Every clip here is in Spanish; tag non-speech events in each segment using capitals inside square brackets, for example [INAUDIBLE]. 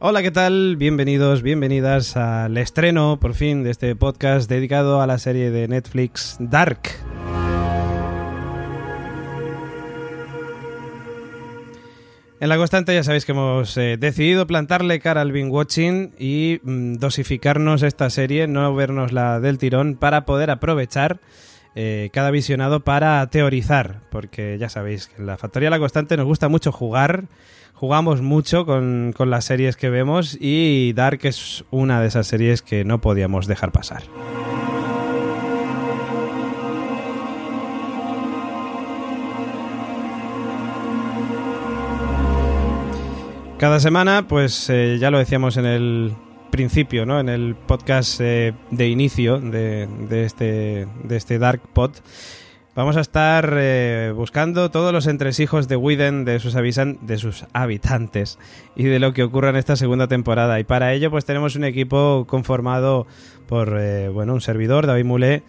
Hola, ¿qué tal? Bienvenidos, bienvenidas al estreno, por fin, de este podcast dedicado a la serie de Netflix Dark. En la constante ya sabéis que hemos eh, decidido plantarle cara al binge watching y mm, dosificarnos esta serie, no vernos la del tirón, para poder aprovechar eh, cada visionado para teorizar, porque ya sabéis que en la Factoría La Constante nos gusta mucho jugar, jugamos mucho con, con las series que vemos y Dark es una de esas series que no podíamos dejar pasar. Cada semana, pues eh, ya lo decíamos en el principio, ¿no? En el podcast eh, de inicio de, de este, de este Dark Pod. Vamos a estar eh, buscando todos los entresijos de Widen, de sus, avisan- de sus habitantes y de lo que ocurra en esta segunda temporada. Y para ello, pues tenemos un equipo conformado por, eh, bueno, un servidor, David Mulé.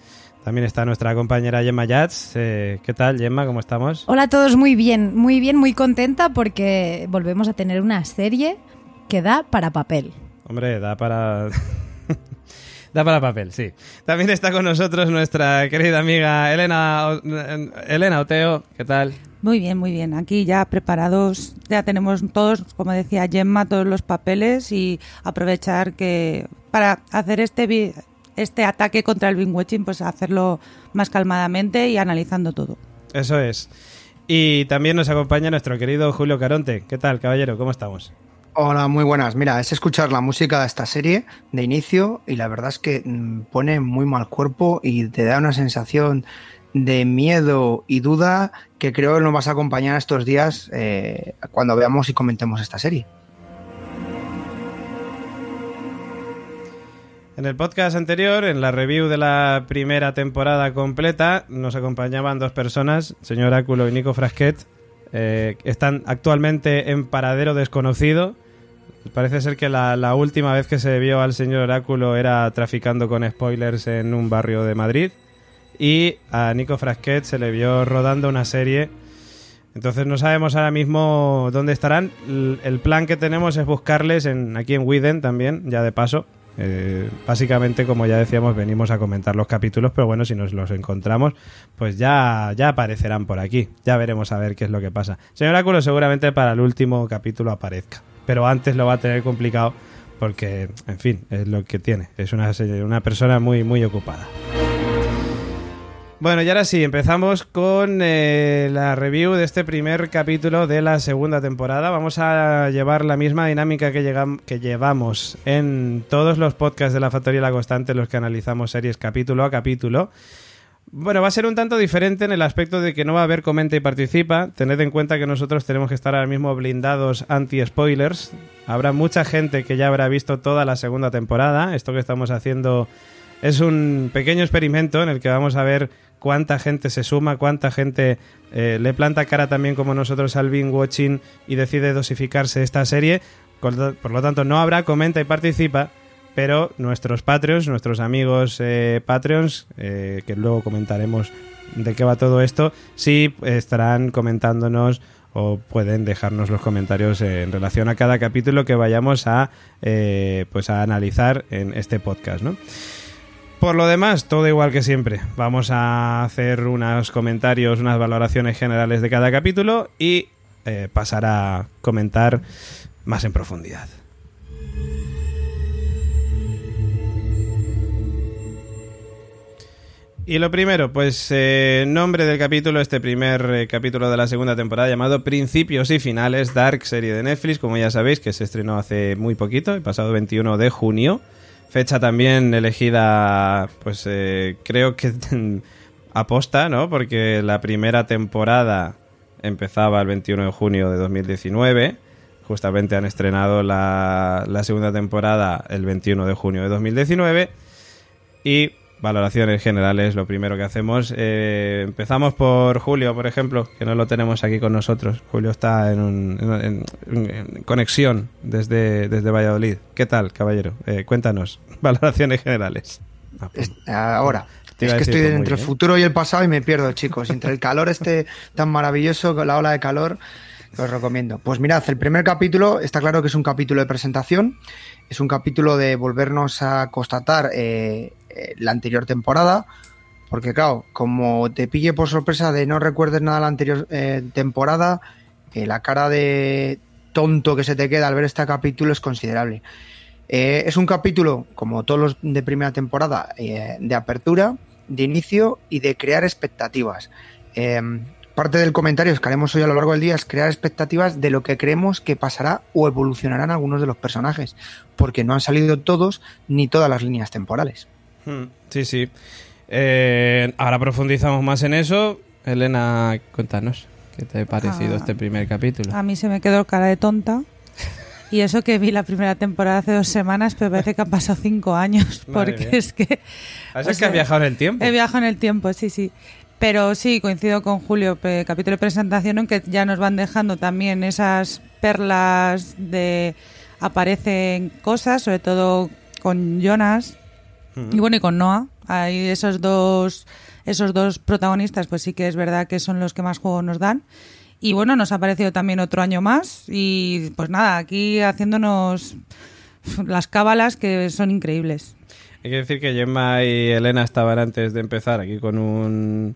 También está nuestra compañera Gemma Yats. Eh, ¿Qué tal, Gemma? ¿Cómo estamos? Hola a todos, muy bien, muy bien, muy contenta porque volvemos a tener una serie que da para papel. Hombre, da para. [LAUGHS] da para papel, sí. También está con nosotros nuestra querida amiga Elena, O- Elena Oteo. ¿Qué tal? Muy bien, muy bien. Aquí ya preparados, ya tenemos todos, como decía Gemma, todos los papeles y aprovechar que para hacer este bi- este ataque contra el binge watching, pues hacerlo más calmadamente y analizando todo. Eso es. Y también nos acompaña nuestro querido Julio Caronte. ¿Qué tal, caballero? ¿Cómo estamos? Hola, muy buenas. Mira, es escuchar la música de esta serie de inicio y la verdad es que mm, pone muy mal cuerpo y te da una sensación de miedo y duda que creo que nos vas a acompañar estos días eh, cuando veamos y comentemos esta serie. En el podcast anterior, en la review de la primera temporada completa, nos acompañaban dos personas, señor Áculo y Nico Frasquet. eh, están actualmente en paradero desconocido. Parece ser que la, la última vez que se vio al señor Oráculo era traficando con spoilers en un barrio de Madrid. Y a Nico Frasquet se le vio rodando una serie. Entonces no sabemos ahora mismo dónde estarán. L- El plan que tenemos es buscarles en, aquí en Widen también, ya de paso. Eh, básicamente, como ya decíamos, venimos a comentar los capítulos, pero bueno, si nos los encontramos, pues ya, ya aparecerán por aquí. Ya veremos a ver qué es lo que pasa. Señor Áculo, seguramente para el último capítulo aparezca, pero antes lo va a tener complicado porque, en fin, es lo que tiene. Es una, se- una persona muy, muy ocupada. Bueno, y ahora sí, empezamos con eh, la review de este primer capítulo de la segunda temporada. Vamos a llevar la misma dinámica que, llegam- que llevamos en todos los podcasts de la Factoría La Constante, en los que analizamos series capítulo a capítulo. Bueno, va a ser un tanto diferente en el aspecto de que no va a haber comenta y participa. Tened en cuenta que nosotros tenemos que estar ahora mismo blindados anti-spoilers. Habrá mucha gente que ya habrá visto toda la segunda temporada. Esto que estamos haciendo es un pequeño experimento en el que vamos a ver cuánta gente se suma, cuánta gente eh, le planta cara también como nosotros al binge watching y decide dosificarse esta serie. Con lo- Por lo tanto, no habrá comenta y participa, pero nuestros Patreons, nuestros amigos eh, Patreons, eh, que luego comentaremos de qué va todo esto, sí estarán comentándonos o pueden dejarnos los comentarios eh, en relación a cada capítulo que vayamos a, eh, pues a analizar en este podcast, ¿no? Por lo demás, todo igual que siempre. Vamos a hacer unos comentarios, unas valoraciones generales de cada capítulo y eh, pasar a comentar más en profundidad. Y lo primero, pues eh, nombre del capítulo, este primer eh, capítulo de la segunda temporada llamado Principios y Finales, Dark, serie de Netflix, como ya sabéis, que se estrenó hace muy poquito, el pasado 21 de junio. Fecha también elegida, pues eh, creo que [LAUGHS] aposta, ¿no? Porque la primera temporada empezaba el 21 de junio de 2019. Justamente han estrenado la, la segunda temporada el 21 de junio de 2019. Y valoraciones generales, lo primero que hacemos. Eh, empezamos por Julio, por ejemplo, que no lo tenemos aquí con nosotros. Julio está en, un- en- en- en conexión desde, desde Valladolid. ¿Qué tal, caballero? Eh, cuéntanos, [LAUGHS] valoraciones generales. Ah, pues, Es- ahora, Te es iba a decir, que estoy pues, muy entre el bien. futuro y el pasado y me pierdo, chicos. Entre el calor este tan maravilloso, la ola de calor, que os recomiendo. Pues mirad, el primer capítulo está claro que es un capítulo de presentación, es un capítulo de volvernos a constatar eh, eh, la anterior temporada, porque claro, como te pille por sorpresa de no recuerdes nada de la anterior eh, temporada, eh, la cara de tonto que se te queda al ver este capítulo es considerable. Eh, es un capítulo, como todos los de primera temporada, eh, de apertura, de inicio y de crear expectativas. Eh, parte del comentario que haremos hoy a lo largo del día es crear expectativas de lo que creemos que pasará o evolucionarán algunos de los personajes, porque no han salido todos ni todas las líneas temporales. Hmm, Sí, sí. Eh, ahora profundizamos más en eso. Elena, cuéntanos, ¿qué te ha parecido Ah. este primer capítulo? A mí se me quedó cara de tonta. Y eso que vi la primera temporada hace dos semanas, pero parece que han pasado cinco años, Madre porque mía. es que Ah, es o que has sea, viajado en el tiempo. pues, eh, he viajado en el tiempo, sí, sí. Pero sí, coincido con Julio, pe- capítulo de presentación en que ya nos van dejando también esas perlas de... aparecen cosas, sobre todo con Jonas, Mm. y bueno, y con Noah, hay esos dos, esos dos protagonistas, pues sí que es verdad que son los que más juego nos dan. Y bueno, nos ha aparecido también otro año más y pues nada, aquí haciéndonos las cábalas que son increíbles. Hay que decir que Gemma y Elena estaban antes de empezar aquí con un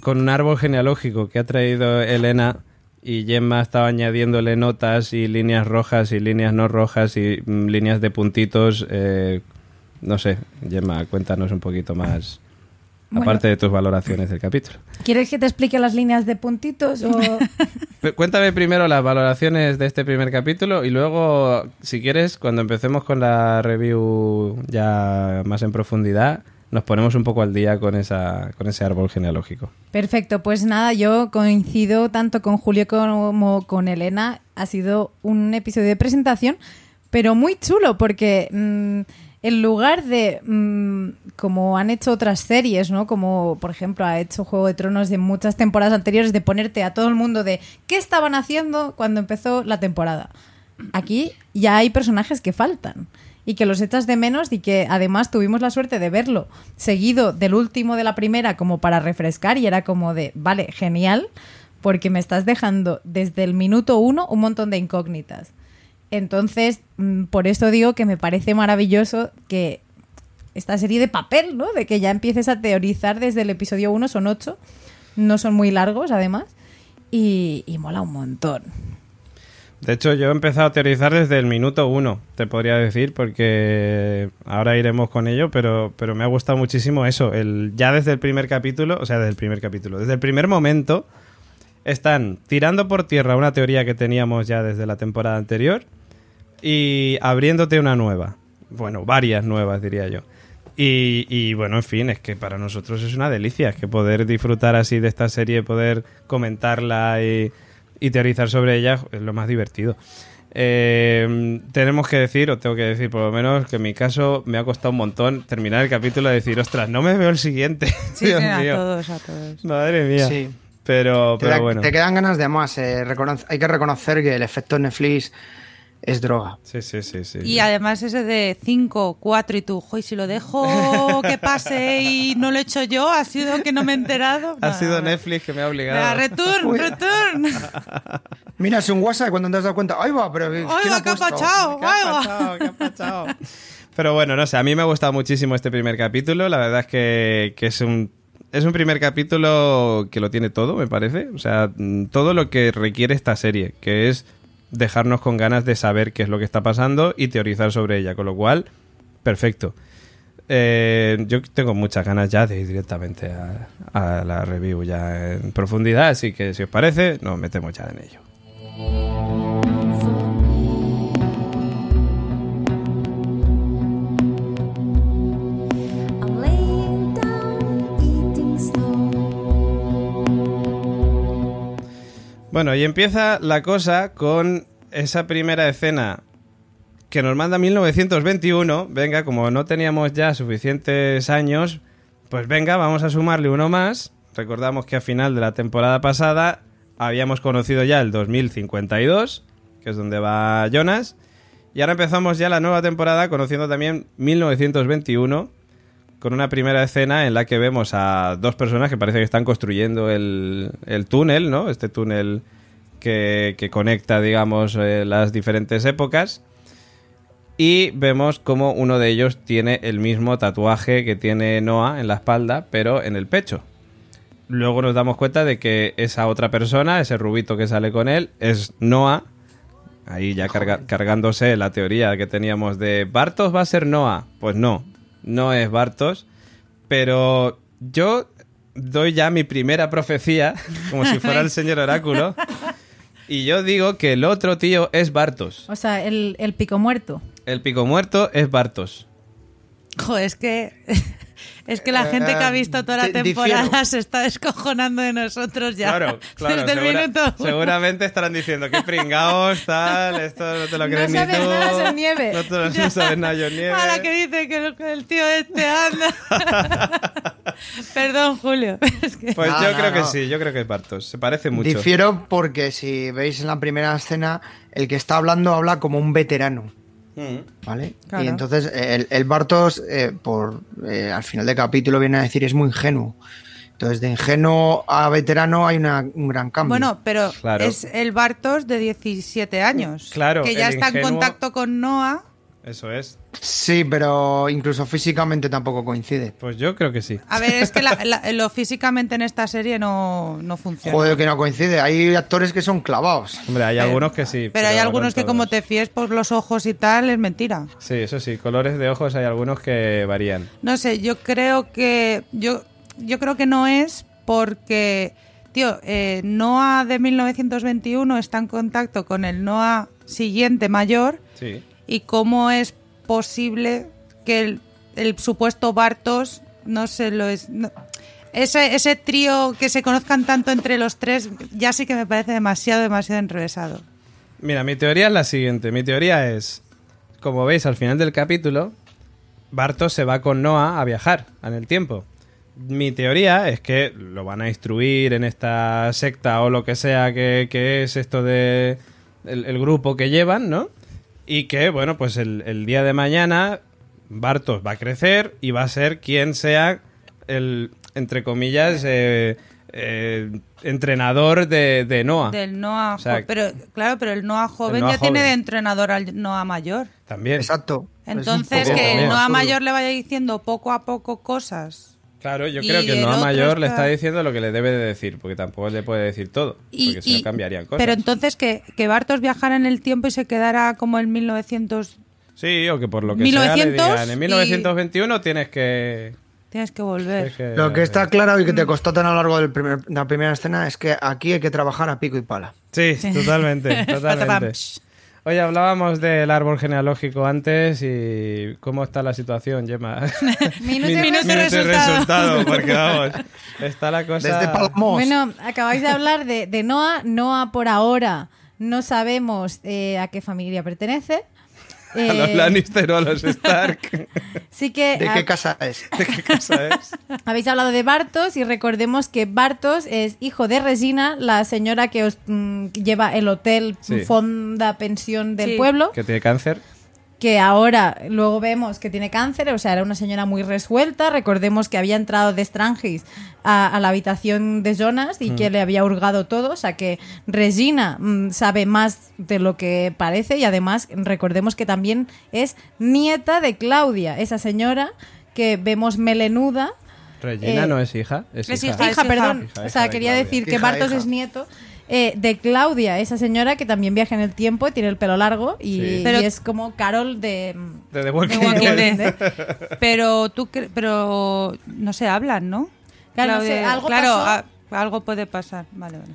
con un árbol genealógico que ha traído Elena y Gemma estaba añadiéndole notas y líneas rojas y líneas no rojas y mm, líneas de puntitos. eh, no sé, Gemma, cuéntanos un poquito más, Bueno. aparte de tus valoraciones del capítulo. ¿Quieres que te explique las líneas de puntitos? O... Pero Cuéntame primero las valoraciones de este primer capítulo y luego, si quieres, cuando empecemos con la review ya más en profundidad, nos ponemos un poco al día con, esa, con ese árbol genealógico. [LAUGHS] Perfecto, pues nada, yo coincido tanto con Julio como con Elena. Ha sido un episodio de presentación, pero muy chulo porque mm, en lugar de mm, como han hecho otras series, ¿no? Como por ejemplo ha hecho Juego de Tronos en muchas temporadas anteriores de ponerte a todo el mundo de qué estaban haciendo cuando empezó la temporada. Aquí ya hay personajes que faltan y que los echas de menos y que además tuvimos la suerte de verlo seguido del último de la primera como para refrescar y era como de, vale, genial, porque me estás dejando desde el minuto uno un montón de incógnitas. Entonces, mm, por eso digo que me parece maravilloso que esta serie de papel, ¿no? De que ya empieces a teorizar desde el episodio 1, son ocho, no son muy largos además, y, y mola un montón. De hecho, yo he empezado a teorizar desde el minuto uno, te podría decir, porque ahora iremos con ello, pero, pero me ha gustado muchísimo eso. El, ya desde el primer capítulo, o sea, desde el primer capítulo, desde el primer momento, están tirando por tierra una teoría que teníamos ya desde la temporada anterior y abriéndote una nueva. Bueno, varias nuevas, diría yo. Y, y, bueno, en fin, es que para nosotros es una delicia, es que poder disfrutar así de esta serie, poder comentarla y, y teorizar sobre ella es lo más divertido. Eh, tenemos que decir, o tengo que decir por lo menos, que en mi caso me ha costado un montón terminar el capítulo y decir, ostras, no me veo el siguiente. [LAUGHS] Sí, Dios a mío. todos, a todos. Madre mía. Sí. Pero, Oh, Te, pero da- bueno. te quedan ganas de más. eh, reconoce- hay que reconocer que el efecto Netflix es droga. Sí, sí, sí, sí. Y además ese de 5, 4 y tú, "Jo, y si lo dejo que pase y no lo he hecho yo, ha sido que no me he enterado. ha No, sido no, no. Netflix que me ha Ah, obligado. Return, return. Mira, es un WhatsApp cuando te has dado cuenta. ¡Ay, va! Pero, ¿quién Ay, lo va, ha que ha puesto?". [LAUGHS] pachao, ¿Qué ha ay, va. [LAUGHS] pasado? ¿Qué ha pasado? Pero bueno, no sé, a mí me ha gustado muchísimo este primer capítulo. La verdad es que, que es un. Es un primer capítulo que lo tiene todo, me parece. O sea, mm, todo lo que requiere esta serie, que es dejarnos con ganas de saber qué es lo que está pasando y teorizar sobre ella. Con lo cual, perfecto. Eh, yo tengo muchas ganas ya de ir directamente a, a la review ya en profundidad, así que si os parece, nos metemos ya en ello. I'm laying down, eating snow. Bueno, y empieza la cosa con esa primera escena que nos manda 1921. Venga, como no teníamos ya suficientes años, pues venga, vamos a sumarle uno más. Recordamos que a final de la temporada pasada habíamos conocido ya el 2052, que es donde va Jonas. Y ahora empezamos ya la nueva temporada conociendo también 1921, con una primera escena en la que vemos a dos personas que parece que están construyendo el, el túnel, ¿no? Este túnel que, que conecta, digamos, eh, las diferentes épocas. Y vemos como uno de ellos tiene el mismo tatuaje que tiene Noah en la espalda, pero en el pecho. Luego nos damos cuenta de que esa otra persona, ese rubito que sale con él, es Noah. Ahí ya carga- cargándose la teoría que teníamos de Bartos va a ser Noah. Pues no, no es Bartos. Pero yo doy ya mi primera profecía, como si fuera el señor oráculo. Y yo digo que el otro tío es Bartos. O sea, el, el pico muerto. El pico muerto es Bartos. Jo, es que. [LAUGHS] Es que la gente que ha visto toda la Eh, te- temporada difiero. se está descojonando de nosotros ya. Claro, claro. [LAUGHS] Desde el segura- minuto uno. Seguramente estarán diciendo que pringaos, tal, esto no te lo No crees ni sabes tú. nada, John Nieve. No, te lo- no sabes nada, [LAUGHS] John Nieve. A la que dice que el, que el tío este [LAUGHS] anda. [LAUGHS] Perdón, Julio. [LAUGHS] Es que- Pues No, yo no, creo que no. sí, yo creo que es Bartos. Se parece mucho. Difiero porque si veis en la primera escena, el que está hablando habla como un veterano. Mm. ¿Vale? Claro. Y entonces el, el Bartos, eh, por, eh, al final del capítulo, viene a decir es muy ingenuo. Entonces, de ingenuo a veterano hay una- un gran cambio. Bueno, pero Mm. Claro. es el Bartos de 17 años. Claro, Que ya el está ingenuo- en contacto con Noah. Eso es. Sí, pero incluso físicamente tampoco coincide. Pues yo creo que sí. A ver, es [LAUGHS] que la- la- lo físicamente en esta serie no, no funciona. Joder, que no coincide. Hay actores que son clavados. Hombre, hay Pero- algunos que sí. pero hay no algunos que como todos. te fíes por los ojos y tal, es mentira. Sí, eso sí, colores de ojos hay algunos que varían. No sé, yo creo que. Yo, yo creo que no es porque. Tío, eh, Noah de 1921 está en contacto con el Noah siguiente mayor. Sí. ¿Y cómo es posible que el, el supuesto Bartos no se lo es. no- ese, ese trío que se conozcan tanto entre los tres ya sí que me parece demasiado, demasiado enrevesado. Mira, mi teoría es la siguiente. Mi teoría es, como veis al final del capítulo, Bartos se va con Noah a viajar en el tiempo. Mi teoría es que lo van a instruir en esta secta o lo que sea que, que es esto de el, el grupo que llevan, ¿no? Y que, bueno, pues el, el día de mañana Bartos va a crecer y va a ser quien sea el, entre comillas, eh, eh, entrenador de, de Noah. Del Noah Ah. O sea, jo- pero claro, pero el Noah joven Noah ya tiene de joven. Pues entrenador al Noah mayor. También. Exacto. Es un Entonces poco que el Noah absurdo. mayor le vaya diciendo poco a poco cosas. Claro, yo Y creo que el el Noah otro Mayor le está- está diciendo lo que le debe de decir, porque tampoco le puede decir todo, Y- porque si y- no cambiarían cosas. Pero entonces que, que Bartos viajara en el tiempo y se quedara como en 1900 Sí, o que por lo que sea le 1900 digan, en y- 1921 tienes que... tienes que volver. tienes que- Lo que está claro y que te costó tan a lo largo del primer- de la primera escena es que aquí hay que trabajar a pico y pala. Sí, [LAUGHS] totalmente, Patapam. totalmente. Oye, hablábamos del árbol genealógico antes y cómo está la situación, Gemma. [LAUGHS] Minuto y Min- resultado. minuto y resultado, porque [LAUGHS] vamos, está la cosa... Desde Palmos. Bueno, acabáis de hablar de, de Noah. Noah por ahora no sabemos eh, a qué familia pertenece. A los Eh, Lannister o a los Stark. [LAUGHS] sí que ¿De ah, qué casa es? ¿Qué cosa es? [LAUGHS] habéis hablado de Bartos y recordemos que Bartos es hijo de Resina, la señora que os mm, lleva el hotel Sí. fonda pensión del Sí. pueblo, Que tiene cáncer. que ahora luego vemos que tiene cáncer, o sea, era una señora muy resuelta. Recordemos que había entrado de Strangis a, a la habitación de Jonas y que le había hurgado todo, o sea que Regina mm, sabe más de lo que parece y además recordemos que también es nieta de Claudia, esa señora que vemos melenuda. Regina Eh, no es hija, es, es hija. hija. Hija, perdón. Hija, o hija sea, de quería Claudia. decir que Hija, Bartos hija. es nieto eh, de Claudia, esa señora que también viaja en el tiempo, tiene el pelo largo y, Sí. y Pero- es como Carol de... mm, De The Walking De Walking Dead. Dead. Pero tú, cre- pero no se hablan, ¿no? Claro, no sé, Claudia- algo claro, pasó. a- algo puede pasar. Vale, vale.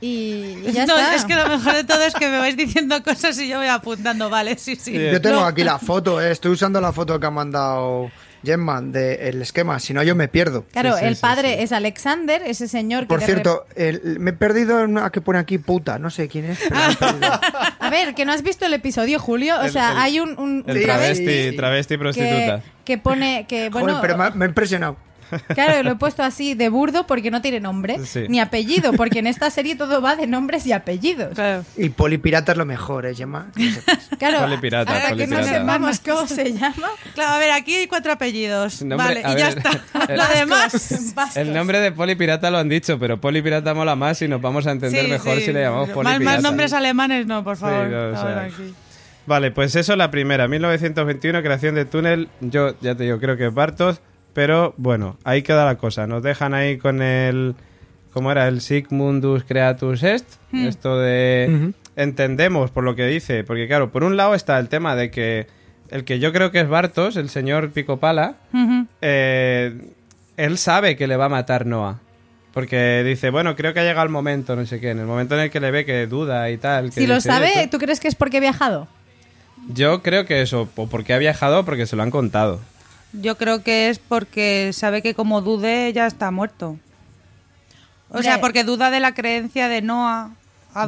Y, [LAUGHS] y ya no, está. es que lo mejor de todo es que me vais diciendo cosas y yo voy apuntando. Vale, sí, sí. Sí. Yo tengo aquí la foto, eh, estoy usando la foto que ha mandado Gemman del esquema, si no yo me pierdo. Claro, Sí, sí, el sí, padre sí. es Alexander, ese señor que... Por de cierto, el- me he perdido en una que pone aquí puta, no sé quién es. pero me [LAUGHS] he perdido. rep- A ver, que no has visto el episodio, Julio. O El- sea, el- hay un... un- El un Sí, travesti, sí, sí. travesti que, prostituta. que pone que, [LAUGHS] Joder, bueno... pero me ha, me ha impresionado. [LAUGHS] Claro, lo he puesto así de burdo porque no tiene nombre Sí. ni apellido, porque en esta serie todo va de nombres y apellidos. Claro. Y Polipirata es lo mejor, ¿eh, Gemma? Que [LAUGHS] sepas. Claro, Ponle pirata, ahora ponle que no pirata. sepamos [LAUGHS] cómo se llama. a ver, aquí hay cuatro apellidos. No, hombre, vale, a y ya ver, está. [LAUGHS] el- Lo demás, vascos. El nombre de Polipirata lo han dicho, pero Polipirata mola más y nos vamos a entender Sí, mejor sí. si le llamamos Más- Polipirata. Más, nombres alemanes, no, por Sí, favor. no, o sea. Ahora aquí. Vale, pues eso la primera, 1921, creación de túnel. Yo ya te digo, creo que es Bartos, pero bueno, ahí queda la cosa. Nos dejan ahí con el. ¿Cómo era? El Sigmundus Creatus Est. Hmm. Esto de. Ujú. Entendemos por lo que dice, porque claro, por un lado está el tema de que el que yo creo que es Bartos, el señor Picopala, Ujú. eh, él sabe que le va a matar Noah. Porque dice, bueno, creo que ha llegado el momento, no sé qué, en el momento en el que le ve que duda y tal. que Si lo dice, "Oye, sabe, tú- ¿tú crees que es porque he viajado? Yo creo que eso, o porque ha viajado o porque se lo han contado. Yo creo que es porque sabe que como dude ya está muerto. O sea, Ya. porque duda de la creencia de Noah.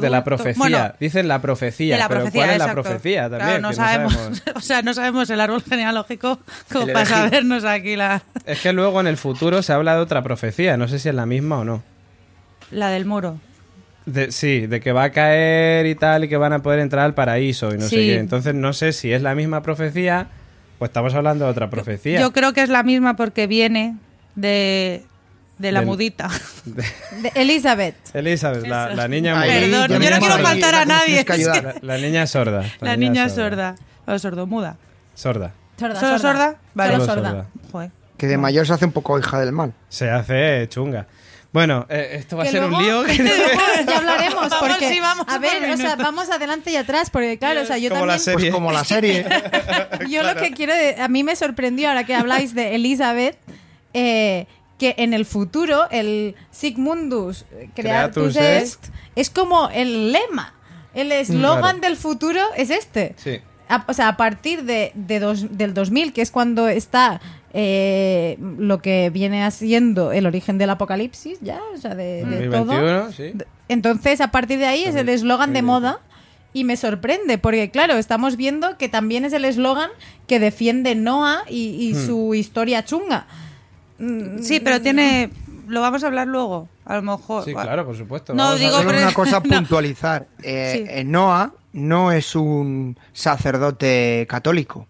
De la adulto. profecía. Bueno, Dicen la profecía, de la pero profecía, ¿cuál es la exacto. profecía también? Claro, no, Que sabemos, [LAUGHS] o sea, no sabemos el árbol [LAUGHS] genealógico como El para elegido. sabernos aquí la, Es que luego en el futuro se habla de otra profecía, no sé si es la misma o no. la del muro. De- sí, de que va a caer y tal, y que van a poder entrar al paraíso y no sé Sí. qué. Entonces no sé si es la misma profecía o estamos hablando de otra profecía. Yo creo que es la misma porque viene de, de la Del- Pues mudita. [LAUGHS] De Elizabeth. Elizabeth, la, la niña Ahí, muy- Perdón, ya yo no mismo quiero ahí, faltar a ya nos nadie, tienes que es ayudar. La, la niña sorda. La niña sorda. O sordomuda. Sorda. Sorda, ¿Solo sorda? Vale. Solo Solo sorda. sorda. Joder. Que de mayor se hace un poco hija del mal. Se hace chunga. Bueno, eh, esto va a Que ser un lío. [LAUGHS] luego- [LAUGHS] [LAUGHS] que no- luego ya hablaremos Vamos, porque sí, vamos a por ver, o sea, minutos. vamos adelante y atrás porque claro, o sea, yo Como la también Qué Pues bien. como [LAUGHS] la serie. Yo lo que quiero, de- a mí me sorprendió ahora que habláis de Elizabeth, eh, que en el futuro el Sigmundus Creatus Creatus Est es como el lema, el Claro. eslogan del futuro es este. Sí. A- o sea, a partir de, de dos- del 2000, que es cuando está eh, lo que viene haciendo el origen del apocalipsis, ya, o sea, de, Mm. de todo. 2021, sí. D- Entonces, a partir de ahí es el eslogan de moda y me sorprende, porque claro, estamos viendo que también es el eslogan que defiende Noah y, y Hmm. su historia chunga. Mm, Sí, pero tiene. Lo vamos a hablar luego, a lo mejor. Sí, claro, por supuesto. No, Vamos a digo, ver. Solo pero- una cosa a [LAUGHS] no. puntualizar. Eh, Sí. eh, Noah no es un sacerdote católico.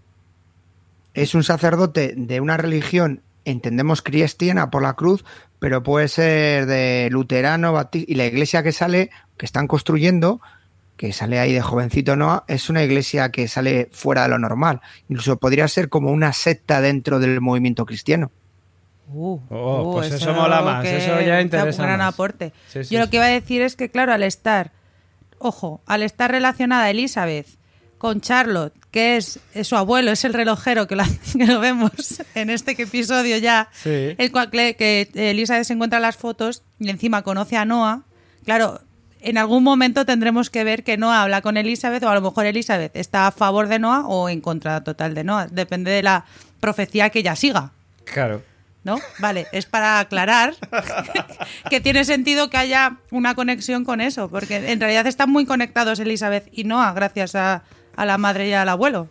Es un sacerdote de una religión, entendemos cristiana por la cruz, pero puede ser de luterano, baptista. Y la iglesia que sale, que están construyendo, que sale ahí de jovencito Noah, es una iglesia que sale fuera de lo normal. Incluso podría ser como una secta dentro del movimiento cristiano. Uh, Oh, pues eso mola más, eso ya da interesa Un gran más. aporte. Sí, sí, Yo lo sí. que iba a decir es que, claro, al estar, ojo, al estar relacionada Elizabeth con Charlotte, que es, es su abuelo, es el relojero que lo, [LAUGHS] que lo vemos en este que episodio ya, Sí. el cual que, que Elizabeth se encuentra las fotos y encima conoce a Noah, claro. En algún momento tendremos que ver que Noah habla con Elizabeth o a lo mejor Elizabeth está a favor de Noah o en contra total de Noah. Depende de la profecía que ella siga. Claro. ¿No? Vale, es para [LAUGHS] aclarar que tiene sentido que haya una conexión con eso, porque en realidad están muy conectados Elizabeth y Noah, gracias a, a la madre y al abuelo.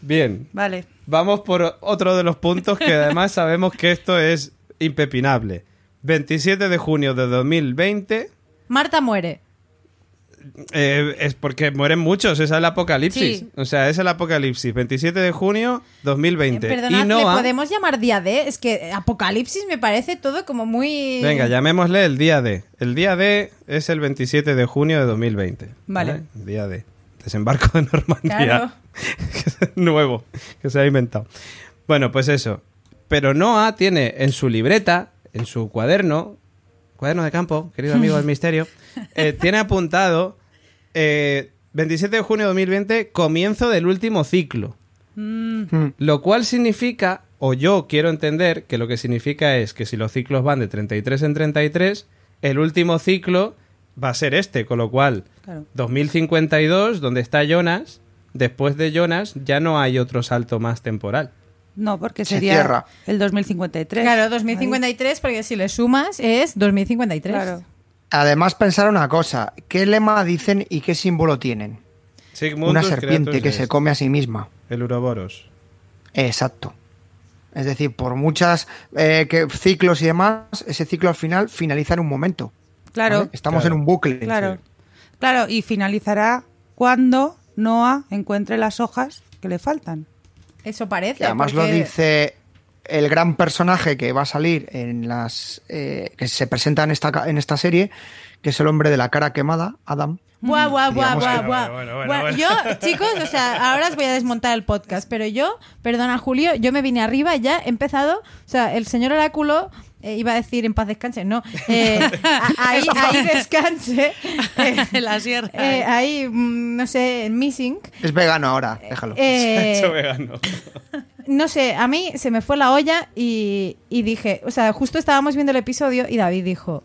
Bien. Vale. Vamos por otro de los puntos que además sabemos que esto es impepinable. 27 de junio de 2020 Marta muere. eh, es porque mueren muchos, es el apocalipsis. Sí. O sea, es el apocalipsis. 27 de junio Eh, 2020. Perdonad, y ¿le Noah, podemos llamar día D? Es que eh, apocalipsis me parece todo como muy... Venga, llamémosle el día D. El día D es el 27 de junio de 2020. Vale. El Día D. Desembarco de Normandía. Claro. [LAUGHS] nuevo que se ha inventado. Bueno, pues eso. Pero Noah tiene en su libreta, en su cuaderno, cuaderno de campo, querido amigo del misterio, eh, tiene apuntado eh, 27 de junio de 2020, comienzo del último ciclo. Mm. Lo cual significa, o yo quiero entender, que lo que significa es que si los ciclos van de 33 en 33, el último ciclo va a ser este, con lo cual Claro. 2052, donde está Jonas, después de Jonas ya no hay otro salto más temporal. No, porque Se sería cierra. el 2053. Claro, 2053, porque si le sumas es 2053. Claro. Además, pensar una cosa, ¿qué lema dicen y qué símbolo tienen? Sigmundus una serpiente Creatus que Est, se come a sí misma. El Uroboros. Exacto. Es decir, por muchas eh, que- ciclos y demás, ese ciclo al final finaliza en un momento. Claro, ¿vale? Estamos Claro. en un bucle. claro. Claro, y finalizará cuando Noah encuentre las hojas que le faltan. Eso parece. Que además lo porque- dice el gran personaje que va a salir en las eh, que se presenta en esta ca- en esta serie, que es el hombre de la cara quemada, Adam. Buah, buah, buah, Digamos buah, que- buah. Bueno, bueno, Buah, bueno, Yo, chicos, o sea, ahora os voy a desmontar el podcast, pero yo, perdona Julio, yo me vine arriba ya he empezado, o sea, el señor oráculo eh, iba a decir en paz descanse, no, [LAUGHS] eh, a- ahí, ahí descanse, eh, la sierra. eh, ahí, mm, no sé, en Missing. Es vegano ahora, déjalo. [LAUGHS] [LAUGHS] eh, Se ha hecho vegano. no sé, a mí se me fue la olla y, y dije, o sea, justo estábamos viendo el episodio y David dijo,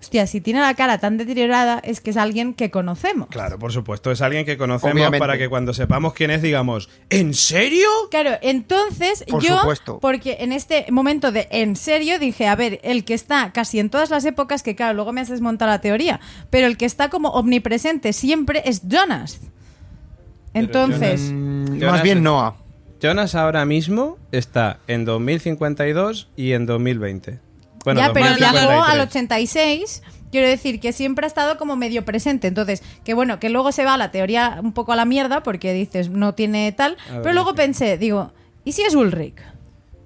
hostia, si tiene la cara tan deteriorada es que es alguien que conocemos. Claro, por supuesto, es alguien que conocemos Obviamente. para que cuando sepamos quién es digamos, ¿en serio? Claro, entonces Por yo, supuesto. porque en este momento de en serio dije, a ver, el que está casi en todas las épocas, que claro, luego me has desmontado la teoría, pero el que está como omnipresente siempre es Jonas. Pero Entonces, Mm, Jonas Más bien es- Noah. Jonas ahora mismo está en 2052 y en 2020. Bueno, ya, pero 2053. viajó al 86. Quiero decir que siempre ha estado como medio presente. Entonces, que bueno, que luego se va la teoría un poco a la mierda porque dices, no tiene tal. A ver, pero luego dice. pensé, digo, ¿y si es Ulrich?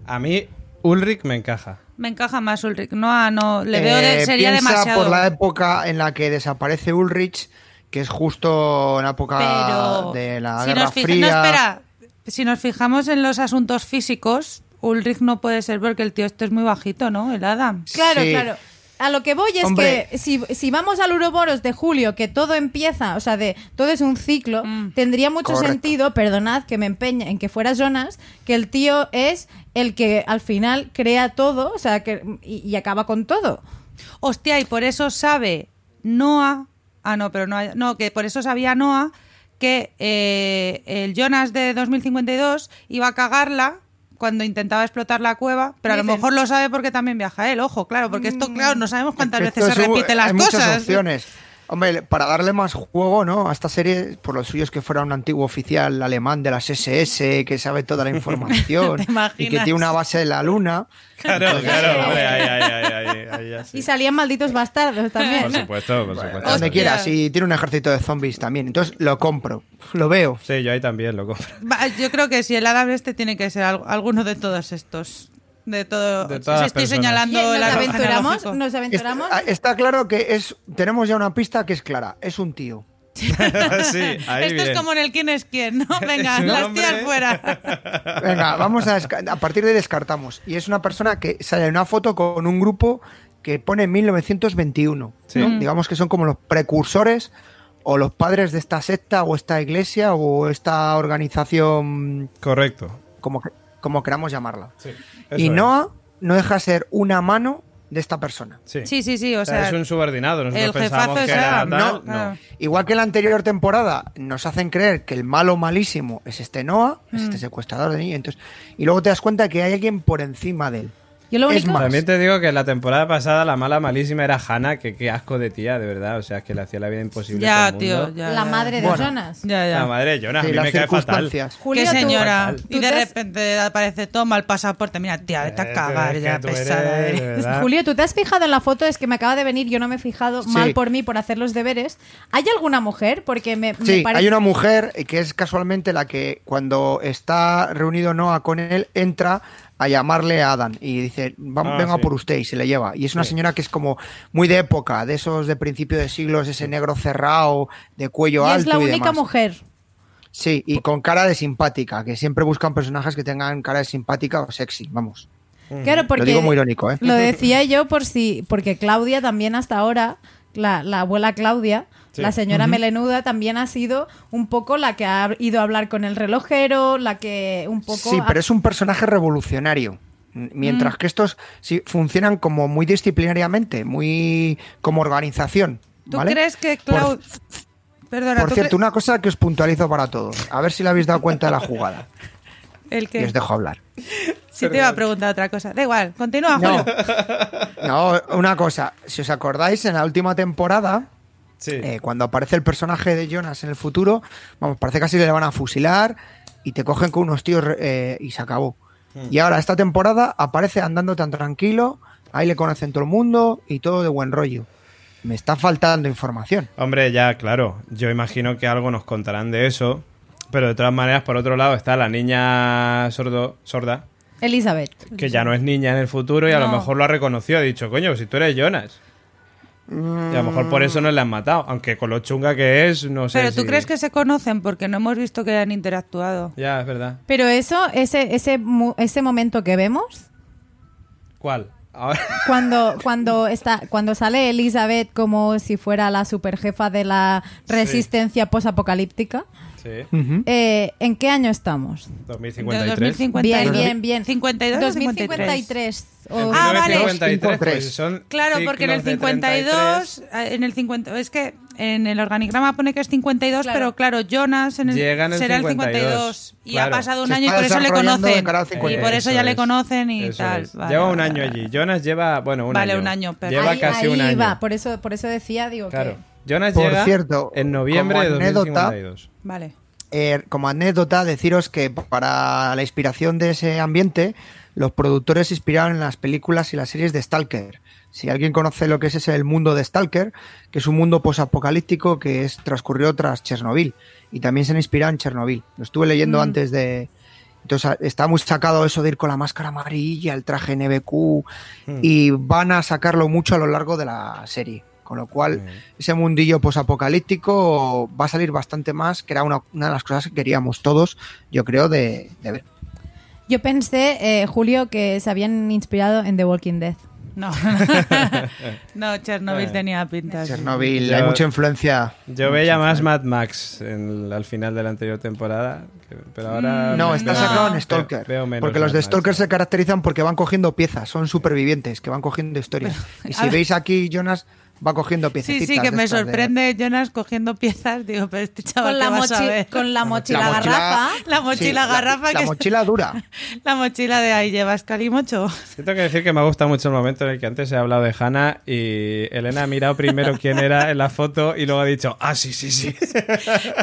A mí Ulrich me encaja. Me encaja más Ulrich. Noah no, le veo, de- Eh, sería piensa demasiado. por la época en la que desaparece Ulrich, que es justo en la época pero de la si Guerra nos fija- Fría. no, espera. Si nos fijamos en los asuntos físicos, Ulrich no puede ser porque el tío este es muy bajito, ¿no? El Adam. Claro, Sí. claro. A lo que voy es Hombre. que si, si vamos al Uroboros de julio, que todo empieza, o sea, de todo es un ciclo, Mm. tendría mucho Correcto. sentido, perdonad que me empeñe en que fuera Jonas, que el tío es el que al final crea todo, o sea, que, y, y acaba con todo. Hostia, y por eso sabe Noah. Ah, no, pero Noah- no, que por eso sabía Noah que eh, el Jonas de 2052 iba a cagarla cuando intentaba explotar la cueva, pero a lo Dicen. mejor lo sabe porque también viaja él, ojo, claro, porque esto, claro, no sabemos cuántas Esto veces se es un- repiten las hay cosas. muchas opciones. Hombre, para darle más juego, ¿no? A esta serie, por lo suyo es que fuera un antiguo oficial alemán de las SS, que sabe toda [LAUGHS] la información ¿Te y que imaginas? tiene una base de la luna. [LAUGHS] Claro, claro, hombre, ahí, ahí, ahí, ahí, ahí, ya Y sí. salían malditos bastardos Por [LAUGHS] también. supuesto, por supuesto. Donde Hostia. quieras, y tiene un ejército de zombies también. Entonces lo compro, lo veo. Sí, yo ahí también lo compro. Va, Yo creo que si el Adam este tiene que ser al- alguno de todos estos. De todo. De todas si estoy las personas. Oye, señalando el nos árbol aventuramos, genealógico. nos Est- aventuramos. a- Está claro que es tenemos ya una pista que es clara, es un tío. [LAUGHS] sí, ahí Esto bien. es como en el quién es quién, ¿no? [LAUGHS] Venga, Es un las hombre. tías fuera. Venga, vamos a desca- a partir de descartamos y es una persona que sale en una foto con un grupo que pone 1921. Sí. ¿no? Mm. Digamos que son como los precursores o los padres de esta secta o esta iglesia o esta organización Correcto. como que- como queramos llamarla. Eso Y es. Noah no deja de ser una mano de esta persona. Sí. Sí, sí, sí, o O sea, sea, es un subordinado. Nosotros el pensamos jefazo que es Ah. era Adam. tal. No, No, claro. Igual que en la anterior temporada nos hacen creer que el malo malísimo es este Noah, es Mm. este secuestrador de niños, entonces- y luego te das cuenta que hay alguien por encima de él. Yo lo es único... más- También te digo que la temporada pasada la mala malísima era Hannah, que qué asco de tía, de verdad. O sea, es que le hacía la vida imposible. a ya, todo el tío, mundo. ya. la madre de Bueno. Jonas. Ya, La ya. madre de Jonas, a Sí, mí las me cae fatal. circunstancias. Qué tú- señora. tú Y de te has- repente aparece, toma el pasaporte. Mira, tía, vete Eh, a cagar Es que ya, Eh, tú eres, pesada. eh. de eres. verdad. Julio, ¿tú te has fijado en la foto? Es que me acaba de venir, yo no me he fijado, Sí. mal por mí, por hacer los deberes. ¿Hay alguna mujer? Porque me, me Sí, parece... hay una mujer que es casualmente la que cuando está reunido Noah con él entra a llamarle a Adam y dice, "Va- Ah, venga sí. por usted y se le lleva. Y es una señora que es como muy de época, de esos de principio de siglos, ese negro cerrado, de cuello y alto. es la y única demás. mujer. Sí, y con cara de simpática, que siempre buscan personajes que tengan cara de simpática o sexy, vamos. Claro, porque Lo digo muy irónico, ¿eh? lo decía yo por si, porque Claudia también hasta ahora, la, la abuela Claudia, Sí. la señora Melenuda también ha sido un poco la que ha ido a hablar con el relojero, la que un poco... Sí, ha- pero es un personaje revolucionario. M- Mm. Mientras que estos sí, funcionan como muy disciplinariamente, muy como organización. ¿Tú ¿vale? crees que Por- Clau... Perdona, Por, ¿tú cierto, cre- una cosa que os puntualizo para todos. A ver si le habéis dado [LAUGHS] cuenta de la jugada. el Y que... os dejo hablar. Si te iba a preguntar otra cosa. Da igual, continúa, No, Julio. no, una cosa. Si os acordáis, en la última temporada, Sí. Eh, cuando aparece el personaje de Jonas en el futuro, vamos, parece casi que le van a fusilar y te cogen con unos tíos eh, y se acabó. Y ahora esta temporada aparece andando tan tranquilo, ahí le conocen todo el mundo y todo de buen rollo. Me está faltando información. Hombre, ya, claro. Yo imagino que algo nos contarán de eso. Pero de todas maneras, por otro lado, está la niña sordo, sorda, Elizabeth. que ya no es niña en el futuro y a lo No. mejor lo ha reconocido. Ha dicho, coño, si tú eres Jonas. Y a lo mejor por eso no la han matado. Aunque con lo chunga que es, no sé. Pero tú si- crees que se conocen porque no hemos visto que hayan interactuado. Ya, es verdad. Pero eso, ese, ese, mu- ese momento que vemos, ¿Cuál? [LAUGHS] Ahora. cuando, cuando, está, cuando sale Elizabeth como si fuera la superjefa de la resistencia posapocalíptica, Sí. Ujú. eh, ¿en qué año estamos? De 2053. 2052. Bien, bien, bien. 52 o 53. 2053. o- Ah, 1953, vale. pues 53. son Claro, porque en el ciclos de 33. 52, eh, en el 50, es que en el organigrama pone que es 52, Claro. pero claro, Jonas en el, Llega en el será 52, el 52 y claro. ha pasado un Se año y está por eso le desarrollando de conocen. cara al Y 52. por eso ya Eso le es, conocen y eso tal. es. Vale, lleva un vale, año vale. allí. Jonas lleva, bueno, un Vale, año. un año, pero- Lleva ahí, casi un ahí año. va, por eso, por eso decía, digo Claro. que... Jonas Por llega cierto, en noviembre de como anécdota- 2052. [LAUGHS] Vale. Eh, como anécdota, deciros que para la inspiración de ese ambiente, los productores se inspiraron en las películas y las series de Stalker. Si alguien conoce lo que es ese el mundo de Stalker, que es un mundo posapocalíptico que es, transcurrió tras Chernobyl. Y también se han inspirado en Chernobyl. Lo estuve leyendo antes de. Entonces a- está muy sacado eso de ir con la máscara amarilla, el traje NBQ, Hmm. y van a sacarlo mucho a lo largo de la serie. Con lo cual, ese mundillo posapocalíptico va a salir bastante más, que era una, una de las cosas que queríamos todos, yo creo, de, de ver. Yo pensé, eh, Julio, que se habían inspirado en The Walking Dead. No. [LAUGHS] no, Chernobyl Eh. tenía pinta. sí. Chernobyl, Ya- hay mucha influencia. Yo veía más Mad Max en el- al final de la anterior temporada, que- pero ahora... No, está No. sacado Veo- en Stalker. veo menos porque los Mad de Max, Stalker ¿no? se caracterizan porque van cogiendo piezas, son supervivientes, que van [LAUGHS] cogiendo historias. y a si ver. veis aquí, Jonas va cogiendo Sí, piecitas. sí, que de me estas de- sorprende Jonas cogiendo piezas. Digo, pero este chaval, Con la, ¿qué vas a mochi- ver? con la mochila mochila- garrafa. La mochila Sí, la- garrafa La, que mochila dura. la mochila de ahí llevas calimocho. Yo tengo que decir que me ha gustado mucho el momento en el que antes he hablado de Hannah y Elena ha mirado primero quién era en la foto y luego ha dicho, ah, sí, sí, [LAUGHS] sí.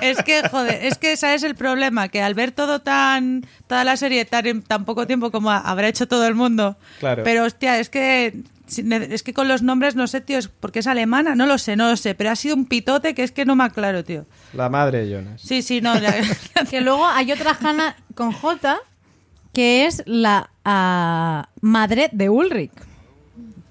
Es que, joder, es que ese es el problema, que al ver todo tan, toda la serie tan, en tan poco tiempo como ha- habrá hecho todo el mundo. Claro. Pero hostia, es que si ne- es que con los nombres no sé, tío, es porque es alemana, no lo sé, no lo sé, pero ha sido un pitote que es que no me aclaro, tío. La madre de Jonas. Sí, sí, no. la- [LAUGHS] Que luego hay otra Hanna con J, que es la ah, madre de Ulrich.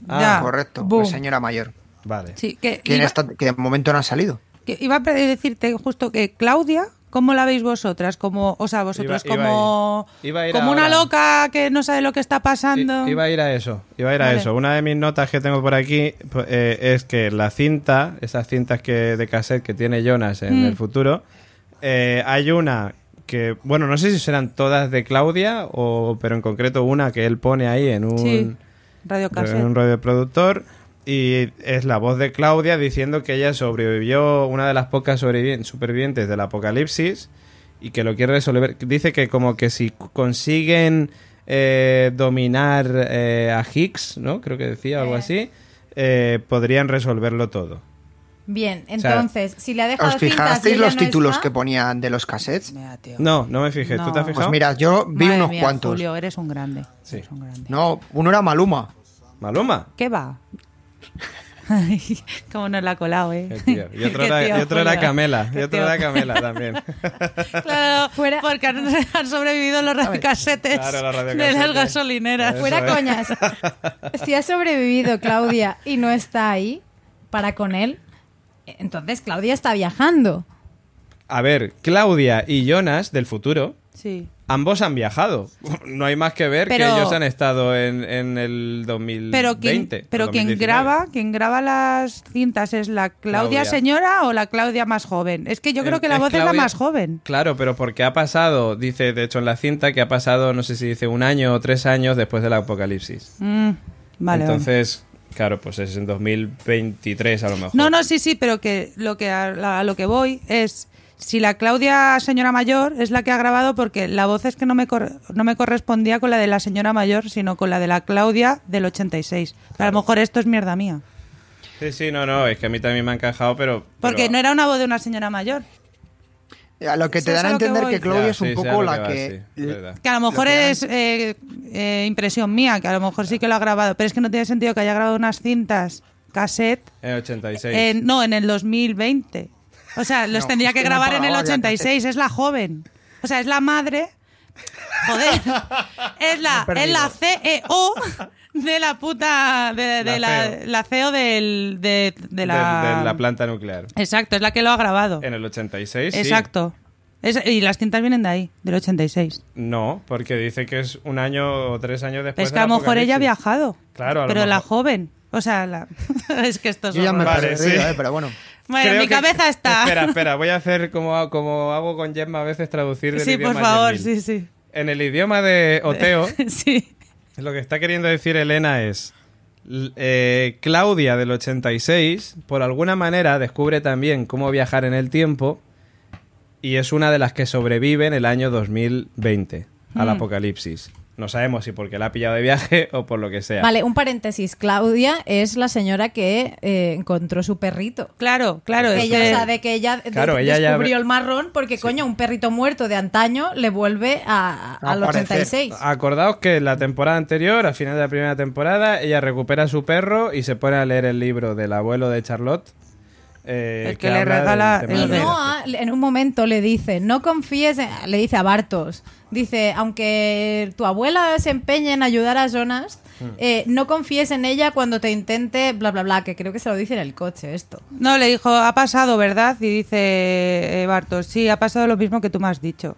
Ya. Ah, Correcto, Boom. la señora mayor. Vale. sí, que ¿Quién iba- está- que de momento no ha salido. Que iba a pre- decirte justo que Claudia, ¿cómo la veis vosotras? Como, o sea, vosotros Iba- iba como, a ir. Iba a ir como una ahora. loca que no sabe lo que está pasando. I- Iba a ir a eso, iba a ir a Vale. eso. Una de mis notas que tengo por aquí po- eh, es que la cinta, esas cintas que de cassette que tiene Jonas en Mm. el futuro, eh, hay una que, bueno, no sé si serán todas de Claudia, o, pero en concreto una que él pone ahí en un, Sí, Radio en un Cassette. rollo de productor. Y es la voz de Claudia diciendo que ella sobrevivió, una de las pocas sobrevi- supervivientes del apocalipsis, y que lo quiere resolver. Dice que como que si consiguen eh, dominar eh, a Higgs, ¿no? Creo que decía algo así, eh, podrían resolverlo todo. Bien, sea, entonces, si le ha dejado ¿Os cintas y fijasteis ella los no títulos está- que ponían de los cassettes? Mira, tío. No, no me fijé. ¿Tú te has No. fijado? Pues mira, yo vi Madre unos mía, cuantos. Julio, eres un grande. Sí. Eres un grande. No, uno era Maluma. [LAUGHS] Maluma. ¿Qué va? Ay, Cómo nos la ha colado, ¿eh? Qué tío. Y otro, [LAUGHS] Qué era, tío, y otro era Julio. Camela. Y Qué otro tío. era Camela también. [LAUGHS] Claro, Fuera- porque han, [LAUGHS] han sobrevivido los radiocasetes Claro, los de las radiocasetes. gasolineras. Eso Fuera es. coñas. [LAUGHS] Si ha sobrevivido Claudia y no está ahí para con él, entonces Claudia está viajando. A ver, Claudia y Jonas del futuro. Sí. Ambos han viajado. No hay más que ver Pero- que ellos han estado en, en el 2020. Pero quien, o pero quien 2019. graba, quien graba las cintas es la Claudia, Claudia. señora o la Claudia más joven. Es que yo creo que la voz es la Claudia- más joven. Claro, pero porque ha pasado, dice de hecho en la cinta, que ha pasado, no sé si dice un año o tres años después del apocalipsis. Mm, vale. vale. Entonces, claro, pues es en 2023 a lo mejor. No, no, sí, sí, pero que lo que a, la- a lo que voy es si la Claudia señora mayor es la que ha grabado porque la voz es que no me cor- no me correspondía con la de la señora mayor, sino con la de la Claudia del 86. Pero a lo mejor esto es mierda mía. Sí, sí, no, no, es que a mí también me ha encajado, pero... Porque pero- no era una voz de una señora mayor. A lo que Eso te es dan a a lo que entender que, voy. Chloe Ya, es un sí, sé a poco lo la vas, que. sí, es verdad. Que a lo mejor que dan- es eh, eh, impresión mía, que a lo mejor sí que lo ha grabado, pero es que no tiene sentido que haya grabado unas cintas cassette, En el 86. en- no, en el 2020. O sea, los No, tendría es que que no grabar en el pagaba ya 86, es la joven. O sea, es la madre. [LAUGHS] Joder, es la, Me he es la perdido. CEO de la puta. de, de La la, CEO. la CEO del, de, de de, la. de la planta nuclear. Exacto, es la que lo ha grabado. En el 86. sí. Exacto. Es- y las cintas vienen de ahí, del 86. No, porque dice que es un año o tres años después. es que del a lo mejor ella ha apocalipsis. viajado. Claro, a lo Pero la mejor. joven. O sea, la- [LAUGHS] es que esto es. Yo ya me he horror. Vale, perdido, sí. eh, pero bueno. Bueno, en Creo mi que- cabeza [LAUGHS] está. Espera, espera, voy a hacer como, como hago con Gemma a veces traducir del [LAUGHS] sí, idioma por favor, Yemil. sí, sí. En el idioma [LAUGHS] de Oteo, sí. lo que está queriendo decir Elena es. l- eh, Claudia del 86, por alguna manera, descubre también cómo viajar en el tiempo y es una de las que sobrevive en el año 2020 al Mm. apocalipsis. No sabemos si porque la ha pillado de viaje [LAUGHS] o por lo que sea. Vale, un paréntesis. Claudia es la señora que eh, encontró su perrito. Claro, claro. es ella que- sabe que ella de- Claro, ella ya- descubrió el marrón porque, coño, un perrito muerto de antaño le vuelve a, A al aparecer. 86. Acordaos que en la temporada anterior, al final de la primera temporada, ella recupera a su perro y se pone a leer el libro del abuelo de Charlotte. eh, El que le habla del regala tema de el la Y Madre. Noah en un momento le dice, no confíes, en-", le dice a Bartos, dice, aunque tu abuela se empeñe en ayudar a Jonas, eh, no confíes en ella cuando te intente, bla, bla, bla, que creo que se lo dice en el coche esto. No, le dijo, ha pasado, ¿verdad? Y dice eh, Bartos, sí, ha pasado lo mismo que tú me has dicho.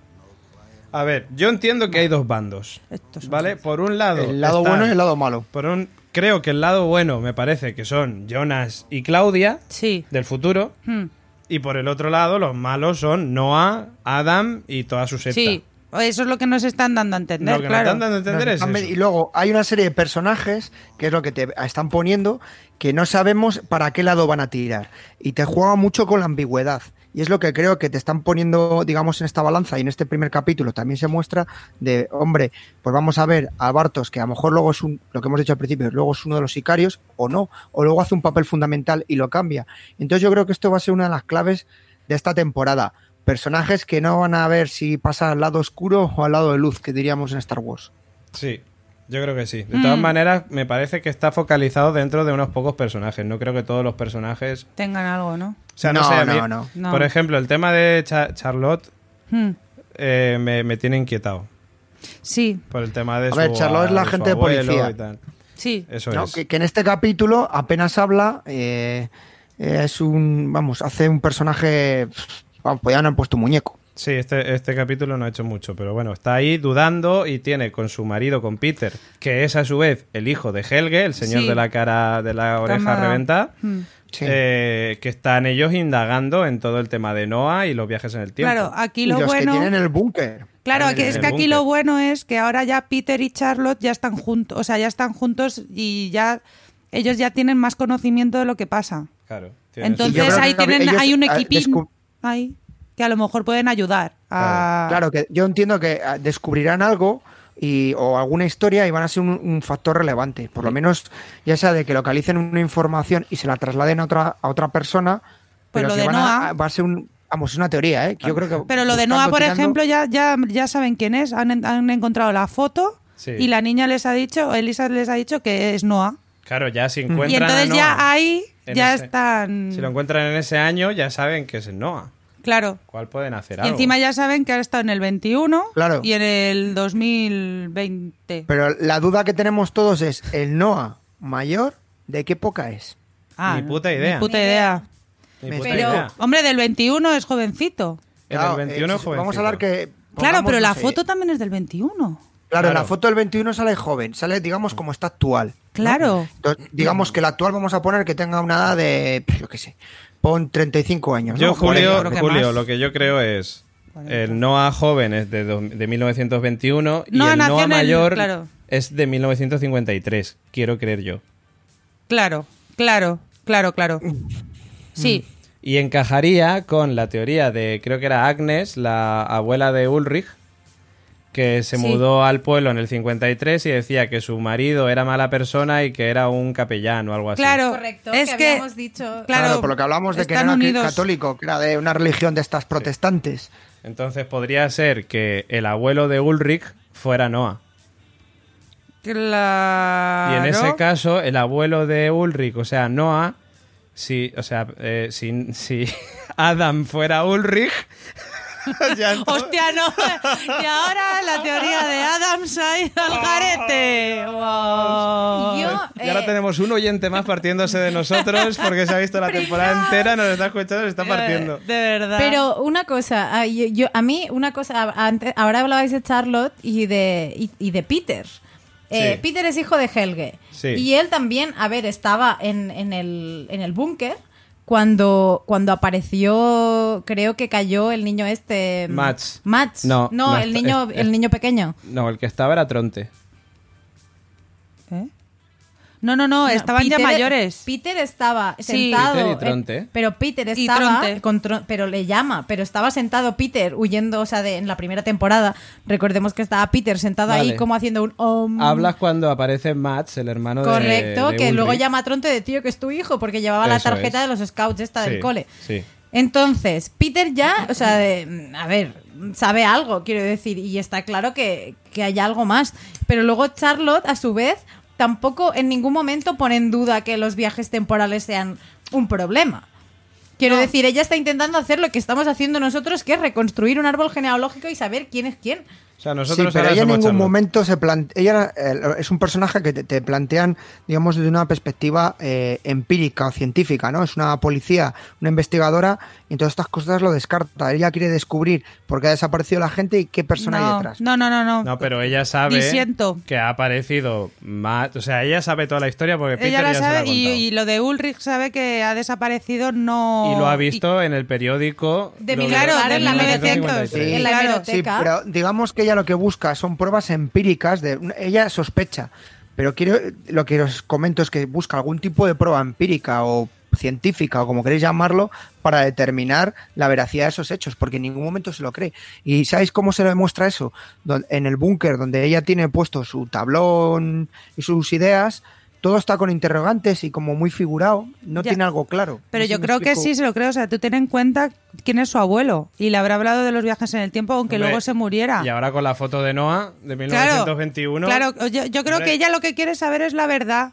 A ver, yo entiendo que hay dos bandos. Estos son ¿Vale? Por un lado. El lado están- bueno y el lado malo. Por un, creo que el lado bueno me parece que son Jonas y Claudia Sí. del futuro. Hmm. Y por el otro lado, los malos son Noah, Adam y toda su secta. Sí, eso es lo que nos están dando a entender. Lo que nos claro. están dando a entender es. También- eso. Y luego hay una serie de personajes, que es lo que te están poniendo, que no sabemos para qué lado van a tirar. Y te juega mucho con la ambigüedad. Y es lo que creo que te están poniendo, digamos, en esta balanza y en este primer capítulo también se muestra de, hombre, pues vamos a ver a Bartos, que a lo mejor luego es un, lo que hemos dicho al principio, luego es uno de los sicarios o no, o luego hace un papel fundamental y lo cambia. Entonces yo creo que esto va a ser una de las claves de esta temporada. Personajes que no van a ver si pasa al lado oscuro o al lado de luz, que diríamos en Star Wars. Sí, yo creo que sí. De todas Mm. maneras, me parece que está focalizado dentro de unos pocos personajes. No creo que todos los personajes. Tengan algo, ¿no? O sea, no, No, sé, a mí- no, no. No. Por ejemplo, el tema de Cha- Charlotte Hmm. eh, me, me tiene inquietado. Sí, Por el tema de A su ver, Charlotte es la su gente de abuelo policía. y tal. sí. Eso ¿no? es. Que, que en este capítulo apenas habla, eh, eh, es un, vamos, hace un personaje, pff, vamos, pues podían haber puesto un muñeco. Sí, este, este capítulo no ha hecho mucho, pero bueno, está ahí dudando y tiene con su marido, con Peter, que es a su vez el hijo de Helge, el señor Sí. de la cara, de la oreja Camada. reventada, Hmm. Sí. eh, que están ellos indagando en todo el tema de Noah y los viajes en el tiempo. Claro, aquí y lo los bueno. que tienen el búnker. Claro, en aquí- el es que aquí búnker. lo bueno es que ahora ya Peter y Charlotte ya están juntos, o sea, ya están juntos y ya ellos ya tienen más conocimiento de lo que pasa. Claro. tienen su- Y yo Entonces creo ahí que tienen, ellos, hay un ah, equipín descu- ahí que a lo mejor pueden ayudar a Claro, que yo entiendo que ah, descubrirán algo y, o alguna historia y van a ser un, un factor relevante. Por lo menos, ya sea de que localicen una información y se la trasladen a otra, a otra persona. Pues pero lo que de van a- Noah- va a ser un, vamos, es una teoría, ¿eh? Que yo creo que Pero lo de buscando, Noah, por tirando- ejemplo, ya, ya, ya saben quién es. Han, en- han encontrado la foto Sí. y la niña les ha dicho, o Elisa les ha dicho que es Noah. Claro, ya si Mm. Y encuentran a entonces ya Noah, ahí en ya ese- están. si lo encuentran en ese año, ya saben que es Noah. Claro. ¿Cuál pueden hacer Y algo? encima ya saben que ha estado en el 21 Claro. y en el 2020. Pero la duda que tenemos todos es, ¿el Noah mayor de qué época es? Ni puta idea. Ah, Ni puta idea. Ni puta Pero- idea. Hombre, del 21 es jovencito. En el Claro, 21 eh, Vamos a jovencito. hablar que. Claro, pongamos, pero no la sé, foto también es del 21. Claro, Claro. la foto del 21 sale joven, sale, digamos, como está actual. ¿no? Claro. Entonces, digamos que la actual vamos a poner que tenga una edad de. pf, Yo qué sé. Pon 35 años. Yo, ¿no? Por Julio, ahí. creo que Julio, más. lo que yo creo es. eh, El Noah joven es de, dos- de 1921 y Noah el nació Noah en el- mayor claro. es de 1953, quiero creer yo. Claro, claro, claro, claro. Sí. Y encajaría con la teoría de, creo que era Agnes, la abuela de Ulrich, que se Sí. mudó al pueblo en el 53 y decía que su marido era mala persona y que era un capellán o algo así. Claro. Correcto, es que, que- habíamos dicho... Claro, por lo que hablamos de que no están era unidos. católico, que era de una religión de estas protestantes. Entonces podría ser que el abuelo de Ulrich fuera Noah. Claro. Y en ese caso, el abuelo de Ulrich, o sea, Noah, si, o sea, eh, si, si [LAUGHS] Adam fuera Ulrich, ya no- Hostia, no. Y ahora la teoría de Adams ahí al garete. Wow. Yo, Y pues, ahora eh, tenemos un oyente más partiéndose de nosotros porque se ha visto la temporada entera, nos está escuchando, se está eh, partiendo. De verdad. Pero una cosa, a, yo, yo- a mí una cosa, a- antes- ahora hablabais de Charlotte y de, y, y de Peter. Eh, Sí. Peter es hijo de Helge. Sí. Y él también, a ver, estaba en, en el, en el búnker cuando, cuando apareció, creo que cayó el niño este... Mats. Mats. No, no, el, es- niño, es- el niño pequeño. No, el que estaba era Tronte. ¿Eh? No, no, no, estaban ya Peter- e- mayores. Peter estaba Sí. sentado. Peter y eh, Tronte. pero Peter Y estaba. Tronte. con Tron- pero le llama. Pero estaba sentado Peter huyendo, o sea, de, en la primera temporada. Recordemos que estaba Peter sentado ahí Vale. como haciendo un. om. Hablas cuando aparece Mats, el hermano de- Mm. Correcto, de que luego Ulrich. llama a Tronte de tío que es tu hijo, porque llevaba la Eso tarjeta es. de los scouts esta Sí, del cole. Sí. Entonces, Peter ya, o sea, de- a ver, sabe algo, quiero decir, y está claro que, que hay algo más. Pero luego Charlotte, a su vez, tampoco en ningún momento pone en duda que los viajes temporales sean un problema. Quiero No. decir, ella está intentando hacer lo que estamos haciendo nosotros, que es reconstruir un árbol genealógico y saber quién es quién. O sea, nosotros sí, pero ahora ella en somos ningún Charlotte. momento se plantea. Ella eh, es un personaje que te, te plantean, digamos, desde una perspectiva eh, empírica o científica, ¿no? Es una policía, una investigadora, y todas estas cosas lo descarta. Ella quiere descubrir por qué ha desaparecido la gente y qué persona hay no, detrás. no, no, no, no. No, pero ella sabe Disiento. que ha aparecido Mats. O sea, ella sabe toda la historia porque Peter Ella la ya se la ha sabe y, contado. y lo de Ulrich sabe que ha desaparecido, no. Y lo ha visto en el periódico De lo mi- de- claro, en la 1953. Sí. En la Claro, Sí, biblioteca. pero digamos que ella lo que busca son pruebas empíricas de ella sospecha, pero quiero lo que os comento es que busca algún tipo de prueba empírica o científica o como queréis llamarlo para determinar la veracidad de esos hechos, porque en ningún momento se lo cree. ¿Y sabéis cómo se lo demuestra eso? Don- En el búnker donde ella tiene puesto su tablón y sus ideas, todo está con interrogantes y como muy figurado, no Ya. tiene algo claro. Pero No sé yo si me creo que explico. sí, se lo creo. O sea, tú ten en cuenta quién es su abuelo. Y le habrá hablado de los viajes en el tiempo, aunque Hombre, luego se muriera. Y ahora con la foto de Noah de 1921. Claro, yo, yo creo Hombre. que ella lo que quiere saber es la verdad.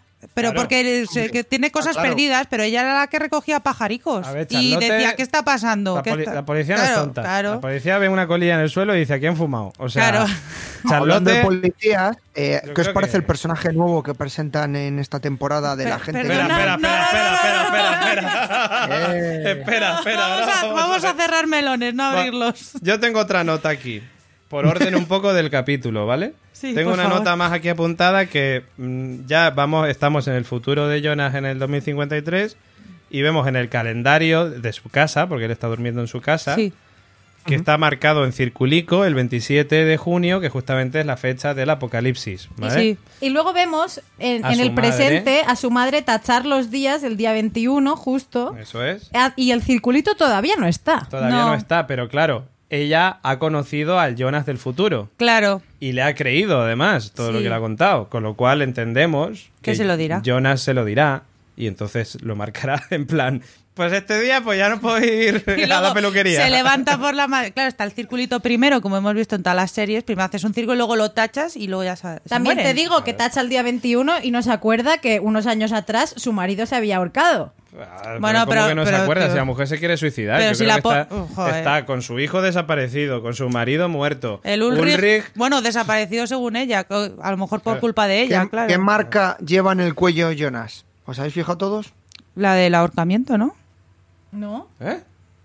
Claro. Pero ah, porque se- que tiene cosas claro. perdidas, pero ella era la que recogía pajaricos. A ver, y Charlotte, decía, ¿qué está pasando? La, ¿Qué poli- está-?" la policía no Claro, es tonta. Claro. La policía ve una colilla en el suelo y dice, aquí han fumado. O sea, Claro. Ah, Hablando de [LAUGHS] Charlotte... policías, eh, Yo ¿qué os creo parece que- el personaje nuevo que presentan en esta temporada de la gente? Perdona, Espera, espera, no, no, espera, espera, espera, espera, espera. Eh. Espera, espera. vamos, ahora a, vamos a ver. cerrar melones, no Va- abrirlos. Yo tengo otra nota aquí. Por orden un poco del capítulo, ¿vale? Sí, tengo por una favor. nota más aquí apuntada que mm, ya vamos, estamos en el futuro de Jonas en el 2053 y vemos en el calendario de su casa, porque él está durmiendo en su casa, Sí. que está marcado en circulico el 27 de junio, que justamente es la fecha del apocalipsis, ¿vale? Sí. Y luego vemos en, A en su el madre. presente a su madre tachar los días el día 21 justo. Eso es. Ah, Y el circulito todavía no está. Todavía no. No. está, pero claro, ella ha conocido al Jonas del futuro [LAUGHS] Claro. y le ha creído además todo lo Sí. que le ha contado, con lo cual entendemos Que se lo dirá. Jonas se lo dirá y entonces lo marcará [LAUGHS] en plan, pues este día pues ya no puedo ir [LAUGHS] Y a la luego peluquería. Se levanta por la madre. Claro, está el circulito primero, como hemos visto en todas las series. Primero haces un círculo, luego lo tachas y luego ya sabes. También te digo que tacha el día 21 y no se acuerda que unos años atrás su marido se había ahorcado. [LAUGHS] Ah, Bueno, pero, ¿cómo pero- que no se pero- acuerda pero- si la mujer se quiere suicidar. Pero Yo si creo la que po- está, Oh, joder. está con su hijo desaparecido, con su marido muerto. El Ulrich, Bueno, desaparecido según ella. co- A lo mejor por culpa de ¿Qué, ella, claro. qué marca lleva en el cuello Jonas? ¿Os habéis fijado todos? La del ahorcamiento, ¿no? ¿No? ¿Eh?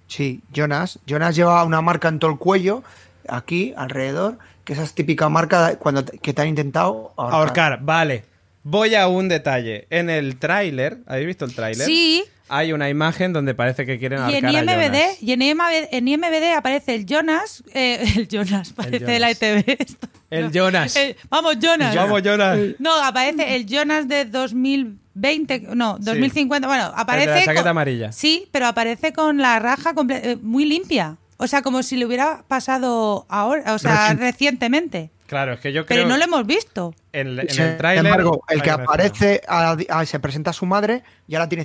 Sí, Jonas. Jonas lleva una marca en todo el cuello, aquí, alrededor, que esa es típica marca de- cuando te- que te han intentado ahorcar. Ahorcar, vale. Voy a un detalle. En el tráiler, ¿habéis visto el tráiler? Sí. Hay una imagen donde parece que quieren Y ahorcar en a IMBD, Ah, Jonas. y en IMBD, en IMBD aparece el Jonas. eh, [LAUGHS] el Jonas, parece de la Jonas. ITV. [LAUGHS] esto. El Jonas. Eh, vamos, Jonas. Vamos, Jonas. No, aparece el Jonas de 2020, no, 2050. Bueno, aparece. El de la chaqueta con- amarilla. Sí, pero aparece con la raja comple- eh, muy limpia. O sea, como si le hubiera pasado ahora, o sea, recientemente. Claro, es que yo creo Pero no lo hemos visto. en, en Sin el tráiler... embargo, el Ay, que gracias. aparece, a- a- se presenta a su madre y ahora tiene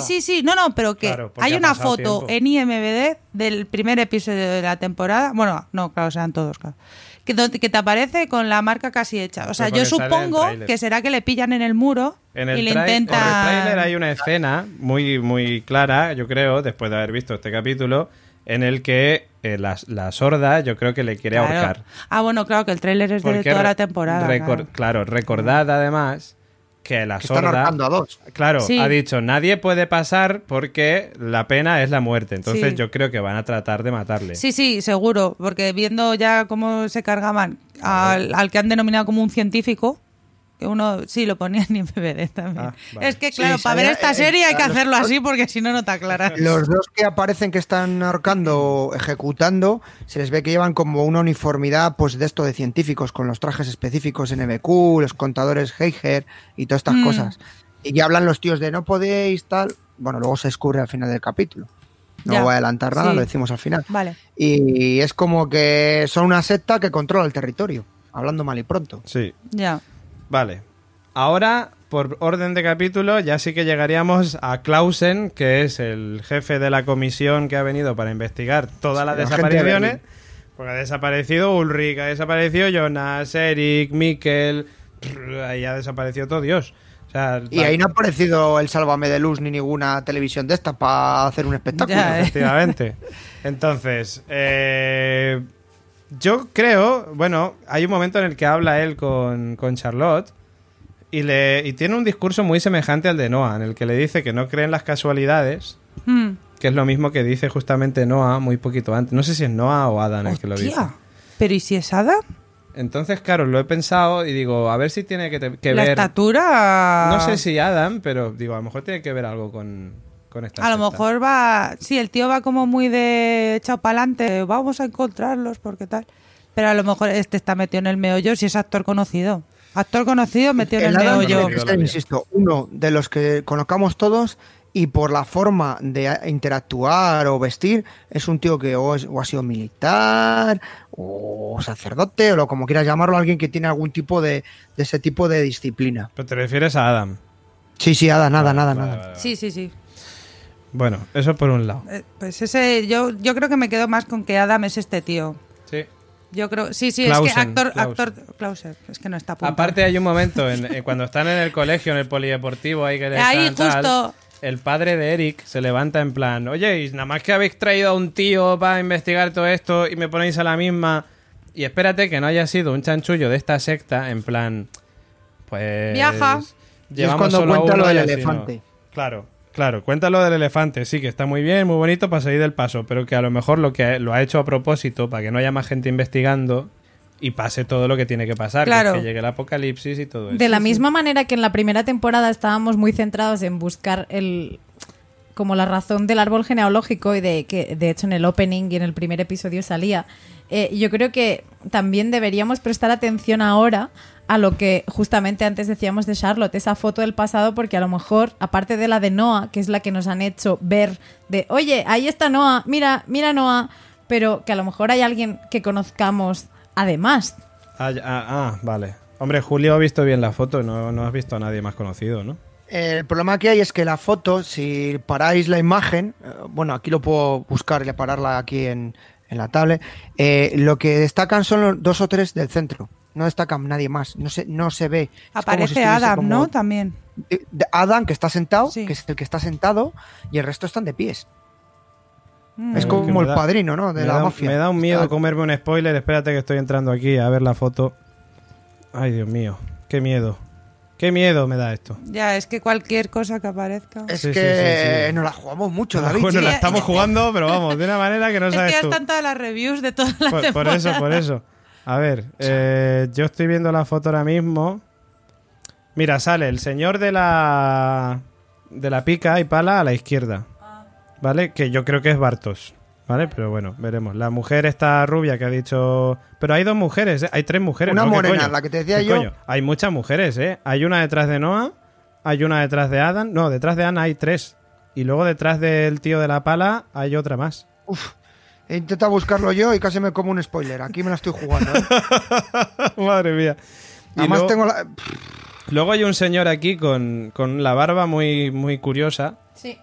Sí, sí, sí. No, no, pero que Claro, porque hay ha una pasado tiempo. foto en IMBD del primer episodio de la temporada. Bueno, no, claro, serán todos, claro. Que, do- que te aparece con la marca casi hecha. O sea, Pero yo porque sale en el supongo tráiler. que será que le pillan en el muro En y el, le trai- en el tráiler intentan. hay una escena muy, muy clara, yo creo, después de haber visto este capítulo, en el que eh, la, la sorda yo creo que le quiere Claro. ahorcar. Ah, bueno, claro, que el tráiler es de Porque toda la re- temporada. recor- claro. claro. recordad además que la Que están sorda... ahorcando a dos. Claro, Sí. ha dicho, nadie puede pasar porque la pena es la muerte. Entonces Sí. yo creo que van a tratar de matarle. Sí, sí, seguro, porque viendo ya cómo se cargaban al, al que han denominado como un científico, que uno sí lo ponía en IMDb también. Ah, vale. Es que Sí, claro, para sabía, ver esta eh, serie hay que claro. hacerlo así porque si no no te aclaras. Los dos que aparecen que están ahorcando, ejecutando, se les ve que llevan como una uniformidad pues de esto de científicos, con los trajes específicos NBQ, los contadores Geiger y todas estas Mm. cosas. Y ya hablan los tíos de no podéis, tal. Bueno, luego se descubre al final del capítulo. No Ya. voy a adelantar nada, Sí. lo decimos al final. Vale. Y es como que son una secta que controla el territorio, hablando mal y pronto. Sí. Ya. Vale. Ahora, por orden de capítulo, ya sí que llegaríamos a Clausen, que es el jefe de la comisión que ha venido para investigar todas las la gente de desapariciones. Berlín. Porque ha desaparecido Ulrich, ha desaparecido Jonas, Eric, Mikkel. prr, Ahí ha desaparecido todo Dios. O sea, Y ahí no ha aparecido el Sálvame de Luz ni ninguna televisión de estas para hacer un espectáculo. Ya, eh. Efectivamente. Entonces, eh, yo creo, bueno, hay un momento en el que habla él con, con Charlotte y, le, y tiene un discurso muy semejante al de Noah, en el que le dice que no cree en las casualidades, Mm. que es lo mismo que dice justamente Noah muy poquito antes. No sé si es Noah o Adam el que lo dice. Hostia. Pero ¿y si es Ada? Entonces, claro, lo he pensado y digo, a ver si tiene que, te- que La ver... estatura. No sé si Adam, pero digo, a lo mejor tiene que ver algo con, con esta A lo secta. mejor va. Sí, el tío va como muy de echado para adelante. Vamos a encontrarlos porque tal. Pero a lo mejor este está metido en el meollo si es actor conocido. Actor conocido metido en el El Adam meollo. tiene que ser, insisto, uno de los que conozcamos todos y por la forma de interactuar o vestir, es un tío que o, es- o ha sido militar, o sacerdote, o lo como quieras llamarlo, alguien que tiene algún tipo de, de ese tipo de disciplina. Pero te refieres a Adam. Sí, sí, nada, nada, nada, nada. Sí, sí, sí. Bueno, eso por un lado. Eh, Pues ese, yo, yo creo que me quedo más con que Adam es este tío. Sí. Yo creo, sí, sí, es Clausen, que actor, Clausen. actor, Clausen, es que no está apuntado. Aparte hay un momento, en, eh, cuando están en el colegio, en el polideportivo, ahí que le Ahí, están tal, justo. el padre de Eric se levanta en plan, oye, y nada más que habéis traído a un tío para investigar todo esto y me ponéis a la misma. Y espérate que no haya sido un chanchullo de esta secta, en plan, pues... Viaja. Y es cuando solo a cuenta uno lo del y así no". elefante. Claro, claro, cuenta lo del elefante, sí, que está muy bien, muy bonito para salir del paso, pero que a lo mejor lo que lo ha hecho a propósito para que no haya más gente investigando y pase todo lo que tiene que pasar, que es Claro. que llegue el apocalipsis y todo eso. De la misma manera que en la primera temporada estábamos muy centrados en buscar el como la razón del árbol genealógico y de que de hecho en el opening y en el primer episodio salía. eh, yo creo que también deberíamos prestar atención ahora a lo que justamente antes decíamos de Charlotte, esa foto del pasado, porque a lo mejor, aparte de la de Noah, que es la que nos han hecho ver de, oye, ahí está Noah, mira, mira Noah, pero que a lo mejor hay alguien que conozcamos además. Ah, ya- ah, ah, vale. Hombre, Julio ha visto bien la foto, no, no has visto a nadie más conocido, ¿no? Eh, El problema que hay es que la foto, si paráis la imagen, eh, bueno, aquí lo puedo buscar y pararla aquí en, en la tablet, eh, lo que destacan son los dos o tres del centro. No destacan nadie más, no se, no se ve. Es como si Aparece estuviese Adam, como- ¿no? También. de- de Adam, que está sentado, Sí. que es el que está sentado, y el resto están de pies. Mm. Es Mm. como Que me el da- padrino, ¿no? De me, la da, mafia. me da un miedo Está- comerme un spoiler, espérate que estoy entrando aquí a ver la foto. Ay, Dios mío, qué miedo. Qué miedo me da esto. Ya, es que cualquier cosa que aparezca. Es Sí, sí, que sí, sí. nos la jugamos mucho, [LAUGHS] David. Bueno, sí, la eh, estamos eh, jugando, pero vamos, de una manera que no Es que sabes ya tú. están todas las reviews de [LAUGHS] todas Por, las por temporadas. eso, por eso. A ver, eh, yo estoy viendo la foto ahora mismo. Mira, sale el señor de la de la pica y pala a la izquierda. ¿Vale? Que yo creo que es Bartos. ¿Vale? Pero bueno, veremos. La mujer está rubia que ha dicho... Pero hay dos mujeres, ¿eh? Hay tres mujeres. Una ¿no? ¿Qué morena, coño? la que te decía ¿Qué yo. coño? Hay muchas mujeres, ¿eh? Hay una detrás de Noah, hay una detrás de Adam. No, detrás de Ana hay tres. Y luego detrás del tío de la pala hay otra más. [LAUGHS] Uf, He intentado buscarlo yo y casi me como un spoiler. Aquí me la estoy jugando. ¿eh? Madre mía. [LAUGHS] Y Además luego- tengo la... Luego hay un señor aquí con, con la barba muy, muy curiosa. Sí.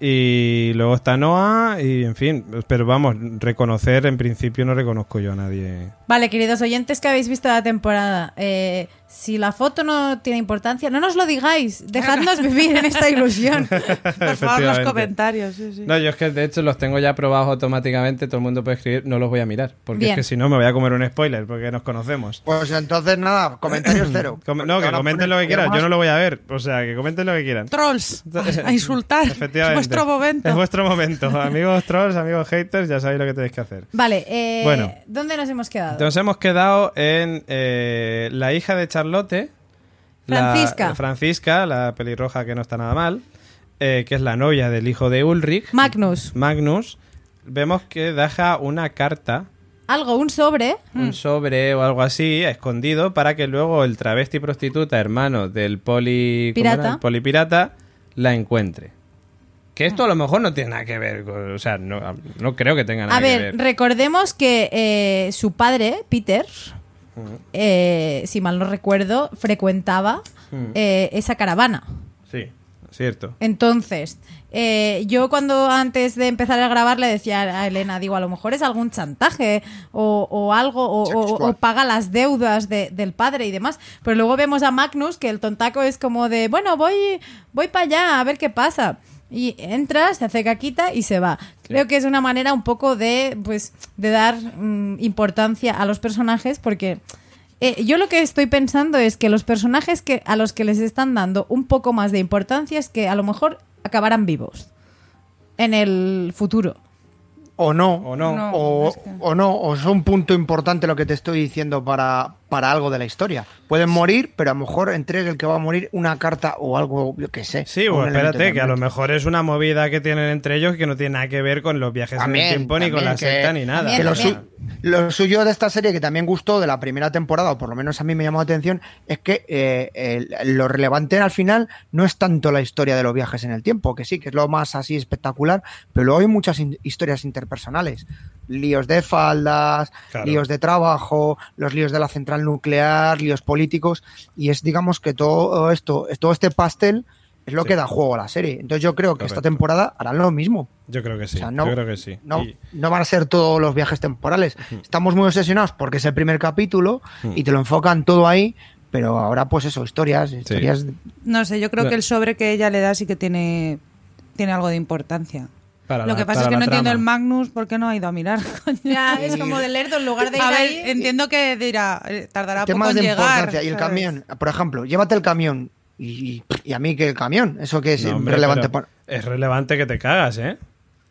Y luego está Noah y en fin, pero vamos, reconocer en principio no reconozco yo a nadie. Vale, queridos oyentes que habéis visto la temporada, eh, si la foto no tiene importancia, no nos lo digáis, dejadnos vivir en esta ilusión. Por favor, los Efectivamente. comentarios. sí, sí. No, yo es que de hecho los tengo ya aprobados automáticamente, todo el mundo puede escribir, no los voy a mirar, porque es Bien. que si no me voy a comer un spoiler, porque nos conocemos. Pues entonces nada, [CLEARS THROAT] comentarios cero. Com- no, que Ahora comenten ponen- lo que quieran, yo además- no lo voy a ver, o sea, que comenten lo que quieran. Trolls, [LAUGHS] a insultar. [LAUGHS] Es Efectivamente. vuestro momento. Es vuestro momento. Amigos trolls, amigos haters, ya sabéis lo que tenéis que hacer. Vale, eh, Bueno. ¿dónde nos hemos quedado? Entonces hemos quedado en eh, la hija de Charlotte. la- Francisca. Francisca, la pelirroja que no está nada mal, eh, que es la novia del hijo de Ulrich, Magnus, Magnus. Vemos que deja una carta, algo, un sobre. un sobre o algo así, escondido, para que luego el travesti prostituta, hermano del poli... ¿cómo Pirata. era? El polipirata, la encuentre. Que esto a lo mejor no tiene nada que ver, con- o sea, no, no creo que tenga nada A que ver. ver, recordemos que eh, su padre, Peter, Mm. eh, si mal no recuerdo, frecuentaba Mm. eh, esa caravana. Sí, cierto. Entonces, eh, yo cuando antes de empezar a grabar le decía a Elena, digo, a lo mejor es algún chantaje o, o algo, o, o- Sexual. o paga las deudas de- del padre y demás. Pero luego vemos a Magnus que el tontaco es como de, bueno, voy, voy para allá a ver qué pasa. Y entra, se hace caquita y se va. Creo que es una manera un poco de, pues, de dar mm, importancia a los personajes porque... Eh, yo lo que estoy pensando es que los personajes que, a los que les están dando un poco más de importancia es que a lo mejor acabarán vivos en el futuro. O no. O no. No. o, es que- o no, o es un punto importante lo que te estoy diciendo para, para algo de la historia. Pueden morir, pero a lo mejor entregue el que va a morir una carta o algo, yo qué sé. Sí, un bueno, elemento espérate, que a lo también. mejor es una movida que tienen entre ellos que no tiene nada que ver con los viajes en el También, tiempo, ni con también, la que- secta, ni nada. que lo, también. su- lo suyo de esta serie, que también gustó de la primera temporada, o por lo menos a mí me llamó la atención, es que eh, el- lo relevante al final no es tanto la historia de los viajes en el tiempo, que sí, que es lo más así espectacular, pero luego hay muchas in- historias interpersonales. Líos de faldas, Claro. líos de trabajo, los líos de la central nuclear, líos políticos, y es digamos que todo esto, todo este pastel es lo Sí. que da juego a la serie. Entonces yo creo que esta Correcto. temporada harán lo mismo. Yo creo que sí. O sea, no- yo creo que sí. No, Y- no van a ser todos los viajes temporales. Estamos muy obsesionados porque es el primer capítulo y te lo enfocan todo ahí, pero ahora pues eso, historias, historias... No sé, yo creo que el sobre que ella le da sí que tiene, tiene algo de importancia. para Lo la- que pasa es para que la no entiendo el trama. Magnus por qué no ha ido a [LAUGHS] mirar. coño. Ya, Ah, es como de Lerdo, en lugar de ir A ver, ahí- entiendo que dirá, eh, tardará poco temas en de llegar. importancia. Y el ¿sabes? camión, por ejemplo, llévate el camión. Y, y a mí que el camión, eso que es No, hombre, relevante. pero Es relevante que te cagas, ¿eh?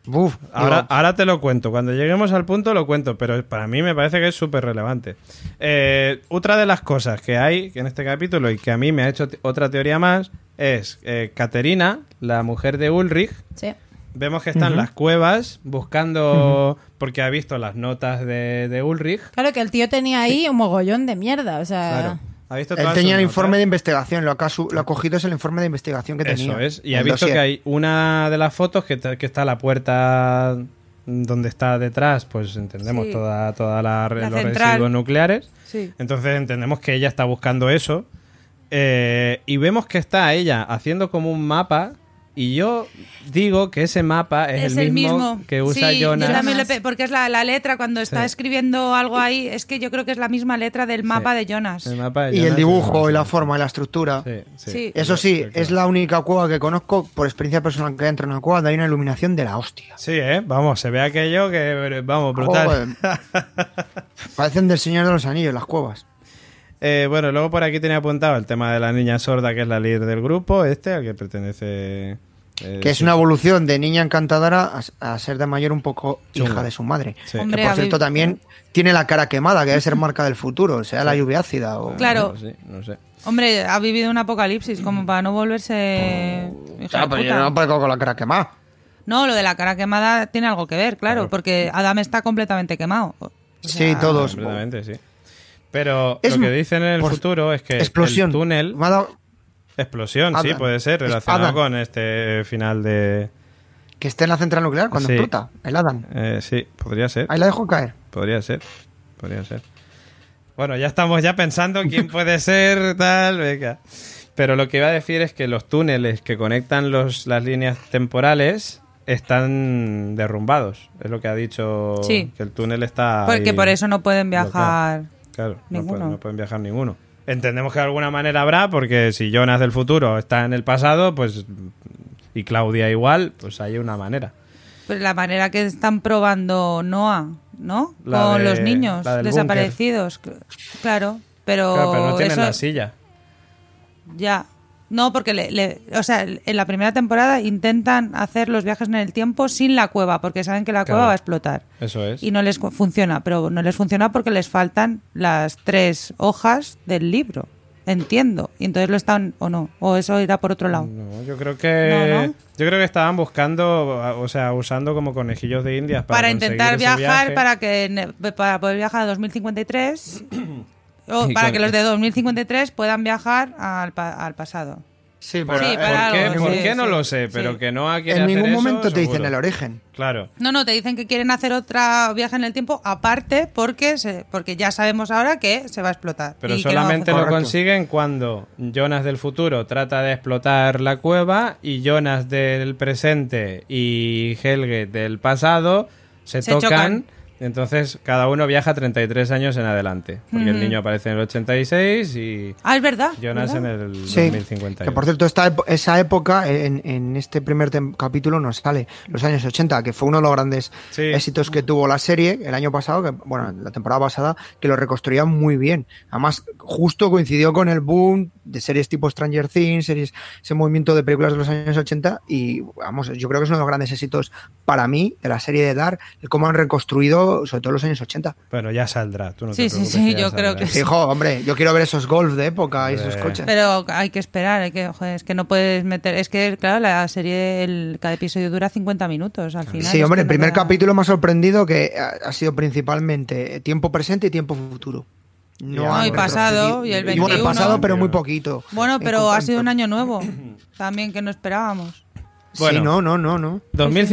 por- Uf, Ahora, digo, ahora te lo cuento. Cuando lleguemos al punto lo cuento, pero para mí me parece que es súper relevante. Eh, otra de las cosas que hay en este capítulo y que a mí me ha hecho te- otra teoría más es eh, Caterina, la mujer de Ulrich, Sí. vemos que está en las cuevas buscando, porque ha visto las notas de, de Ulrich. Claro que el tío tenía ahí un mogollón de mierda, o Ah. sea... Claro. Ha visto él todas tenía sus el informe notas. de investigación, lo que ha, su- lo ha cogido es el informe de investigación que tenía. Eso es. Y el ha visto dossier. que hay una de las fotos que, ta- que está la puerta donde está detrás, pues entendemos Sí. toda, toda la, re- La los central. residuos nucleares. Sí. Entonces entendemos que ella está buscando eso. Eh, y vemos que está ella haciendo como un mapa. Y yo digo que ese mapa es, el, mismo que usa sí, yo Jonas. también le pe- porque es la, la letra cuando está Sí. escribiendo algo ahí, es que yo creo que es la misma letra del mapa de Jonas. El mapa de Y Jonas el es dibujo, y la mismo. forma, y la estructura. Sí, sí. Sí. Eso sí, Yo- yo creo. es la única cueva que conozco por experiencia personal que entra en una cueva donde hay una iluminación de la hostia. Sí, ¿eh? Vamos, se ve aquello que, vamos, brutal. [LAUGHS] Joder. Parecen del Señor de los Anillos las cuevas. Eh, bueno, luego por aquí tenía apuntado el tema de la niña sorda, que es la líder del grupo, este, al que pertenece... eh, Que es una evolución de niña encantadora a, a ser de mayor un poco Chunga. hija de su madre. Sí. Que por a cierto ver, eh. también tiene la cara quemada, que [LAUGHS] debe ser marca del futuro, sea la lluvia ácida o... Claro. No sé, no sé. Hombre, ha vivido un apocalipsis, como para no volverse. Pues, hija Ah, de pero yo puta. no aparezco con la cara quemada. No, lo de la cara quemada tiene algo que ver, claro, Claro. porque Adam está completamente quemado. O Ah, sí, todos. Completamente, sí. Pero Es- lo que dicen en el por- futuro es que Explosión. el túnel... Me ha dado- Explosión, sí, Adam. puede ser, Es relacionado Adam. con este final de... Que esté en la central nuclear cuando Sí. explota, el Adam. Eh, sí, podría ser. Ahí la dejo caer. Podría ser. Podría ser. Bueno, ya estamos ya pensando quién puede ser, tal, venga. Pero lo que iba a decir es que los túneles que conectan los, las líneas temporales están derrumbados. Es lo que ha dicho Sí. que el túnel está. ahí Porque por eso no pueden bloqueado. viajar. Claro, no Ninguno. pueden, no pueden viajar ninguno. Entendemos que de alguna manera habrá, porque si Jonas del futuro está en el pasado, pues. Y Claudia igual, pues hay una manera. Pues la manera que están probando Noah, ¿no? La Con de- los niños la del desaparecidos. Cl- Claro, pero, Claro, pero no tienen eso la silla. ya. No, porque le- le- o sea, en la primera temporada intentan hacer los viajes en el tiempo sin la cueva, porque saben que la Claro. cueva va a explotar. Eso es. Y no les cu- funciona, pero no les funciona porque les faltan las tres hojas del libro. Entiendo. Y entonces lo están o no, o eso irá por otro lado. No, yo creo que No, ¿no? yo creo que estaban buscando, o sea, usando como conejillos de indias para, para, intentar conseguir ese viajar, viaje. para que ne- para poder viajar a 2053 o Y para con- que los de 2053 puedan viajar al, pa- al pasado. Sí, pero- Sí, para ¿Por qué, algo, ¿Por sí, qué no sí, lo sé? sí. Pero que no quiere en hacer ningún eso, momento te dicen seguro. el origen. Claro. No, no, te dicen que quieren hacer otra viaje en el tiempo aparte porque se, porque ya sabemos ahora que se va a explotar. Pero y que no va a solamente lo funcionar. Correcto. consiguen cuando Jonas del futuro trata de explotar la cueva y Jonas del presente y Helge del pasado se, Se tocan. chocan. Entonces cada uno viaja 33 años en adelante. Porque el niño aparece en el 86 y Ah, es verdad. Jonas ¿verdad? en el Sí, 2050. que por cierto, esta epo- esa época en, en este primer tem- capítulo nos sale los años 80, que fue uno de los grandes Sí. éxitos que tuvo la serie el año pasado, que, bueno, la temporada pasada, que lo reconstruían muy bien. Además, justo coincidió con el boom de series tipo Stranger Things, series, ese movimiento de películas de los años 80, y vamos, yo creo que es uno de los grandes éxitos para mí de la serie de Dark, el cómo han reconstruido, sobre todo los años 80. Bueno, ya saldrá. Tú no Sí, te sí, preocupes, sí, ya yo saldrá. creo que sí. Hijo, hombre, yo quiero ver esos golf de época y esos Hombre. coches. Pero hay que esperar, hay que, joder, es que no puedes meter, es que claro, la serie, el, cada episodio dura 50 minutos al final. Sí, es hombre, que el no primer da- capítulo me ha sorprendido que ha ha sido principalmente tiempo presente y tiempo futuro. No, han y pasado, retrocedido. y el bueno, el 21. pasado, pero muy poquito. Bueno, En pero ha cuanto- sido un [CLEARS THROAT] año nuevo también que no esperábamos. Bueno. Sí, no, no, no, no.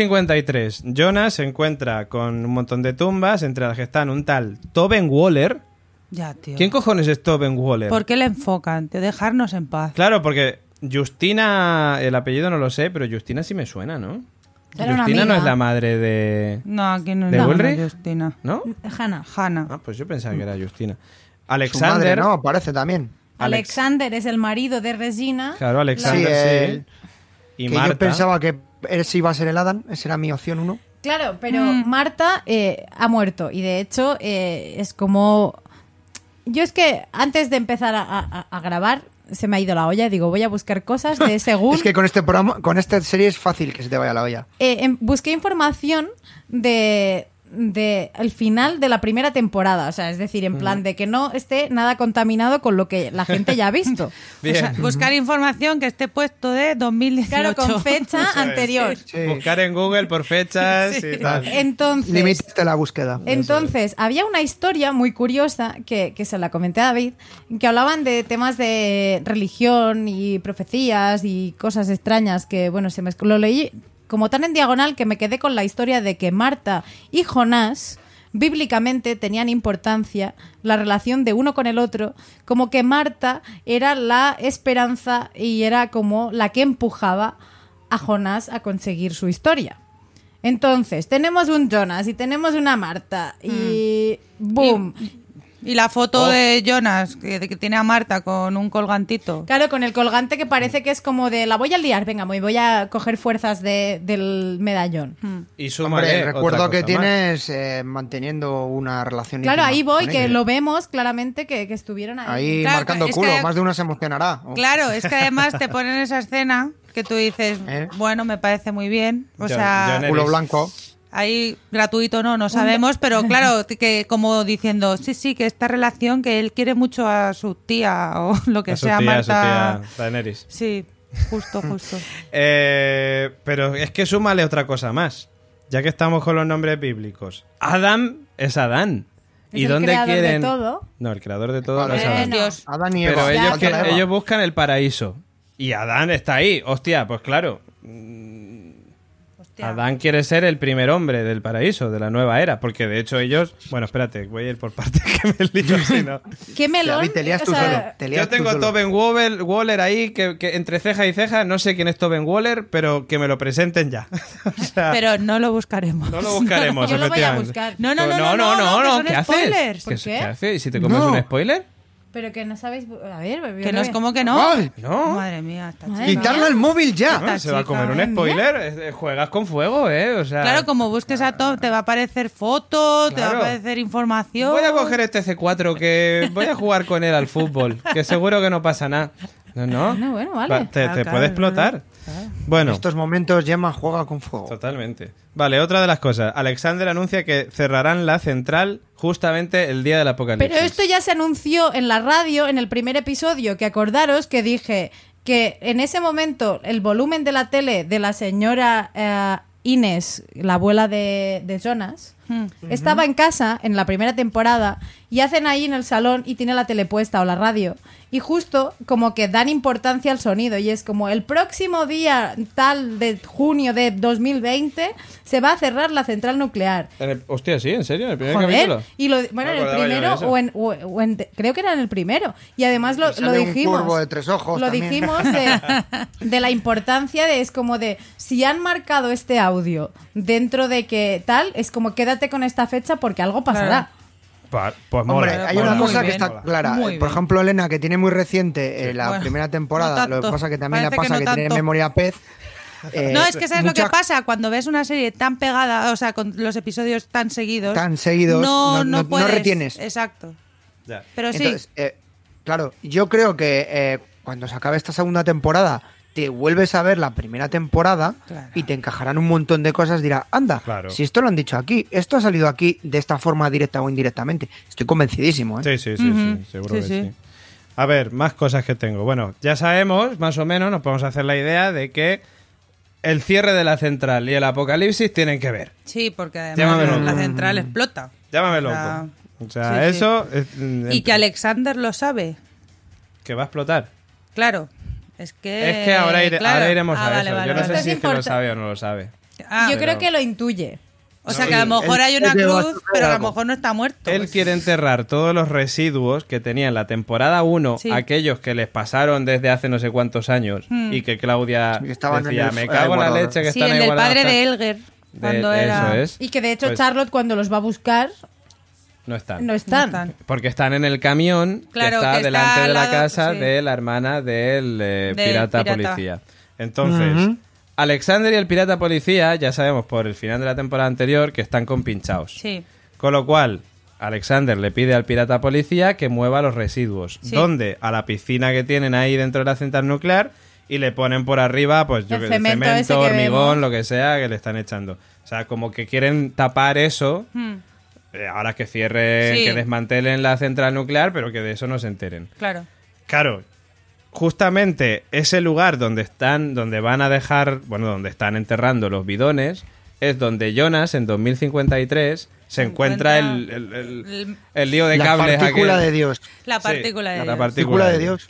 2053. Jonas se encuentra con un montón de tumbas, entre las que están un tal Toben Waller. Ya, tío. ¿Quién cojones es Toben Waller? ¿Por qué le enfocan? Tío, dejarnos en paz. Claro, porque Justina, el apellido no lo sé, pero Justina sí me suena, ¿no? Era una Justina no amiga. es la madre de... No, aquí no ¿De no, Ulrich? no, Justina. ¿No? Hannah. Hanna. Ah, pues yo Mm. pensaba que era Justina. Su madre, Alexander... no, aparece también. Alex- Alexander es el marido de Regina. Claro, Alexander, Sí, sí. el- Y que Marta. yo pensaba que ese iba a ser el Adam, esa era mi opción uno. Claro, pero Marta eh, ha muerto y de hecho eh, es como... Yo es que antes de empezar a, a- a grabar se me ha ido la olla, digo, voy a buscar cosas [LAUGHS] de según... Es que con este programa, con esta serie es fácil que se te vaya la olla. Eh, em- busqué información de de el final de la primera temporada, o sea, es decir, Mm. en plan de que no esté nada contaminado con lo que la gente ya [LAUGHS] ha visto. Bien. O sea, buscar información que esté puesto de 2018. Claro, [LAUGHS] con fecha anterior. Sí. Buscar en Google por [LAUGHS] fechas y tal. Entonces, Limítate la búsqueda. Entonces, había una historia muy curiosa que, que se la comenté a David, que hablaban de temas de religión y profecías y cosas extrañas que, bueno, se me, lo leí como tan en diagonal que me quedé con la historia de que Marta y Jonás bíblicamente tenían importancia la relación de uno con el otro, como que Marta era la esperanza y era como la que empujaba a Jonás a conseguir su historia. Entonces, tenemos un Jonas y tenemos una Marta y Mm. boom. Y la Oh. foto de Jonas, que, de que tiene a Marta con un colgantito. Claro, con el colgante que parece que es como de la voy a liar, venga, me voy a coger fuerzas de- del medallón. Hmm. Y súmale Hombre, otra recuerdo que cosa más. tienes eh, manteniendo una relación. Claro, íntima ahí voy, con que ella. lo vemos claramente que, que estuvieron ahí. Ahí Claro, marcando es culo, que- más de uno se emocionará. Oh. O- Claro, es que además te ponen esa escena que tú [LAUGHS] dices, ¿Eh? bueno, me parece muy bien. O Jon- sea, Jon Culo Eres- blanco. Ahí gratuito no, no sabemos, pero [LAUGHS] claro, que como diciendo, sí, sí, que esta relación, que él quiere mucho a su tía o [LAUGHS] lo que A su sea, tía, a su Marta. tía Daenerys. Sí, justo, [LAUGHS] justo. Eh, pero es que súmale otra cosa más. Ya que estamos con los nombres bíblicos. Adam es Adán. Es ¿Y el dónde creador de quieren? todo. No, el creador de todo no es Bueno. Adán. Dios. Adán y Eva. Pero ellos, Falta que- la Eva. ellos buscan el paraíso. Y Adán está ahí. Hostia, pues claro. Ya. Adán quiere ser el primer hombre del paraíso, de la nueva era, porque de hecho ellos... Bueno, espérate, voy a ir por [LAUGHS] partes que me lío si no. ¿Qué melón? David, te lías O tú sea, solo. Te lías Yo tú tengo a solo. Tobin Waller, Waller ahí, que, que entre ceja y ceja, no sé quién es Tobin Waller, pero que me lo presenten ya. [LAUGHS] O sea, Pero no lo buscaremos. no lo buscaremos, Yo lo voy a efectivamente. buscar. No, no, no, no, no, no, que son ¿qué haces? spoilers. ¿Por ¿Qué, qué? qué haces? ¿Y si te comes No. un spoiler? Pero que no sabéis... A ver, yo [LAUGHS] Que lo no es voy- como que no. ¡Ay! No. Madre mía, esta Madre chica. mía. ¡Quitarle el móvil ya! Ah, se va a chica, comer madre un spoiler. eh, Juegas con fuego, ¿eh? O sea, Claro, como busques a Tom, te va a aparecer foto, te va a Claro. aparecer información. Voy a coger este C4 que voy a jugar con él al fútbol, que seguro que no pasa nada. No, no. Bueno, bueno, vale. Va- te Ah, te claro, puede es explotar. verdad. Ah. Claro. Bueno, En estos momentos Gemma juega con fuego. totalmente. Vale, otra de las cosas. Alexander anuncia que cerrarán la central justamente el día del apocalipsis. Pero esto ya se anunció en la radio en el primer episodio, que acordaros que dije que en ese momento el volumen de la tele de la señora eh, Inés, la abuela de, de Jonas, Hmm. estaba en casa en la primera temporada y hacen ahí en el salón y tiene la tele puesta o la radio. Y justo como que dan importancia al sonido y es como el próximo día tal de junio de 2020 se va a cerrar la central nuclear. En el- hostia, sí, en serio, en el primer Joder, capítulo. y lo, bueno, No en el acordaba yo de primero, eso. o en, o- o en- creo que era en el primero, y además lo, Y lo sale un dijimos. cuervo de tres ojos lo también. dijimos [LAUGHS] de, de la importancia de, es como de, si han marcado este audio dentro de que tal, es como quédate con esta fecha porque algo pasará. Pa- pues mola, Hombre, mola, hay una mola. cosa Muy que bien. está clara. Muy Eh, Por bien. ejemplo, Elena, que tiene muy reciente eh, la Bueno, primera temporada, no lo que tanto. pasa que también le Parece que pasa no que, tiene tanto. memoria pez. eh, No, es que sabes lo mucha- que pasa cuando ves una serie tan pegada, o sea, con los episodios tan seguidos. Tan seguidos, No, no- no- no, no puedes. retienes. Exacto. Ya. Pero Ah, sí. Entonces, eh, claro, yo creo que eh, cuando se acabe esta segunda temporada, te vuelves a ver la primera temporada Claro. y te encajarán un montón de cosas. Dirá, anda, Claro. si esto lo han dicho aquí, esto ha salido aquí de esta forma directa o indirectamente. Estoy convencidísimo. ¿eh? Sí, sí, sí, sí, Ujú. seguro Sí, que sí. sí. A ver, más cosas que tengo. Bueno, ya sabemos, más o menos, nos podemos hacer la idea de que el cierre de la central y el apocalipsis tienen que ver. Sí, porque Llámame además loco. la central explota. Llámame O loco. sea, O sea, sí, sí. eso es, mm, Y em- que Alexander lo sabe. que va a explotar. Claro. Es que. es que ahora, ire- Eh, claro. ahora iremos Ah, a vale, eso. vale, Yo no vale. sé si Esto es es que lo import- sabe o no lo sabe. Ah, Yo creo pero- que lo intuye. o sea, que a lo mejor él hay una cree que va a cruz, suceder pero a lo algo. mejor no está muerto. Pues Él quiere enterrar todos los residuos que tenía en la temporada 1, Sí. aquellos que les pasaron desde hace no sé cuántos años Hmm. y que Claudia Sí, que estaban decía, en el- me cago en la guardador". leche que Sí, están el ahí del guardados, padre tal". de Elger. De- Cuando Eso era. es. Y que de hecho Pues- Ah. Charlotte cuando los va a buscar No están. no están. No están. Porque están en el camión que Claro, está que está delante de al la lado- casa sí. de la hermana del eh, Del pirata, pirata. policía. Entonces, Alexander y el pirata policía, ya sabemos por el final de la temporada anterior, que están compinchados. Sí. Con lo cual, Alexander le pide al pirata policía que mueva los residuos. Sí. ¿Dónde? A la piscina que tienen ahí dentro de la central nuclear y le ponen por arriba, pues yo El que cemento cemento, ese que hormigón, vemos. lo que sea, que le están echando. O sea, como que quieren tapar eso Hmm, eh, ahora que cierren, Sí. que desmantelen la central nuclear, pero que de eso no se enteren. Claro. Claro, justamente ese lugar donde están, donde van a dejar, bueno, donde están enterrando los bidones, es donde Jonas en 2053 se encuentra, encuentra el, el- el- el- el lío de la cables partícula aquel. de Dios. La Sí, partícula de la Dios. partícula Partícula de Dios.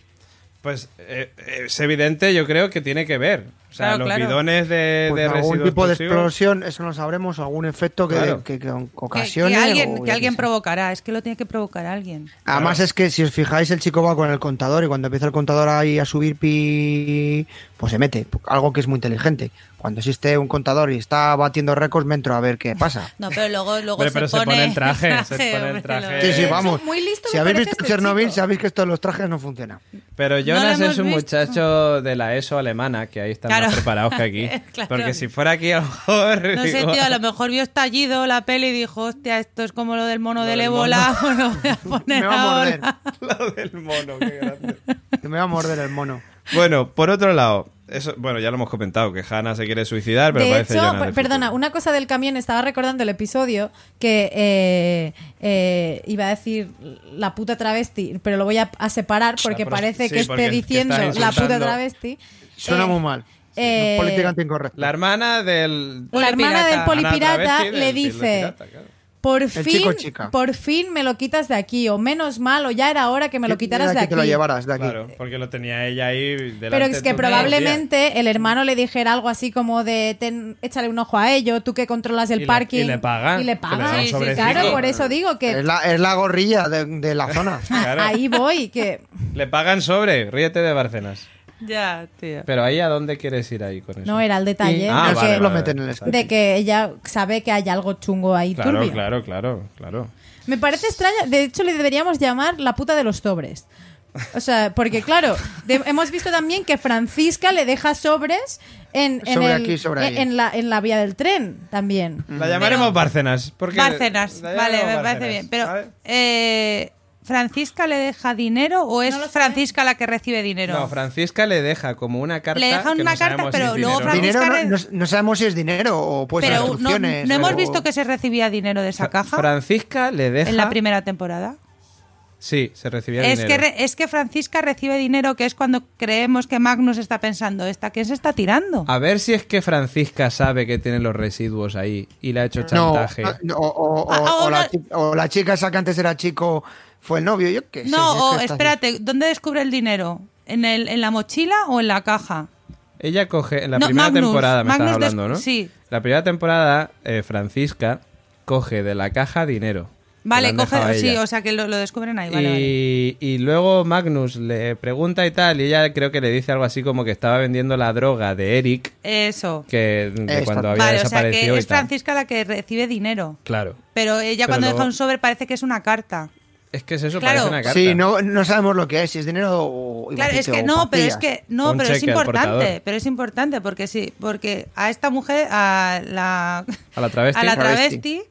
Pues eh, es evidente, yo creo que tiene que ver. O sea, Claro, los claro. bidones de, Pues de algún residuos tipo de explosivos. explosión, eso no sabremos, o algún efecto que, Claro. que, que Que- ocasione. que alguien, o que yo alguien qué sé. provocará, es que lo tiene que provocar alguien. Además es que si os fijáis el chico va con el contador y cuando empieza el contador ahí a subir pi pues se mete, algo que es muy inteligente. Cuando existe un contador y está batiendo récords, me entro a ver qué Eh, pasa. No, pero luego, luego Hombre, pero se pone el traje, [LAUGHS] se pone el hombre, traje. lo- Sí, sí, Eh, vamos. muy listo si me habéis parece visto este Chernobyl, chico. sabéis que esto de los trajes no funciona. Pero Jonas hemos es un visto. muchacho de la ESO alemana, que ahí están más Claro. preparados que aquí. [LAUGHS] Claro. Porque si fuera aquí, a lo mejor. No sé, digo, tío, a lo mejor vio estallido la peli y dijo, hostia, esto es como lo del mono del del ébola, [LAUGHS] me lo voy a poner Me va a morder, [LAUGHS] ahora. Lo del mono, qué grande. [LAUGHS] me va a morder el mono. Bueno, por otro lado, eso, bueno, ya lo hemos comentado, que Hannah se quiere suicidar, pero de parece hecho, Jonas per- del perdona, futuro. una cosa del camión, estaba recordando el episodio que eh, eh, iba a decir la puta travesti, pero lo voy a, a separar porque Ah, pero- parece sí, que porque esté es que diciendo estás la puta insultando. travesti. Suena Eh, muy mal. Sí, eh, no, políticamente incorrecto. La hermana del. La hermana del Polipirata. polipirata Ana travesti le del- del dice, pirata, claro. por El fin, chico o chica. por fin me lo quitas de aquí, o menos mal, o ya era hora que me lo quitaras de Mira aquí. que te lo llevaras de aquí. Claro, porque lo tenía ella ahí delante. Pero es que todo el día. probablemente el hermano le dijera algo así como de ten- échale un ojo a ello, tú que controlas el Y le- parking. y le pagan, Y le que le dan pagan. un sobrecito. claro, por eso digo que Ah, Es, la, es la gorrilla de, de la [LAUGHS] zona. a- claro. ahí voy, que Le pagan sobre, ríete de Barcenas. Ya, tío. Pero ahí a dónde quieres ir ahí con eso. no era el detalle Y Ah, de, eso vale, que, lo vale, meten en el vale. escape. de que ella sabe que hay algo chungo ahí Claro, turbio. claro, claro, claro. Me parece extraña, de hecho le deberíamos llamar la puta de los sobres. O sea, porque claro, de- hemos visto también que Francisca le deja sobres en, en Sobre el- aquí, sobre en, ahí. en la, en la vía del tren también. La llamaremos Barcenas. Porque Bárcenas, la vale, me llamaremos parece Bárcenas, bien. Pero, ¿vale? eh, ¿Francisca le deja dinero o es lo sé. Francisca la que recibe dinero? No, Francisca le deja como una carta. Le deja que una no carta, sabemos pero si es luego dinero. Francisca- Dinero, no, buscar el- no- no sabemos si es dinero o pues pero no, instrucciones. no hemos o- visto que se recibía dinero de esa caja Francisca le deja. en la primera temporada. Sí, se recibía Es dinero. que, re- es que Francisca recibe dinero, que es cuando creemos que Magnus está pensando, ¿esta quién se está tirando? A ver si es que Francisca sabe que tiene los residuos ahí y le ha hecho No, chantaje. no, o, o- o- Ah, o la, ahora- chi- o la chica esa que antes era chico fue el novio, yo qué sé, si es no, o que estás- espérate, ¿dónde descubre el dinero? ¿En, el, ¿En la mochila o en la caja? Ella coge. En la No, primera Magnus, temporada, me Magnus estás hablando, des- ¿no? sí. La primera temporada, eh, Francisca coge de la caja dinero. que le Vale, han coge, dejado a sí, ella. o sea que lo, lo descubren ahí, Y, vale, vale. y luego Magnus le pregunta y tal, y ella creo que le dice algo así como que estaba vendiendo la droga de Eric, Eso. que de Esta. cuando había Vale, o sea desaparecido que es y tal. Francisca la que recibe dinero. Claro. Pero ella Pero cuando luego- deja un sobre parece que es una carta. Es que es eso, Claro. parece una carta. Sí, no, no sabemos lo que es, si es dinero o. Claro, es ibacite que o no, pero es pastillas. que no, Un pero es cheque al portador. importante, pero es importante porque sí, porque a esta mujer a la A la travesti. a la Travesti. travesti,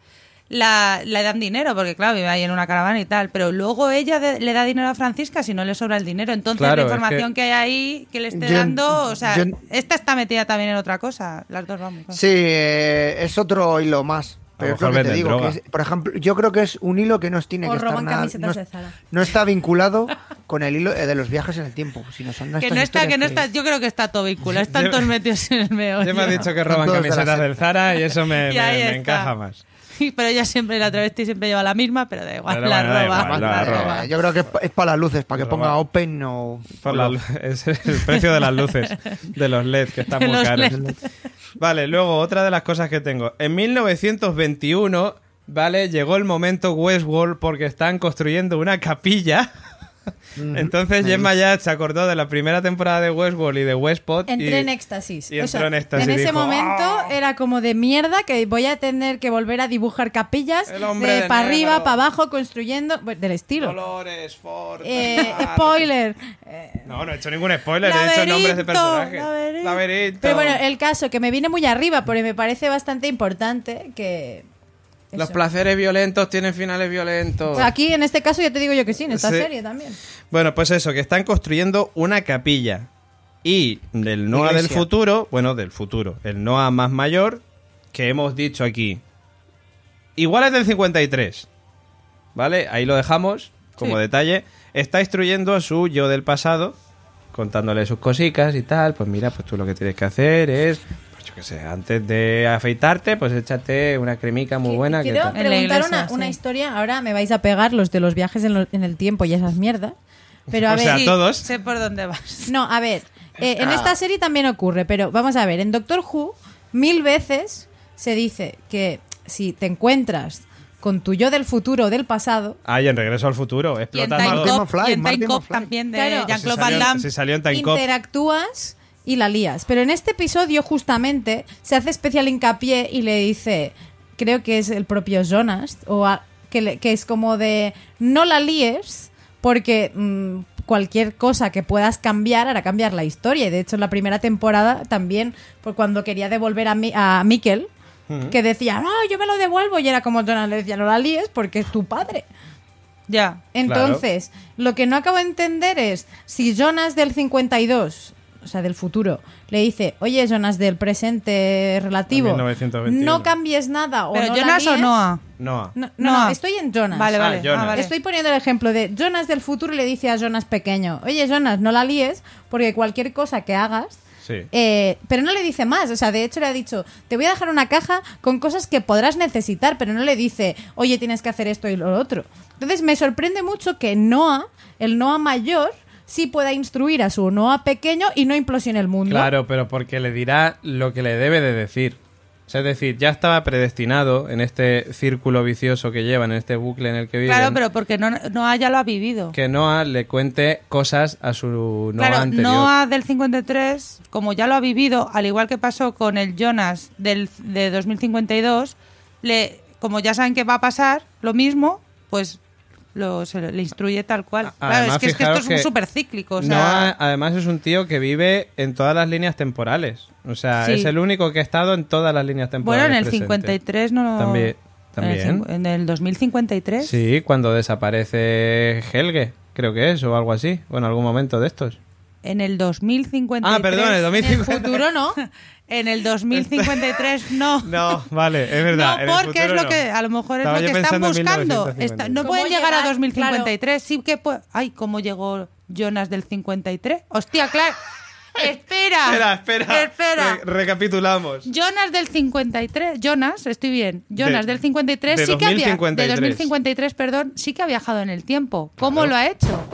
la- le dan dinero porque claro, vive ahí en una caravana y tal, pero luego ella de- le da dinero a Francisca si no le sobra el dinero, entonces Claro, la es información que- que... hay ahí que le esté Yo- dando, o sea, yo- esta está metida también en otra cosa, las dos vamos. ¿no? Sí, eh, es otro hilo A más. lo Pero es mejor lo que te venden digo, droga. que es- por ejemplo, yo creo que es un hilo que no tiene O que estar roban nada, camisetas no, de Zara. no está vinculado con el hilo eh, de los viajes en el tiempo, sino son Que estas no está, historias que no está, yo creo que está todo vinculado, están Lleva- todos metidos en el meollo. Ya me ha dicho que roban Todos de la camisetas secta. del Zara y eso me, [LAUGHS] Y me- ahí me está. encaja más. [LAUGHS] Pero ella siempre, la travesti siempre lleva la misma, pero da igual, Pero la bueno, da roba. igual, la Eh, roba. Yo creo que es, pa- es para las luces, para que Roba. ponga open o. Por la lu- [LAUGHS] es el precio de las luces, de los LED, que están De muy los caros. LED. Vale, luego otra de las cosas que tengo. En 1921, ¿vale? Llegó el momento Westworld porque están construyendo una capilla. Mm. Entonces Gemma ya se acordó de la primera temporada de Westworld y de Westpod. y- Entré en éxtasis. y entró en éxtasis en y ese dijo, momento "Ah". era como de mierda que voy a tener que volver a dibujar capillas El hombre de para arriba, negro. para abajo, construyendo bueno, del estilo. Dolores Ford, [LAUGHS] Eh, tal. spoiler. Eh, No, no he hecho ningún [LAUGHS] spoiler, he dicho nombres de Laberinto, personajes. laberinto. Laberinto. pero bueno, el caso que me viene muy arriba porque me parece bastante importante que Los eso. placeres violentos tienen finales violentos. Aquí en este caso ya te digo yo que sí, en esta Sí. serie también. Bueno, pues eso, que están construyendo una capilla. Y del Noah del Iglesia. futuro, bueno, del futuro, el Noah más mayor, que hemos dicho aquí. Igual es del 53. ¿Vale? Ahí lo dejamos como detalle. Está instruyendo a su yo del pasado, contándole sus cositas y tal. Pues mira, pues tú lo que tienes que hacer es, pues yo qué sé, antes de afeitarte, pues échate una cremica muy Que- buena. que Quiero tal. En la preguntar iglesia, una, una sí. historia. Ahora me vais a pegar los de los viajes en, lo- en el tiempo y esas mierdas. Pero a [LAUGHS] O ver, sea, Ah. todos. Sé por dónde vas. [LAUGHS] No, a ver, eh, en esta serie también ocurre, pero vamos a ver, en Doctor Who mil veces se dice que si te encuentras con tu yo del futuro o del pasado, Ah, y en Regreso al Futuro, Y en explota Time Margot. Martin Cop, McFly, y en Time Martin Cop McFly. también de Claro. Jean-Claude Si Van salió- Damme. si salió en Time Cop. interactúas y la lías. Pero en este episodio justamente se hace especial hincapié y le dice, creo que es el propio Jonas, o a- que, le- que es como de, no la líes porque mm, cualquier cosa que puedas cambiar hará cambiar la historia. Y de hecho en la primera temporada también, por cuando quería devolver a, Mi- a Mikkel, que decía, no, yo me lo devuelvo. Y era como Jonas le decía, no la líes porque es tu padre. Ya. Entonces, lo que no acabo de entender es si Jonas del 52, o sea, del futuro, le dice, oye, Jonas del presente relativo, 1921. no cambies nada o Pero no la Jonas o líes". Noah. Noah. No, no, no, Noah. estoy en Jonas. Vale, Ah, vale. Ah, Jonas. vale. Estoy poniendo el ejemplo de Jonas del futuro le dice a Jonas pequeño, oye Jonas, no la líes porque cualquier cosa que hagas Se Sí. Eh, pero no le dice más, o sea, de hecho le ha dicho, te voy a dejar una caja con cosas que podrás necesitar, pero no le dice, oye, tienes que hacer esto y lo otro. Entonces me sorprende mucho que Noah, el Noah mayor, sí pueda instruir a su Noah pequeño y no implosione el mundo. Claro, pero porque le dirá lo que le debe de decir. O sea, es decir, ya estaba predestinado en este círculo vicioso que llevan, en este bucle en el que viven. Claro, pero porque no, Noah ya lo ha vivido. Que Noah le cuente cosas a su Noah claro, anterior. Noah del 53, como ya lo ha vivido, al igual que pasó con el Jonas del, de 2052, le, como ya saben que va a pasar lo mismo, pues lo, se le instruye tal cual. A- claro, además, es que, es que fijaros esto es un que supercíclico. O Noah, sea, además, es un tío que vive en todas las líneas temporales. O sea, Sí. es el único que ha estado en todas las líneas temporales. bueno, en el presentes. 53 no... También. en el también. cincu- En el, 2053. Sí, cuando desaparece Helge, creo que es, o algo así. O en algún momento de estos. En el 2053. Ah, perdón, en el [LAUGHS] En el 2050. futuro no. En el 2053 no. [LAUGHS] No, vale, es verdad. en el No, porque es futuro lo no. que a lo mejor es Estaba lo yo que están pensando en buscando. 1950. Está- no ¿Cómo pueden llegar a llegar? 2053. Sí que pue- Ay, ¿cómo llegó Jonas del 53? [LAUGHS] Hostia, claro. espera. Espera, espera. eh, Espera. Re- recapitulamos. Jonas del 53, Jonas, estoy bien. Jonas De- del 53 de sí que había- 2053. de 2053, perdón, sí que ha viajado en el tiempo. ¿Cómo Claro. lo ha hecho?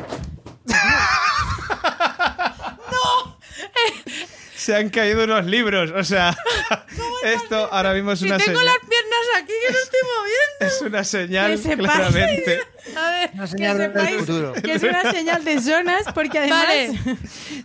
Se han caído unos libros, o [LAUGHS] sea, esto ahora mismo es Si una tengo señal. las piernas aquí que no estoy moviendo. Es [LAUGHS] una señal, Que sepáis. claramente. A ver, Una que señal del sepáis [LAUGHS] futuro. que es una señal de Jonas porque además Vale.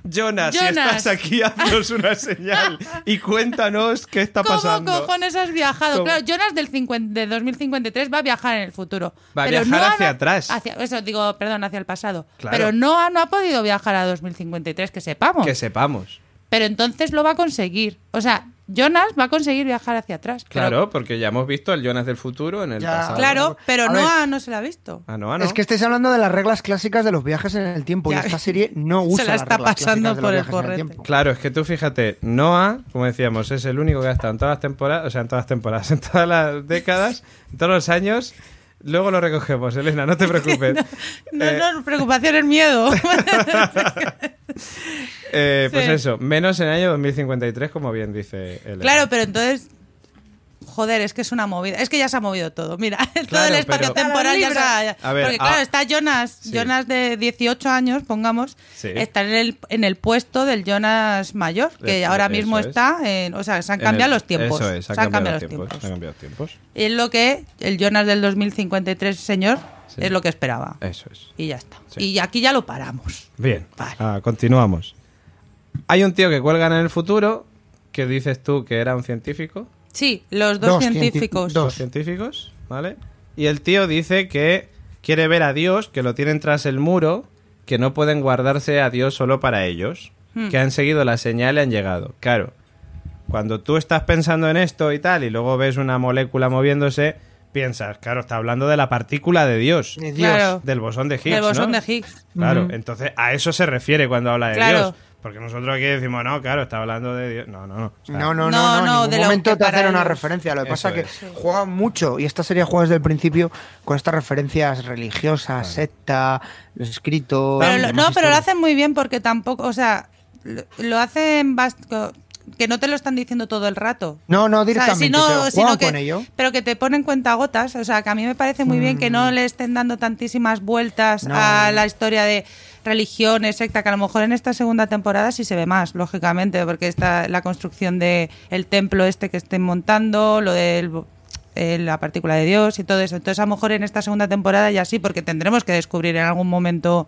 Jonas, si Jonas. estás aquí, haznos una señal y cuéntanos qué está ¿Cómo pasando. cojones has viajado? ¿Cómo? Claro, Jonas del 50 de 2053 va a viajar en el futuro. Va a Pero viajar Noah hacia no- atrás. hacia- eso digo, perdón, hacia el pasado. Claro. Pero Noah no ha podido viajar a 2053, que sepamos. Que sepamos. Pero entonces lo va a conseguir. O sea, Jonas va a conseguir viajar hacia atrás. Pero- Claro, porque ya hemos visto al Jonas del futuro en el Ya. pasado. claro, pero A ver. Noah no se la ha visto. Ah, no, ah, no. Es que estáis hablando de las reglas clásicas de los viajes en el tiempo Ya. y esta serie no Se usa la las está reglas pasando clásicas por de los el viajes en correte. tiempo. Claro, es que tú fíjate, Noah, como decíamos, es el único que ha estado en todas las temporadas, o sea, en todas las temporadas, [LAUGHS] en todas las décadas, en todos los años. Luego lo recogemos, Elena, [LAUGHS] no te preocupes. No, Eh, no, preocupación es miedo. [LAUGHS] Eh, Pues Sí. eso, menos en el año 2053, como bien dice Elena. claro, pero entonces. Joder, es que es una movida. Es que ya se ha movido todo. Mira, [LAUGHS] todo el Claro, espacio pero- temporal ya se ha. A ver, porque claro, ah, está Jonas, sí. Jonas de 18 años, pongamos, Sí. está en el, en el puesto del Jonas mayor, que Eso- ahora mismo eso es. está en. O sea, se han En cambiado el- los tiempos. Eso es, se han cambiado los tiempos. Se han cambiado los tiempos. Y es lo que el Jonas del 2053, señor, Sí. es lo que esperaba. Eso es. Y ya está. Sí. Y aquí ya lo paramos. Bien, Vale. ah, continuamos. Hay un tío que cuelgan en el futuro, que dices tú que era un científico. Sí, los dos, Dos científicos. científicos. Dos. los científicos, ¿vale? Y el tío dice que quiere ver a Dios, que lo tienen tras el muro, que no pueden guardarse a Dios solo para ellos, Hmm. que han seguido la señal y han llegado. Claro, cuando tú estás pensando en esto y tal, y luego ves una molécula moviéndose, piensas, claro, está hablando de la partícula de Dios, Ni Dios. Claro. del bosón de Higgs. El bosón ¿no? de Higgs. Claro, Ujú. entonces a eso se refiere cuando habla de Claro. Dios. Porque nosotros aquí decimos, no, claro, está hablando de Dios. No, no, no. O sea, No, no, no, No, no, no, en de lo ningún que momento te para hacen una ellos- referencia. Lo que Eso pasa es es. que juega mucho, y esta serie juega desde el principio con estas referencias religiosas, secta, los escritos. Pero lo- demás no, pero lo historias. hacen muy bien porque tampoco, o sea, lo, lo hacen bast- co- que no te lo están diciendo todo el rato. No, no, O sea, directamente. sino- te sino lo juegan que- con ello. Pero que te ponen cuentagotas. O sea, que a mí me parece muy bien que Mm. no le estén dando tantísimas vueltas a la historia de religiones, secta, que a lo mejor en esta segunda temporada sí se ve más, lógicamente, porque está la construcción de el templo este que estén montando, lo del bo- eh, la partícula de Dios y todo eso. Entonces, a lo mejor en esta segunda temporada ya sí, porque tendremos que descubrir en algún momento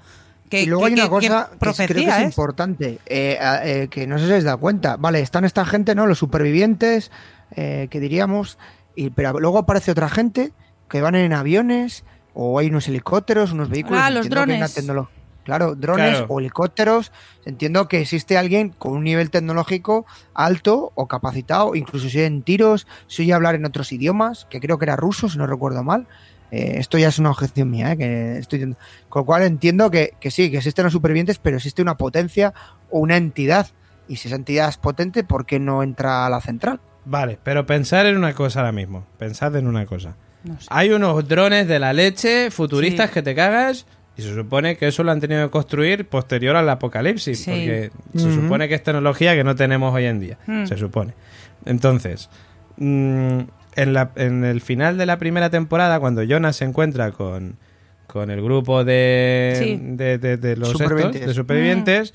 que y luego que- hay una que- cosa que que es- creo que es profecía ¿eh? es. importante, eh, a- eh, que no sé si os da cuenta. Vale, están esta gente, ¿no? Los supervivientes, eh, que diríamos, y, pero luego aparece otra gente que van en aviones, o hay unos helicópteros, unos vehículos. Ah, los entiendo que hay una drones. tecnolo- Claro, drones Claro. o helicópteros. Entiendo que existe alguien con un nivel tecnológico alto o capacitado, incluso si en tiros, si oye hablar en otros idiomas, que creo que era ruso, si no recuerdo mal. Eh, esto ya es una objeción mía, ¿eh? que estoy diciendo. Con lo cual entiendo que, que sí, que existen los supervivientes, pero existe una potencia o una entidad. Y si esa entidad es potente, ¿por qué no entra a la central? Vale, pero pensar en una cosa ahora mismo. Pensad en una cosa. No sé. Hay unos drones de la leche futuristas Sí. que te cagas Y se supone que eso lo han tenido que construir posterior al apocalipsis, Sí. porque se Ujú. supone que es tecnología que no tenemos hoy en día, Mm. se supone. Entonces, mm, en, la- en el final de la primera temporada, cuando Jonas se encuentra con, con el grupo de, Sí. Hmm. de, de- de los Supervivientes. estos, de supervivientes,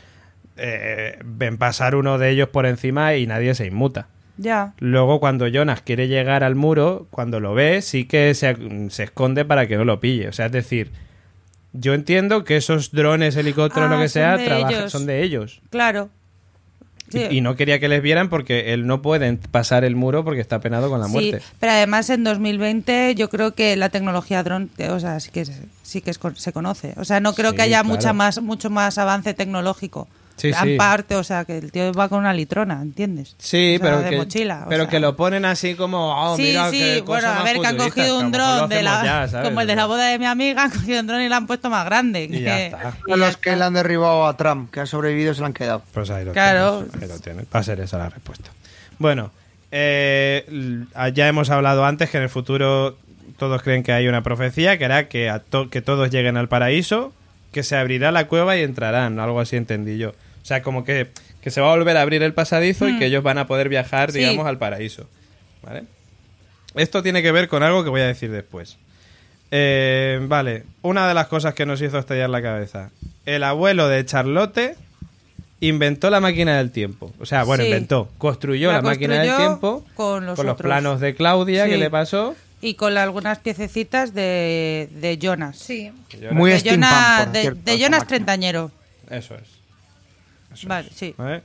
eh, ven pasar uno de ellos por encima y nadie se inmuta. Ya. Luego, cuando Jonas quiere llegar al muro, cuando lo ve, sí que se, se esconde para que no lo pille. O sea, es decir, yo entiendo que esos drones, helicópteros, Ah, lo que son sea, de trabajan- ellos. son de ellos. Claro. Sí. Y, y no quería que les vieran porque él no puede ent- pasar el muro porque está penado con la muerte. Sí, pero además en 2020 yo creo que la tecnología dron, eh, o sea, sí que es- sí que es con- se conoce. O sea, no creo Sí, que haya claro. mucha más mucho más avance tecnológico. Sí, Gran sí. parte, o sea, que el tío va con una litrona, ¿entiendes? Sí, O sea, pero, de que, mochila, o pero sea. que lo ponen así como. "Oh, sí, mira, sí, qué cosa bueno, a más ver que han futurista", cogido que a un lo mejor lo dron de la, hacemos ya, ¿sabes? [LAUGHS] como el de la boda de mi amiga, [LAUGHS] han cogido un dron y lo han puesto más grande. Eh, Y ya está. A los que le han derribado a Trump, que ha sobrevivido, se le han quedado. Pues ahí lo Claro. tienes, ahí lo tienes. Va a ser esa la respuesta. Bueno, eh, l- ya hemos hablado antes que en el futuro todos creen que hay una profecía que hará que, a to- que todos lleguen al paraíso, que se abrirá la cueva y entrarán, algo así entendí yo. O sea, como que, que se va a volver a abrir el pasadizo y que ellos van a poder viajar, Mm. Sí. digamos, al paraíso. ¿Vale? Esto tiene que ver con algo que voy a decir después. Eh, vale, una de las cosas que nos hizo estallar la cabeza. El abuelo de Charlotte inventó la máquina del tiempo. O sea, bueno, Sí. inventó, construyó la, La máquina del construyó tiempo con los otros. planos de Claudia que Sí. le pasó. Y con la- algunas piececitas de, de Jonas. Sí. Muy de steampunk, Jonas, por de- cierto, de esa Jonas máquina. treintañero. Eso es. Vale, sí. ¿vale?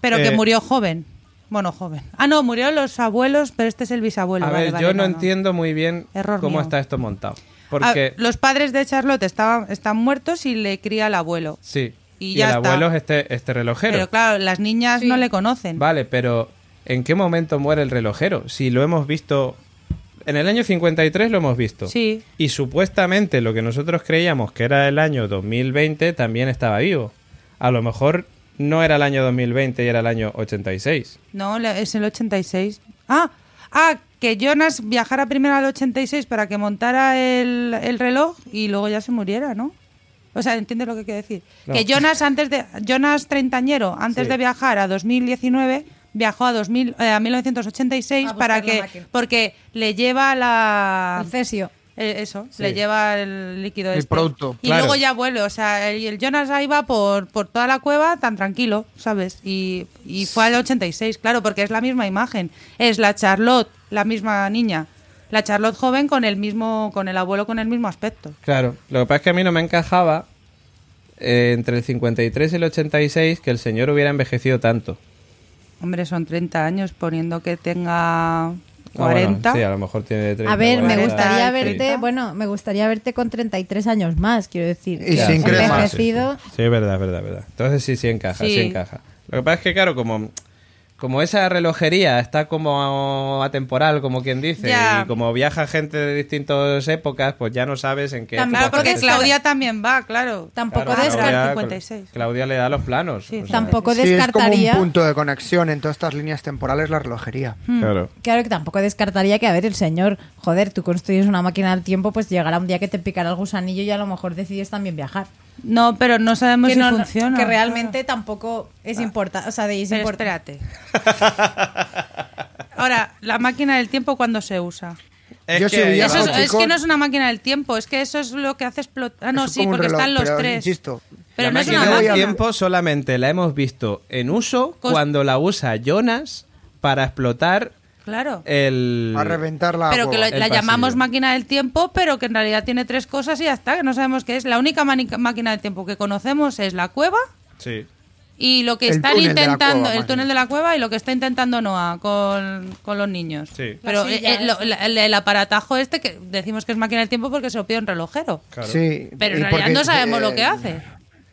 Pero Eh, que murió joven. Bueno, joven. Ah, no, murió los abuelos, pero este es el bisabuelo. A Vale, ver, vale, yo no, entiendo muy bien Error cómo mío. está esto montado. Ah, Porque, los padres de Charlotte estaban, están muertos y le cría al abuelo. sí, y y, ya el está. abuelo es este, este relojero. Pero claro, las niñas Sí. no le conocen. Vale, pero ¿en qué momento muere el relojero? Si lo hemos visto... En el año 53 lo hemos visto. Sí. Y supuestamente lo que nosotros creíamos que era el año 2020 también estaba vivo. A lo mejor no era el año 2020 y era el año 86. No, le- es el 86. Ah, ah, que Jonas viajara primero al 86 para que montara el, el reloj y luego ya se muriera, ¿no? O sea, ¿entiendes lo que quiero decir? No. Que Jonas antes de Jonas treintañero, antes Sí. de viajar a 2019, viajó a 2000 eh, a 1986 A buscar para la que máquina. porque le lleva la El cesio. eh, eso, Sí. le lleva el líquido El este. producto. Y Claro. luego ya vuelve, o sea, el, el Jonas ahí va por, por toda la cueva tan tranquilo, ¿sabes? Y, y fue al 86, claro, porque es la misma imagen. Es la Charlotte, la misma niña. La Charlotte joven con el mismo, con el abuelo con el mismo aspecto. Claro, lo que pasa es que a mí no me encajaba eh, entre el 53 y el 86 que el señor hubiera envejecido tanto. Hombre, son 30 años poniendo que tenga Ah, bueno, 40. sí, a lo mejor tiene 30. A ver, me 40, gustaría sí. verte, bueno, me gustaría verte con 33 años más, quiero decir. Y sin cremas. Envejecido. Sí, es verdad, es verdad, es verdad. Entonces sí, sí encaja, sí. Sí. encaja. Lo que pasa es que, claro, como, como esa relojería está como atemporal, como quien dice, Ya. y como viaja gente de distintas épocas, pues ya no sabes en qué... Tampoco época Claro, porque Claro. estás. Claudia también va, claro. Tampoco Claro, descar- Claudia- 56. Claudia le da los planos. Sí, o sea, pues tampoco Sí, es como un descartaría. punto de conexión en todas estas líneas temporales, la relojería. Mm. Claro. Claro que tampoco descartaría que, a ver, el señor, joder, tú construyes una máquina del tiempo, pues llegará un día que te picará el gusanillo y a lo mejor decides también viajar. No, pero no sabemos Que, si no- no- funciona. Ah. que realmente tampoco Ah. es importante. O sea, de es Pero import- espérate. Ahora, la máquina del tiempo, ¿cuándo se usa? Es Yo que- sí hubiera- Eso es, Claro, es chicos. que no es una máquina del tiempo, es que eso es lo que hace explotar. Ah, no, Eso es sí, como un porque reloj, están los pero tres. insisto, pero la no es máquina una del máquina. tiempo solamente la hemos visto en uso Cos- cuando la usa Jonas para explotar Claro. el... Va a reventar la. pero que lo- cueva. el la llamamos pasillo. máquina del tiempo, pero que en realidad tiene tres cosas y ya está, que no sabemos qué es. La única mani- máquina del tiempo que conocemos es la cueva Sí. y lo que El están túnel de la intentando, cueva, el más túnel bien. de la cueva y lo que está intentando Noah con, con los niños. Sí. Pero Las eh, eh, sillas. lo- la- el, el aparatajo este que decimos que es máquina del tiempo porque se lo pide un relojero. Claro. Sí, Pero y en realidad porque, no sabemos lo eh, que hace.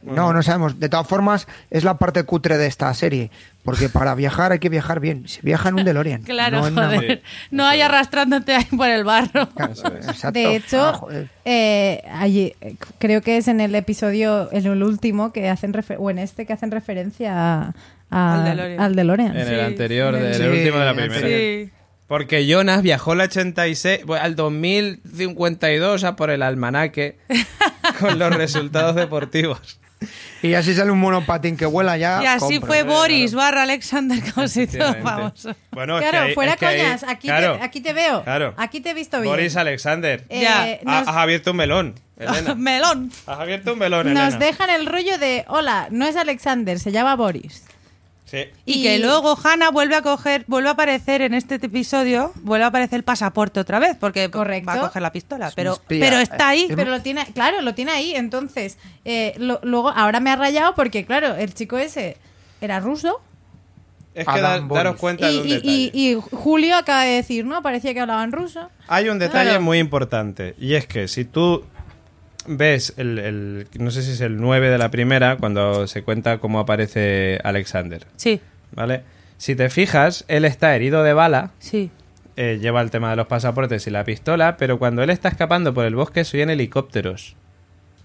No, no sabemos. De todas formas, es la parte cutre de esta serie. Porque para viajar hay que viajar bien. Se viaja en un [LAUGHS] DeLorean. Claro, no en una joder. No hay arrastrándote ahí por el [LAUGHS] barro. máquina. Exacto. De hecho, Ah, joder. eh, allí, eh, creo que es en el episodio, en el último, que hacen refer- o en este que hacen referencia a- a- Al DeLorean. al DeLorean. En Sí, el anterior, en del el- el último de la Sí, primera. sí. Porque Jonas [LAUGHS] viajó al 86, bueno, al 2052 a por el almanaque con los resultados deportivos. Y así sale un monopatín que vuela ya. Y así compro. fue eh, Boris barra Alexander Cosito Efectivamente. famoso. Bueno, es claro, que- fuera es que ahí- coñas. aquí, claro, te, aquí te veo. claro. Aquí te he visto bien. Boris Ah, Alexander. Eh, Ya. Ha- nos- Has abierto un [LAUGHS] melón, Elena. [LAUGHS] Melón. Has abierto un melón, Nos Elena. dejan el rollo de, hola, no es Alexander, se llama Boris. Sí. Y, Y- que luego Hannah vuelve a coger, vuelve a aparecer en este episodio, vuelve a aparecer el pasaporte otra vez, porque Correcto. va a coger la pistola, pero, espía. eh. pero está ahí. Pero lo tiene, claro, lo tiene ahí. Entonces, eh, lo- luego, ahora me ha rayado porque, claro, el chico ese era ruso. Es que Adam da- Boris. daros Y, cuenta de un y- detalle. y- y Julio acaba de decir, ¿no? Parecía que hablaban ruso. Hay un detalle Claro. muy importante y es que si tú ves el, el- no sé si es el 9 de la primera cuando se cuenta cómo aparece Alexander, Sí, ¿vale? Si te fijas, él está herido de bala, sí. eh, lleva el tema de los pasaportes y la pistola, pero cuando él está escapando por el bosque suben helicópteros,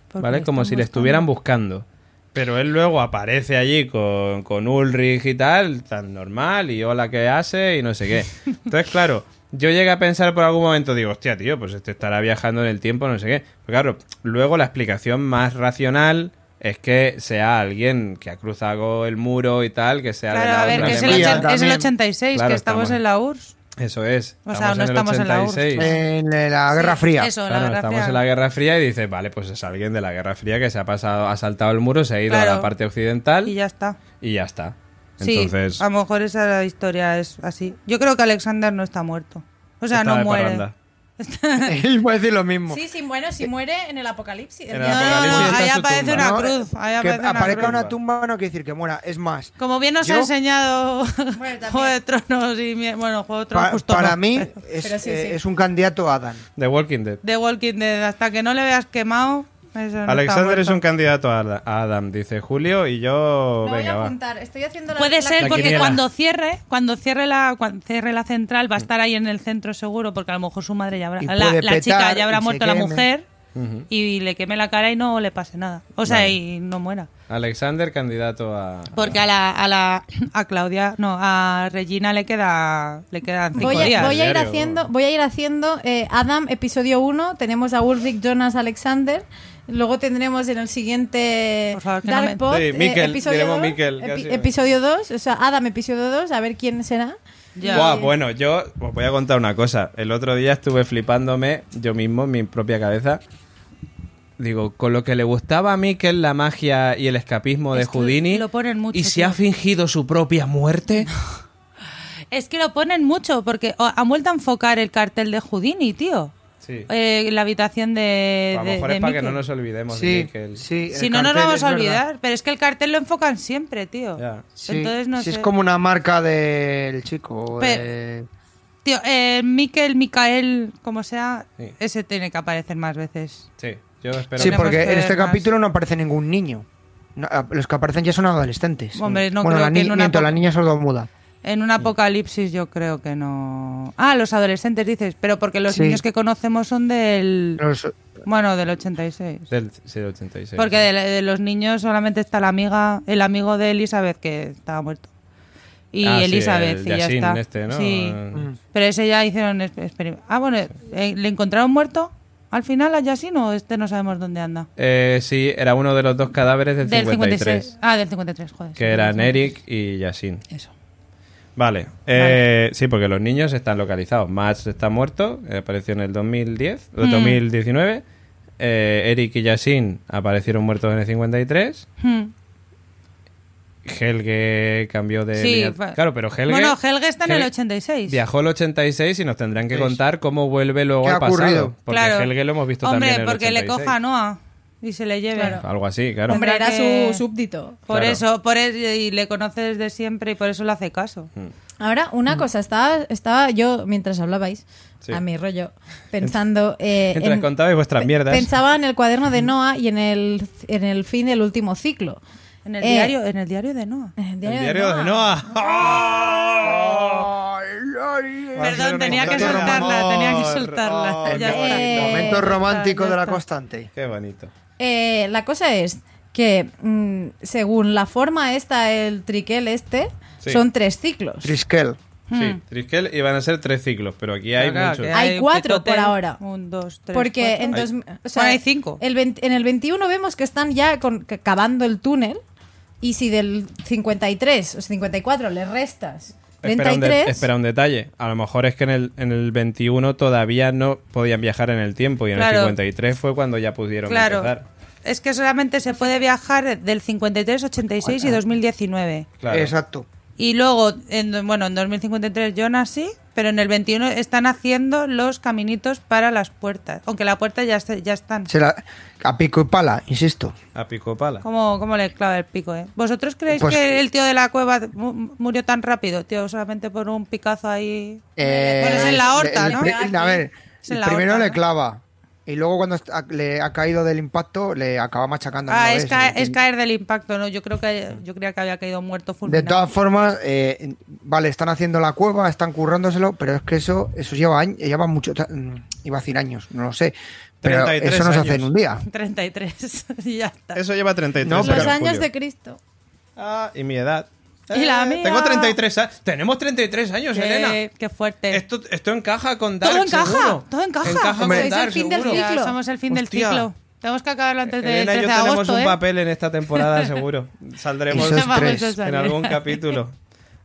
porque ¿vale? lo Como están si le buscando. estuvieran buscando. Pero él luego aparece allí con, con Ulrich y tal, tan normal, y hola, ¿qué hace? Y no sé qué. Entonces, claro, yo llegué a pensar por algún momento, digo, hostia, tío, pues este estará viajando en el tiempo, no sé qué. Pero claro, luego la explicación más racional es que sea alguien que ha cruzado el muro y tal, que sea de Claro, la a ver, otra que es el, Alemania Alemania. ochen- es el también. 86, Claro, que estamos, estamos- en la URSS. Eso es. O sea, no estamos en la Eh, URSS. En la Sí, Guerra Fría. [LAUGHS] Eso, la Claro, Guerra estamos Fría. en la Guerra Fría y dices, vale, pues es alguien de la Guerra Fría que se ha pasado, ha saltado el muro, se ha ido a Claro. la parte occidental Y ya está. y ya está. Sí, Entonces, a lo mejor esa historia es así. Yo creo que Alexander no está muerto. O sea, Está no de muere. parranda. Él va a decir lo mismo. Sí, sí, bueno, si muere en el apocalipsis. En el No, no, no, Apocalipsis está ahí en su aparece tumba. una No, cruz. Ahí eh, que aparece una aparezca cruz. una tumba no quiere decir que muera. Es más, Como bien nos Yo- ha enseñado también. Juego de Tronos y mi- bueno, Juego de Tronos pa- justo para no. mí es, Pero sí, eh, sí. es un candidato a Adam. The Walking Dead. The Walking Dead hasta que no le veas quemado. eso no Alexander está es un muerto. candidato a Ada- a Adam, dice Julio, y yo... Lo voy venga, a va. apuntar. Estoy haciendo la- Puede la- ser La porque quiniela. cuando cierre, cuando cierre la cuando cierre la central va a estar ahí en el centro seguro porque a lo mejor su madre ya habrá Y la, puede la chica petar ya habrá y se muerto la queme. mujer y le queme la cara y no le pase nada. O sea, Vale. y no muera. Alexander, candidato a... Porque a la, a la a Claudia, no, a Regina le queda le quedan cinco Voy a, días. voy a ir Diario. haciendo, voy a ir haciendo eh, Adam, episodio 1, tenemos a Ulrich Jonas Alexander, luego tendremos en el siguiente Por favor, que no Dark me- Pod, Sí, Miquel, episodio, diremos 2, Miquel, casi. episodio 2, o sea, Adam, episodio 2, a ver quién será. Ya. Buah, bueno, yo os voy a contar una cosa. El otro día estuve flipándome yo mismo en mi propia cabeza. Digo, con lo que le gustaba a Mikkel la magia y el escapismo de Es que Houdini. lo ponen mucho, y si tío. ha fingido su propia [LAUGHS] muerte. Es que lo ponen mucho porque o, han vuelto a enfocar el cartel de Houdini, tío. Sí. Eh, la habitación de. a lo de- mejor de es para que Mickey. no nos olvidemos de Mikkel. sí, el Si no nos cartel vamos es a verdad. olvidar, pero es que el cartel lo enfocan siempre, tío. Ya. Sí, Entonces no sí, sé. es como una marca del chico. Pe- de- Tío, eh, Miquel, Micael, como sea, Sí. ese tiene que aparecer más veces. Sí, yo espero Sí, que- Tenemos porque en que este ver más. capítulo no aparece ningún niño. No, ah, los que aparecen ya son adolescentes. Hombre, no bueno, creo la, que ni- en una miento, po- la niña sordomuda. En un apocalipsis yo creo que no. Ah, los adolescentes dices, pero porque los Sí. niños que conocemos son del. Los- Bueno, del 86. Del, sí, del 86. Porque de, de los niños solamente está la amiga, el amigo de Elizabeth que estaba muerto. Y Ah, sí, Elizabeth, el y ya Yassin está. este, ¿no? Sí. Mm. Pero ese ya hicieron experimento. Ah, bueno, eh, ¿le encontraron muerto al final a Yasin o este no sabemos dónde anda? Eh, sí, era uno de los dos cadáveres del, 53, Ah, del 53, joder. Que eran Eric y Yasin. Eso. Vale. eh, Sí, porque los niños están localizados. Max está muerto, eh, apareció en el 2010, Mm. o 2019. Eh, Eric y Yasin aparecieron muertos en el 53. Hmm. Helge cambió de... Sí, línea- fa- claro, pero Helge... Bueno, Helge está en el Helge 86. Viajó el 86 y nos tendrán que Sí. contar cómo vuelve luego ¿Qué ha al pasado. ocurrido? Porque Claro. Helge lo hemos visto Hombre, también en el porque le 86. coja a Noah y se le lleve. Claro. Algo así, claro. Hombre, Tendrá era que- su súbdito. Por Claro. eso, por eso, y le conoces de siempre y por eso le hace caso. Mm. Ahora, una cosa, estaba, estaba yo, mientras hablabais, Sí. a [LAUGHS] mi rollo, pensando... eh, Mientras en- contabais vuestras pe- mierdas. Pensaba en el cuaderno de Noah y en el, en el fin del último ciclo. En el, Eh, diario, en el diario [LAUGHS] de Noah. en el El diario, diario de Noah. Perdón, tenía que momento soltarla, romántico. tenía que soltarla. Ay, ya qué está. bonito. Momento ya romántico ya de la está. constante. [LAUGHS] Qué bonito. Eh, la cosa es que mm, según la forma esta, el triquel este, Sí. son tres ciclos. Triskel. Sí, Triskel iban a ser tres ciclos, pero aquí hay Hmm. Claro, muchos. que Hay un cuatro por picoteo. ahora. Un, dos, tres. Porque cuatro. en dos- o sea, Bueno, hay cinco. el 20 en el 21 vemos que están ya con- ca- cavando el túnel. Y si del 53 o 54 le restas Espera un, de- 33, espera un detalle. A lo mejor es que en el, en el 21 todavía no podían viajar en el tiempo y en Claro. el 53 fue cuando ya pudieron Claro. empezar. Es que solamente se puede viajar del 53, 86 y 2019. Claro. Exacto. Y luego, en, do- bueno, en 2053 yo nací, pero en el 21 están haciendo los caminitos para las puertas. Aunque la puerta ya, está- ya están. Será a pico y pala, insisto. A pico pala. ¿Cómo, cómo le clava el pico, eh? ¿Vosotros creéis Pues- que el tío de la cueva mu- murió tan rápido, tío? Solamente por un picazo ahí. Eh, Bueno, es en la horta, el ¿no? pri- A ver, Es en el la primero horta, le ¿no? clava y luego cuando est- ha- le ha caído del impacto le acaba machacando. Ah, ¿no es, ves? ca- Y- es caer del impacto, ¿no? Yo creo que yo creía que había caído muerto De fulminado. [LAUGHS] todas formas, eh, vale, están haciendo la cueva, están currándoselo, pero es que eso eso lleva, añ- lleva mucho, ta- mm, iba a decir años, no lo sé. Pero 33 eso no se hace en años. un día. 33 [LAUGHS] y ya está. Eso lleva 33 No, pues años. pues, los pero- espera, años Julio. de Cristo. Ah, y mi edad. Eh, Y la mía. Tengo 33 años. Tenemos 33 años, Qué, Elena. qué fuerte. Esto, esto encaja con Dark. todo encaja, seguro. todo encaja. Pues con Hombre, Dark, es el fin del seguro. ciclo. Ya, somos el fin Hostia. del ciclo. Tenemos que acabarlo antes del Elena y 13 yo de tenemos agosto, un ¿eh? papel en esta temporada, seguro. Saldremos Y sois Vamos a tres. [LAUGHS] en salir. algún capítulo.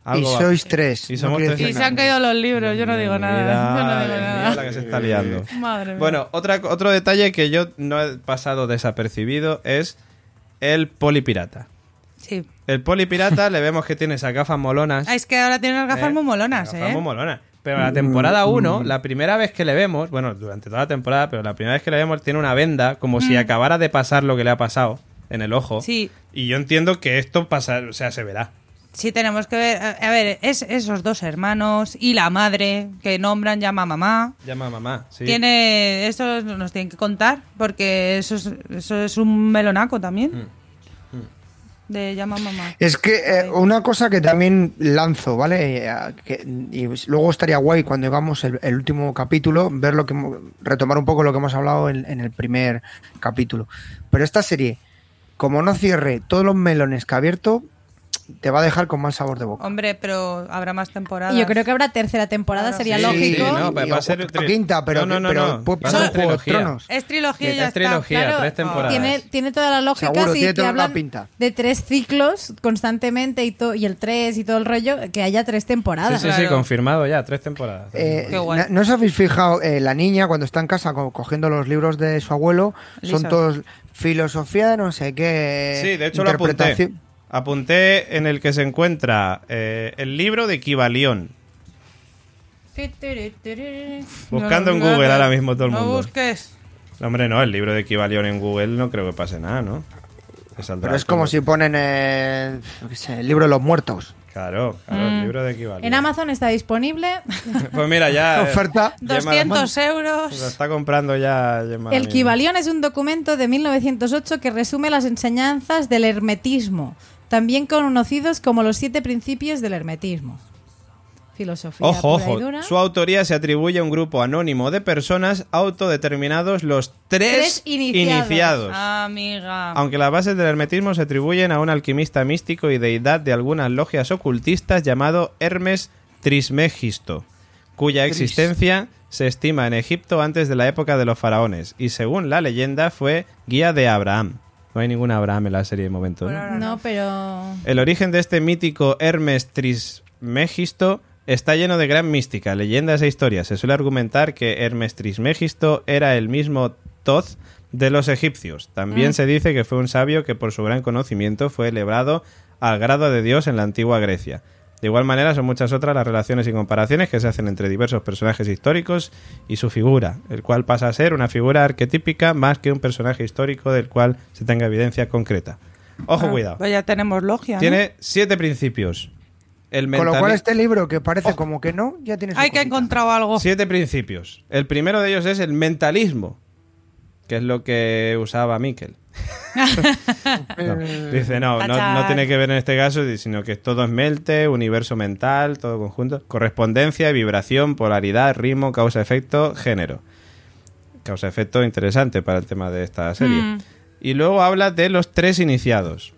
Y Algo va. sois tres. Y no somos quiere tres. Y decir se han nada. caído los libros, yo no digo nada. [LAUGHS] Yo no digo Mira, nada. mira la que se está liando. [LAUGHS] Madre mía. Bueno, otra, otro detalle que yo no he pasado desapercibido es el polipirata. Sí. El [LAUGHS] polipirata le vemos que tiene esas gafas molonas. Ah, es que ahora tienen las gafas ¿eh? muy molonas, Gafas ¿eh? muy molonas. Pero la temporada 1, la primera vez que le vemos, bueno, durante toda la temporada, pero la primera vez que le vemos tiene una venda como si acabara de pasar lo que le ha pasado en el ojo. Mm. Sí. Y yo entiendo que esto pasa, o sea, se verá. Sí, tenemos que ver. A a ver, es esos dos hermanos y la madre que nombran, llama mamá. Llama a mamá. Sí. Tiene. Eso nos tienen que contar, porque eso es, eso es un melonaco también. Mm. De llama mamá. Es que eh, una cosa que también lanzo, ¿vale? Eh, que- y luego estaría guay cuando hagamos el, el último capítulo, ver lo que hemos- retomar un poco lo que hemos hablado en, en el primer capítulo. Pero esta serie, como no cierre todos los melones que ha abierto, te va a dejar con mal sabor de boca. Hombre, pero habrá más temporadas. Y yo creo que habrá tercera temporada, Claro, sería sí, lógico. sí, no, va a ser o tri- quinta, pero- no, no, no, pero no. puede Va a pasar ser Juego de trilogía. Tronos. Es trilogía y ya Es está. trilogía, Claro. tres temporadas. Tiene, tiene toda la lógica Seguro, si tiene te toda la hablan pinta. de tres ciclos constantemente y, to- y el tres y todo el rollo, que haya tres Sí, temporadas. sí, sí, Claro. confirmado ya, tres temporadas. Eh, Qué guay. na- ¿No os habéis fijado eh, la niña cuando está en casa co- cogiendo los libros de su abuelo? Lisa. Son todos filosofía, no sé qué. Sí, de hecho lo apunté. eh, interpretación. Apunté en el que se encuentra eh, el libro de Kibalión. Buscando en No, no, Google no, ahora mismo todo el No mundo. busques. No, Hombre, no, el libro de Kibalión en Google no creo que pase nada, ¿no? Te saldrá Pero es como todo. si ponen eh, yo qué sé, el libro de los muertos. Claro, claro, el libro de Kibalión. Mm. En Amazon está disponible Pues mira, [LAUGHS] ya. eh, Oferta. Gemma la- 200 Pues Lo euros. está comprando ya Gemma la El misma. Kibalión es un documento de 1908 que resume las enseñanzas del hermetismo, también conocidos como los siete principios del hermetismo. Filosofía. Ojo, pura y dura. ojo. Su autoría se atribuye a un grupo anónimo de personas autodeterminados, los tres, Tres iniciados. Ah. Amiga. Aunque las bases del hermetismo se atribuyen a un alquimista místico y deidad de algunas logias ocultistas llamado Hermes Trismegisto, cuya Tris. existencia se estima en Egipto antes de la época de los faraones y según la leyenda fue guía de Abraham. No hay ningún Abraham en la serie de momento. ¿no? No, pero. El origen de este mítico Hermes Trismegisto está lleno de gran mística, leyendas e historias. Se suele argumentar que Hermes Trismegisto era el mismo Thoth de los egipcios. También se dice que fue un sabio que por su gran conocimiento fue elevado al grado de Dios en la antigua Grecia. De igual manera son muchas otras las relaciones y comparaciones que se hacen entre diversos personajes históricos y su figura, el cual pasa a ser una figura arquetípica más que un personaje histórico del cual se tenga evidencia concreta. Ojo, Ah, cuidado. Pues ya tenemos logia. ¿no? Tiene siete principios. El Con lo mentali- cual este libro que parece Oh. como que no, ya tiene su Hay que cosita. ha encontrado algo. Siete principios. El primero de ellos es el mentalismo, que es lo que usaba Miquel. No, Eh, Mm. Dice, no, no, no tiene que ver en este caso, sino que todo es melte, universo mental, todo conjunto. Correspondencia, vibración, polaridad, ritmo, causa-efecto, género. Causa-efecto interesante para el tema de esta serie. Mm. Y luego habla de los tres iniciados.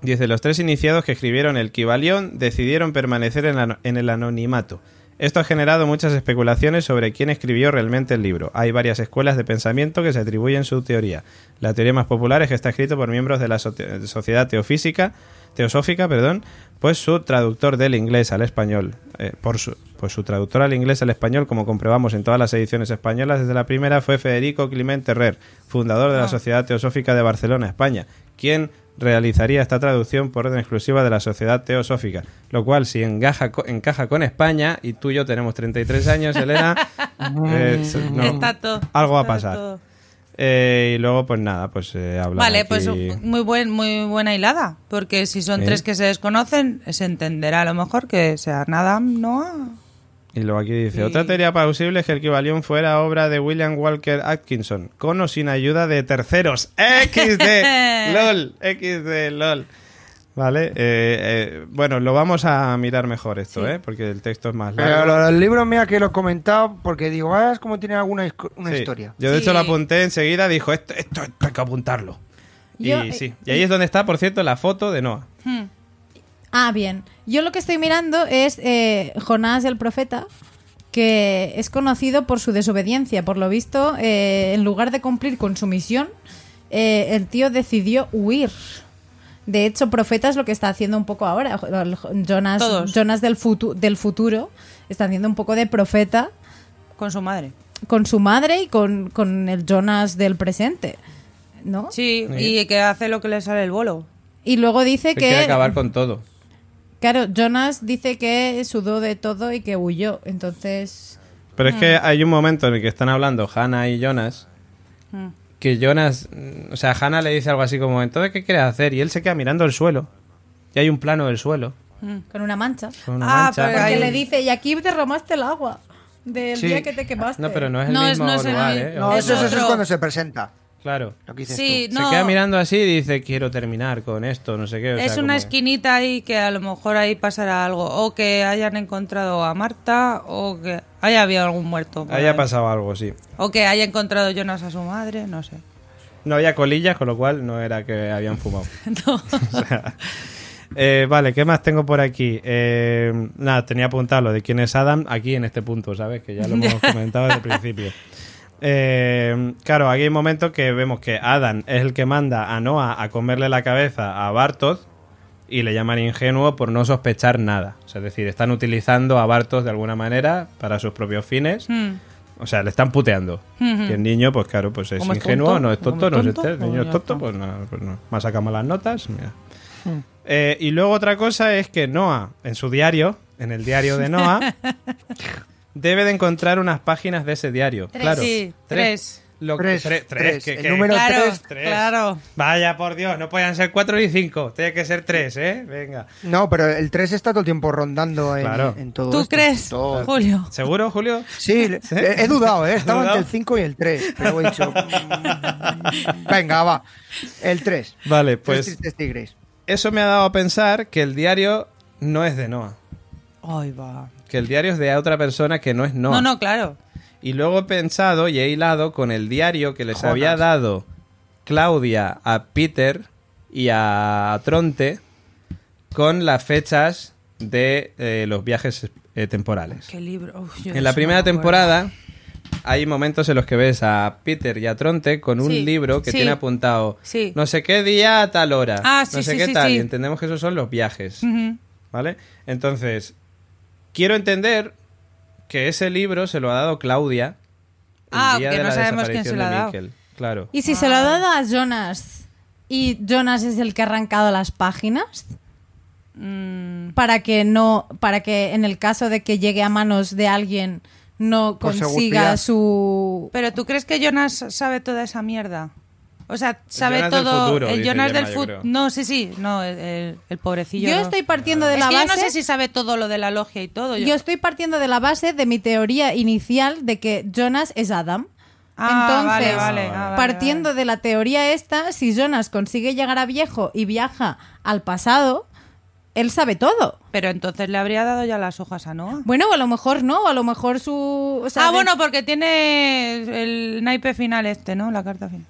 Dice, los tres iniciados que escribieron el Kibalión decidieron permanecer en, la- en el anonimato. Esto ha generado muchas especulaciones sobre quién escribió realmente el libro. Hay varias escuelas de pensamiento que se atribuyen su teoría. La teoría más popular es que está escrito por miembros de la so- te- Sociedad Teofísica, Teosófica, perdón, pues su traductor del inglés al español, eh, por su, pues su traductor al inglés al español, como comprobamos en todas las ediciones españolas desde la primera, fue Federico Clemente Herrer, fundador Ah. de la Sociedad Teosófica de Barcelona, España, quien realizaría esta traducción por orden exclusiva de la Sociedad Teosófica, lo cual si encaja, co- encaja con España, y tú y yo tenemos 33 años, [LAUGHS] Elena, eh, se- no, Está todo. algo va a está pasar. todo. Eh, y luego pues nada, pues eh, hablan Vale, aquí- pues muy, buen, muy buena hilada, porque si son ¿Eh? tres que se desconocen, se entenderá a lo mejor que sea nada, no. Y luego aquí dice, Y- otra teoría plausible es que el Kibalión fuera obra de William Walker Atkinson, con o sin ayuda de terceros. [LAUGHS] XD, lol, XD, lol. Vale, eh, eh, bueno, lo vamos a mirar mejor esto, ¿eh? Porque el texto es más largo. Pero lo del libro, mira que lo he comentado porque digo, ah, es como tiene alguna isco- una Sí. historia. Yo de hecho Sí. lo apunté enseguida, dijo, esto, esto, esto hay que apuntarlo. Yo- y sí, y ahí es donde está, por cierto, la foto de Noah. Ah, bien. Yo lo que estoy mirando es eh, Jonás el profeta, que es conocido por su desobediencia. Por lo visto, eh, en lugar de cumplir con su misión, eh, el tío decidió huir. De hecho, profeta es lo que está haciendo un poco ahora. Jo- el jo- Jonas, Todos. Jonas del, futu- del futuro está haciendo un poco de profeta Con su madre. con su madre y con, con el Jonas del presente. ¿No? Sí, y que hace lo que le sale el bolo. Y luego dice Se quiere que. acabar con todo. Claro, Jonas dice que sudó de todo y que huyó. Entonces. Pero es que hay un momento en el que están hablando Hannah y Jonas. Que Jonas, mm, o sea, Hannah le dice algo así como, entonces, ¿qué quieres hacer? Y él se queda mirando el suelo. Y hay un plano del suelo. Mm. Con una mancha. Con una Ah, mancha. pero Porque ahí- le dice, y aquí derramaste el agua del Sí. día que te quemaste. No, pero no es el No, es- mismo no es el lugar, mismo- ¿eh? No, Es eso, es- eso es otro. cuando se presenta. Claro. Lo que dices Sí, tú. no. Se queda mirando así y dice, quiero terminar con esto, no sé qué. o sea, es como- una esquinita ahí que a lo mejor ahí pasará algo. O que hayan encontrado a Marta, o que haya habido algún muerto. por Haya ahí. pasado algo, sí. O que haya encontrado Jonas a su madre, no sé. No había colillas, con lo cual no era que habían fumado. [LAUGHS] O sea, eh, vale, ¿qué más tengo por aquí? Eh, nada, tenía apuntado lo de quién es Adam aquí en este punto, ¿sabes? Que ya lo hemos comentado desde el principio. Eh, claro, aquí hay un momento que vemos que Adam es el que manda a Noah a comerle la cabeza a Bartos y le llaman ingenuo por no sospechar nada. O sea, es decir, están utilizando a Bartos de alguna manera para sus propios fines. Mm. O sea, le están puteando. Ujú. Y el niño, pues claro, pues es Como es ingenuo, tonto, no es tonto, no como es es tonto, este. El niño es pues ya tonto, está. Hmm. pues no, pues no. Me ha sacado malas notas, mira. Eh, y luego otra cosa es que Noah, en su diario, en el diario de [LAUGHS] Noah, debe de encontrar unas páginas de ese diario. Tres. claro. Sí, tres. Lo que- Tres, tres, tres. tres, que- El que- número Claro, tres, tres. claro. Vaya, por Dios, no podían ser cuatro ni cinco. Tiene que ser tres, ¿eh? Venga. No, pero el 3 está todo el tiempo rondando en, Claro. en todo ¿Tú esto. crees, Todo. Julio? ¿Seguro, Julio? [LAUGHS] Sí, le- he dudado, ¿eh? Estaba dudado? entre el 5 y el 3, pero he [LAUGHS] dicho... mm, venga, va. El 3. Vale, Pues... pues tigres. eso me ha dado a pensar que el diario no es de Noah. Ay, va. Que el diario es de otra persona que no es Noah. No, no, claro. Y luego he pensado y he hilado con el diario que les había dado Claudia a Peter y a Tronte con las fechas de eh, los viajes eh, temporales. Qué libro. Uf, yo En la eso primera no me acuerdo. temporada hay momentos en los que ves a Peter y a Tronte con un Sí, libro que sí, tiene apuntado sí. no sé qué día a tal hora, Ah, sí, no sé sí, qué sí, tal, sí. y entendemos que esos son los viajes. Ujú. ¿Vale? Entonces, quiero entender que ese libro se lo ha dado Claudia. el Ah, día que de no la sabemos quién se desaparición lo ha de dado. Miquel. Claro. Y si se lo ha dado a Jonas y Jonas es el que ha arrancado las páginas Mm, para que no, para que en el caso de que llegue a manos de alguien no Por consiga seguridad. su Pero ¿tú crees que Jonas sabe toda esa mierda? O sea, sabe Jonas del todo. futuro, el dice Jonas Gemma, del yo futuro. creo. No, sí, sí. No, el, el- el pobrecillo. Yo no. estoy partiendo de Es la que base. yo no sé si sabe todo lo de la logia y [LAUGHS] todo. Yo estoy partiendo de la base de mi teoría inicial de que Jonas es Adam. Ah, vale, Entonces, vale, ah, vale, partiendo vale. de la teoría esta, si Jonas consigue llegar a viejo y viaja al pasado, él sabe todo. Pero entonces le habría dado ya las hojas a Noah. Bueno, o a lo mejor no, o a lo mejor su... o sea, ah, de- bueno, porque tiene el naipe final este, ¿no? La carta final.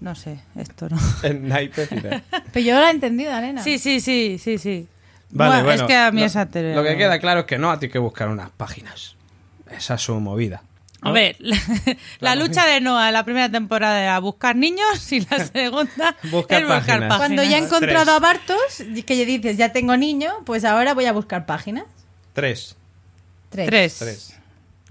No sé, esto [LAUGHS] no. [LAUGHS] El naipe [LAUGHS] final. Pero yo lo he entendido, Elena. Sí, sí, sí, sí, sí. Vale, Bueno, bueno, es que a mí lo, esa te- Lo que queda claro es que no, a ti que buscar unas páginas. Esa es su movida. A ver, [LAUGHS] la, la lucha de Noah, la primera temporada era buscar niños [LAUGHS] y la segunda Buscar es buscar páginas. páginas. Cuando ya he Páginas. encontrado Tres. a Bartos, y que ya dices, ya tengo niño, pues ahora voy a buscar páginas. Tres. Tres. Tres. Tres.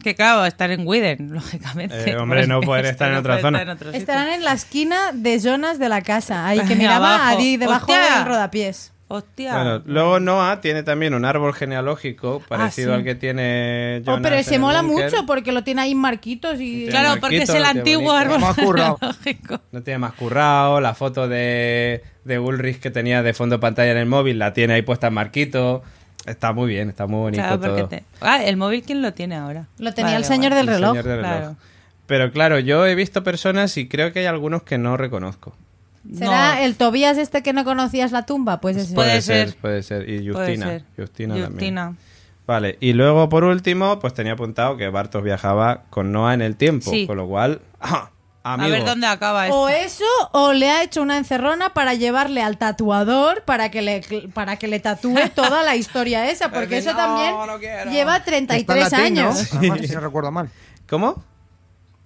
Que claro, estar en Widen, [LAUGHS] lógicamente. Eh, hombre, no poder [LAUGHS] Este estar en no otra puede zona. estar en otro sitio. Estarán en la esquina de zonas de la casa, ahí que Ahí miraba abajo. ahí debajo Hostia. del rodapiés. Hostia. Bueno, luego Noah tiene también un árbol genealógico parecido Ah, sí. al que tiene Oh, Jonas pero en se el mola búnker. mucho porque lo tiene ahí en marquitos y... Tiene claro, porque es Marquito, el qué antiguo bonito. árbol Más currado. genealógico. No tiene más currao, la foto de, de Ulrich que tenía de fondo pantalla en el móvil la tiene ahí puesta en Marquito. Está muy bien, está muy bonito Claro, porque todo. te- Ah, el móvil, ¿quién lo tiene ahora? Lo tenía Vale, el señor vale. del reloj. señor del reloj. claro. Pero claro, yo he visto personas y creo que hay algunos que no reconozco. ¿Será No, el Tobías este que no conocías la tumba? Pues ese. Puede ser. puede ser. Y puede Justina. ser. Justina, también. Justina. Vale, y luego por último, pues tenía apuntado que Bartos viajaba con Noah en el tiempo, Sí. con lo cual, ¡ah! A amigo, ver dónde acaba esto. O eso, o le ha hecho una encerrona para llevarle al tatuador para que le, para que le tatúe toda la historia esa, porque Pero eso no, también no quiero. lleva Está 33 en latín, ¿no? años. Además, si no recuerdo mal. ¿Cómo?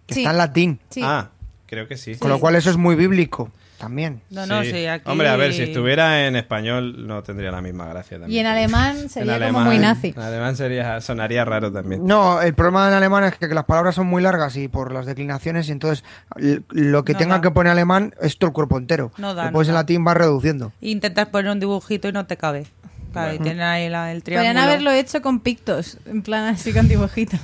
Sí. Está en latín. Sí. Ah, creo que sí. Con lo cual eso es muy bíblico también. No, no, sí, aquí... Hombre, a ver, si estuviera en español no tendría la misma gracia también. Y en alemán sería como alemán- muy nazi. En alemán sería, sonaría raro también. [LAUGHS] No, el problema en alemán es que, que las palabras son muy largas y por las declinaciones, y entonces l- lo que No tenga da. que poner alemán es todo el cuerpo entero. No da, Después no en da. latín va reduciendo. Intentas poner un dibujito y no te cabe. Claro, y tiene ahí la- el triángulo. Podrían haberlo hecho con pictos, en plan así con dibujitos.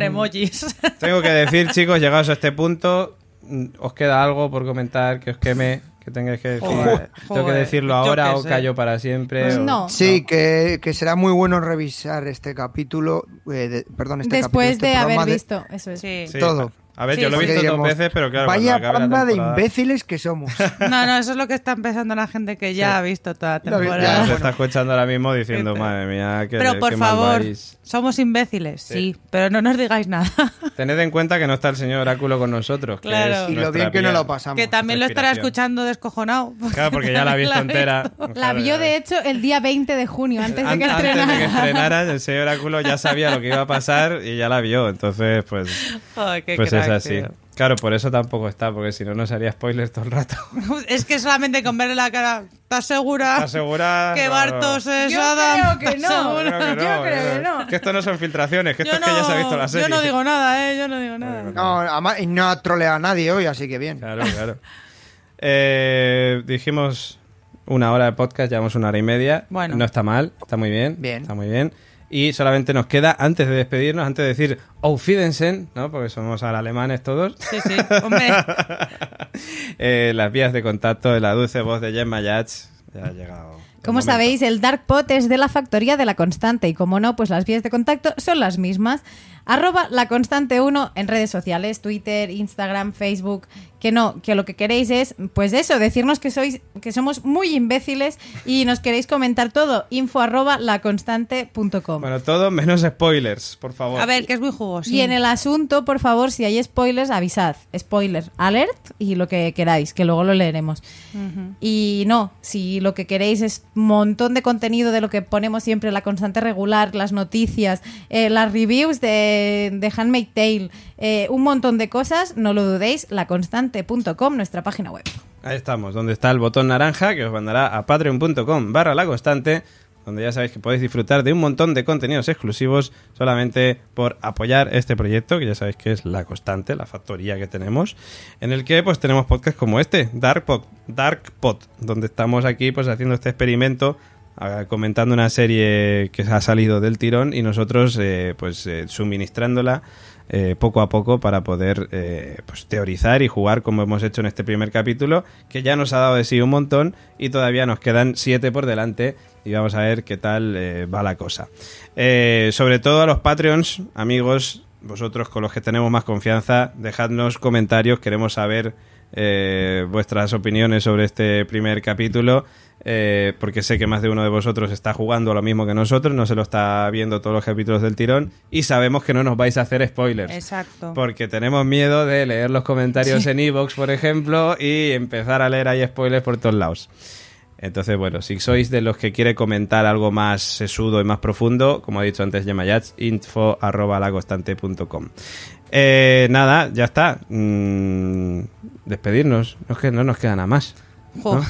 [LAUGHS] emojis. Tengo que decir, chicos, llegados a este punto, mm, os queda algo por comentar que os queme, que tengáis que decir. Joder, Tengo que joder, decirlo yo ahora qué o sé. callo para siempre. Pues o- no. Sí, que, que será muy bueno revisar este capítulo, eh, de- perdón, este Después capítulo, este de haber programa visto, eso es. Sí. Sí, todo. A ver, Sí, yo lo he sí. visto Porque dos diremos, veces, pero claro. cuando Vaya acabe la banda de temporada- imbéciles [LAUGHS] que somos. No, no, eso es lo que está empezando la gente que ya ha visto toda la Lo vi- Ya temporada. se está escuchando ahora mismo diciendo, madre mía, que Pero por favor, Tened somos imbéciles, sí. pero no nos digáis nada. en cuenta que no está el señor Oráculo con nosotros. que Claro. es y lo nuestra bien que no vía. lo pasamos. que también lo estará respiración. escuchando descojonado. [LAUGHS] Claro, porque ya la ha visto La- entera. La Claro, ya vio de hecho el día 20 de junio, antes de An- que antes de que estrenara. estrenaran, el señor Oráculo ya sabía lo que iba a pasar y ya la vio. Entonces, pues, Ay, qué pues crack, es así. tío. [LAUGHS] Claro, por eso tampoco está, porque si no, nos haría spoilers todo el rato. Es que solamente con verle la cara, ¿estás segura? ¿Estás segura? [LAUGHS] Que No, Bartos eh. no. es Yo Adam. creo que ¿Estás no. Yo segura? creo que Yo no, creo que no. Que esto no son filtraciones, que esto es que ya se ha visto la serie. Yo no digo nada, ¿eh? Yo no digo nada. No, además, y no ha troleado a nadie hoy, así que bien. Claro, claro. Eh, dijimos una hora de podcast, llevamos una hora y media. Bueno. No está mal, está muy bien. Bien. Está muy bien. Y solamente nos queda, antes de despedirnos, antes de decir Auf Wiedersehen, ¿no? Porque somos ahora alemanes todos. [LAUGHS] Sí, sí. Hombre, Eh, las vías de contacto de la dulce voz de Gemma Yats. Ya ha llegado. el Como momento. sabéis, el Dark Pot es de la factoría de La Constante y como no, pues las vías de contacto son las mismas. Arroba La Constante 1 en redes sociales, Twitter, Instagram, Facebook, que no, que lo que queréis es, pues eso, decirnos que sois, que somos muy imbéciles y nos queréis comentar todo, info arroba laconstante.com. Bueno, todo menos spoilers, por favor. a ver, que es muy jugoso. Y en el asunto, por favor, si hay spoilers, avisad. Spoiler, alert y lo que queráis, que luego lo leeremos. Y no, si lo que queréis es un montón de contenido de lo que ponemos siempre, la constante regular, las noticias, eh, las reviews de, de Handmade Tale, eh, un montón de cosas, no lo dudéis, laconstante.com, nuestra página web. Ahí estamos, donde está el botón naranja que os mandará a patreon.com barra la constante, donde ya sabéis que podéis disfrutar de un montón de contenidos exclusivos solamente por apoyar este proyecto, que ya sabéis que es la constante, la factoría que tenemos, en el que pues tenemos podcasts como este, Dark Pod, Dark Pod donde estamos aquí pues haciendo este experimento ah, comentando una serie que ha salido del tirón y nosotros eh, pues eh, suministrándola eh, poco a poco para poder eh, pues, teorizar y jugar como hemos hecho en este primer capítulo que ya nos ha dado de sí un montón y todavía nos quedan siete por delante y vamos a ver qué tal eh, va la cosa Eh, sobre todo a los patreons amigos vosotros con los que tenemos más confianza dejadnos comentarios queremos saber eh, vuestras opiniones sobre este primer capítulo eh, porque sé que más de uno de vosotros está jugando a lo mismo que nosotros, no se lo está viendo todos los capítulos del tirón y sabemos que no nos vais a hacer spoilers. Exacto. Porque tenemos miedo de leer los comentarios en Evox, por ejemplo, y empezar a leer ahí spoilers por todos lados. Entonces, bueno, si sois de los que quiere comentar algo más sesudo y más profundo, como ha dicho antes Yemayats, info arroba laconstante.com. Eh, nada, ya está. Mm, despedirnos. No es que no nos queda nada más. Jo, ¿no?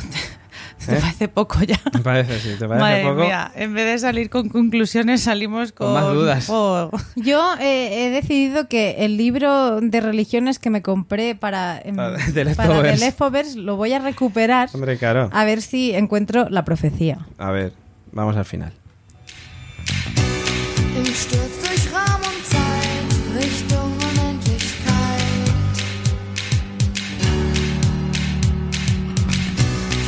¿Te ¿Eh? parece poco [LAUGHS] ya? Me parece, sí, te parece Madre poco. mía, en vez de salir con conclusiones salimos con... Con más [LAUGHS] dudas. jo. Yo eh, he decidido que el libro de religiones que me compré para, em, Para- [LAUGHS] de para leftovers. The Leftovers lo voy a recuperar Hombre, claro. a ver si encuentro la profecía. A ver, vamos al final. Im Sturz durch Raum und Zeit, Richtung Unendlichkeit.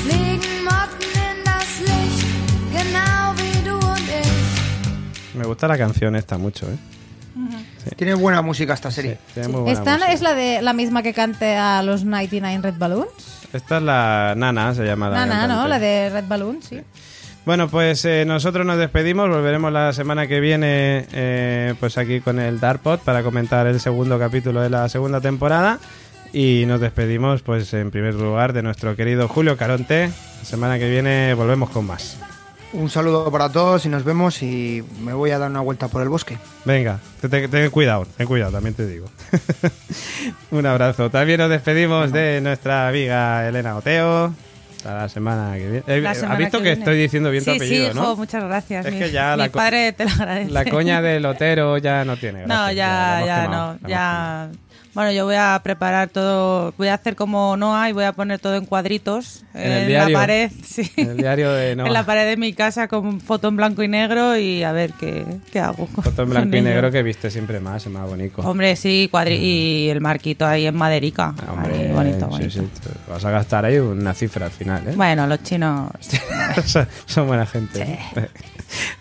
Fliegen Motten in das Licht, genau wie du und ich. Me gusta la canción esta mucho, ¿eh? Tiene buena música esta Sí, serie. tiene muy buena Esta música. es la de la misma que cante a los 99 Red Balloons. Esta es la Nana, se llama la No, no, no, cantante. la de Red Balloons, sí. Bueno, pues eh, nosotros nos despedimos, volveremos la semana que viene eh, pues aquí con el Darkpod para comentar el segundo capítulo de la segunda temporada y nos despedimos pues en primer lugar de nuestro querido Julio Caronte. La semana que viene volvemos con más. Un saludo para todos y nos vemos y me voy a dar una vuelta por el bosque. Venga, te- te- ten cuidado, ten cuidado, también te digo. [LAUGHS] Un abrazo. También nos despedimos de nuestra amiga Elena Oteo. Hasta la semana que viene. Eh, La semana ¿Has visto que, viene. estoy diciendo bien tu Sí, apellido, sí, no? jo, muchas gracias. Es mi, que ya mi la co- padre te lo agradece. La coña [LAUGHS] del Otero ya no tiene. gracia, No, ya, la hemos ya, quemado, la no, hemos ya. Bueno, yo voy a preparar todo, voy a hacer como Noah y voy a poner todo en cuadritos En el la diario. pared, [LAUGHS] sí. quemado. El diario de Noah. en la pared de mi casa con foto en blanco y negro y a ver qué, qué hago. con- [LAUGHS] Foto en blanco con y ello. negro que viste siempre más, es más bonito. Hombre, sí, cuadri y el marquito ahí en maderica. Mm. Ah, hombre, Ahí, bonito, sí, bonito. sí, te vas a gastar ahí una cifra al final, ¿eh? Bueno, los chinos. [LAUGHS] son, son buena gente. ¿eh?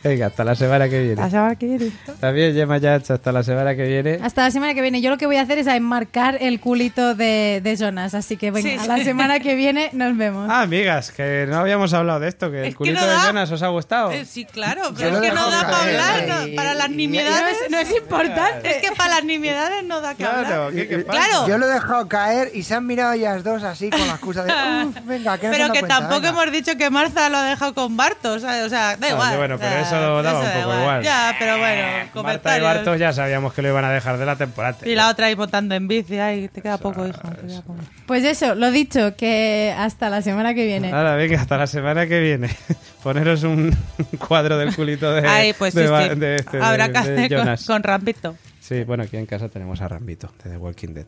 Venga, hasta la semana que viene. A saber qué viene. También, Gemma Yats, hasta la semana que viene. Hasta la semana que viene. Yo lo que voy a hacer es a enmarcar el culito de, de Jonas. Así que venga, Sí, sí. a la semana que viene nos vemos. Ah, amigas, que no habíamos hablado de esto, que Es el que culito no de da. Jonas os ha gustado. Eh, Sí, claro, Yo pero lo es que no dejo da para caer hablar, ahí. no, para las Y- no, nimiedades. es, no es importante. Es que para las nimiedades no da que hablar. Claro, ¿qué, qué pasa? Claro. Yo lo he dejado caer y se han mirado ellas dos así con la excusa de, [LAUGHS] "Uf, venga, que no se Pero han dado que cuenta, tampoco venga". hemos dicho que Marza lo ha dejado con Barto, o sea, o sea, da Ah, igual. bueno, o pero sea, eso daba un da poco igual. Eh, Ya, pero bueno, Marta y comentarios. Bartos ya sabíamos que lo iban a dejar de la temporada. Y la otra ahí montando en bici, ay, te queda poco, hijo. te queda poco. Pues eso, lo dicho, que hasta la semana que viene. Ahora, venga, hasta la semana que viene. [LAUGHS] Poneros un [LAUGHS] cuadro del culito de, Ay, pues de sí, Ba- sí. de este, de- Habrá que de hacer con, Jonas. con Rampito. Sí, bueno, aquí en casa tenemos a Rambito, de The Walking Dead.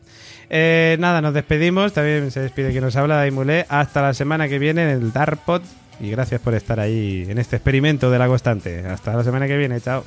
Eh, nada, nos despedimos. También se despide quien nos habla, Daimulé. Hasta la semana que viene en el Dark Pod. Y gracias por estar ahí en este experimento de la constante. Hasta la semana que viene, chao.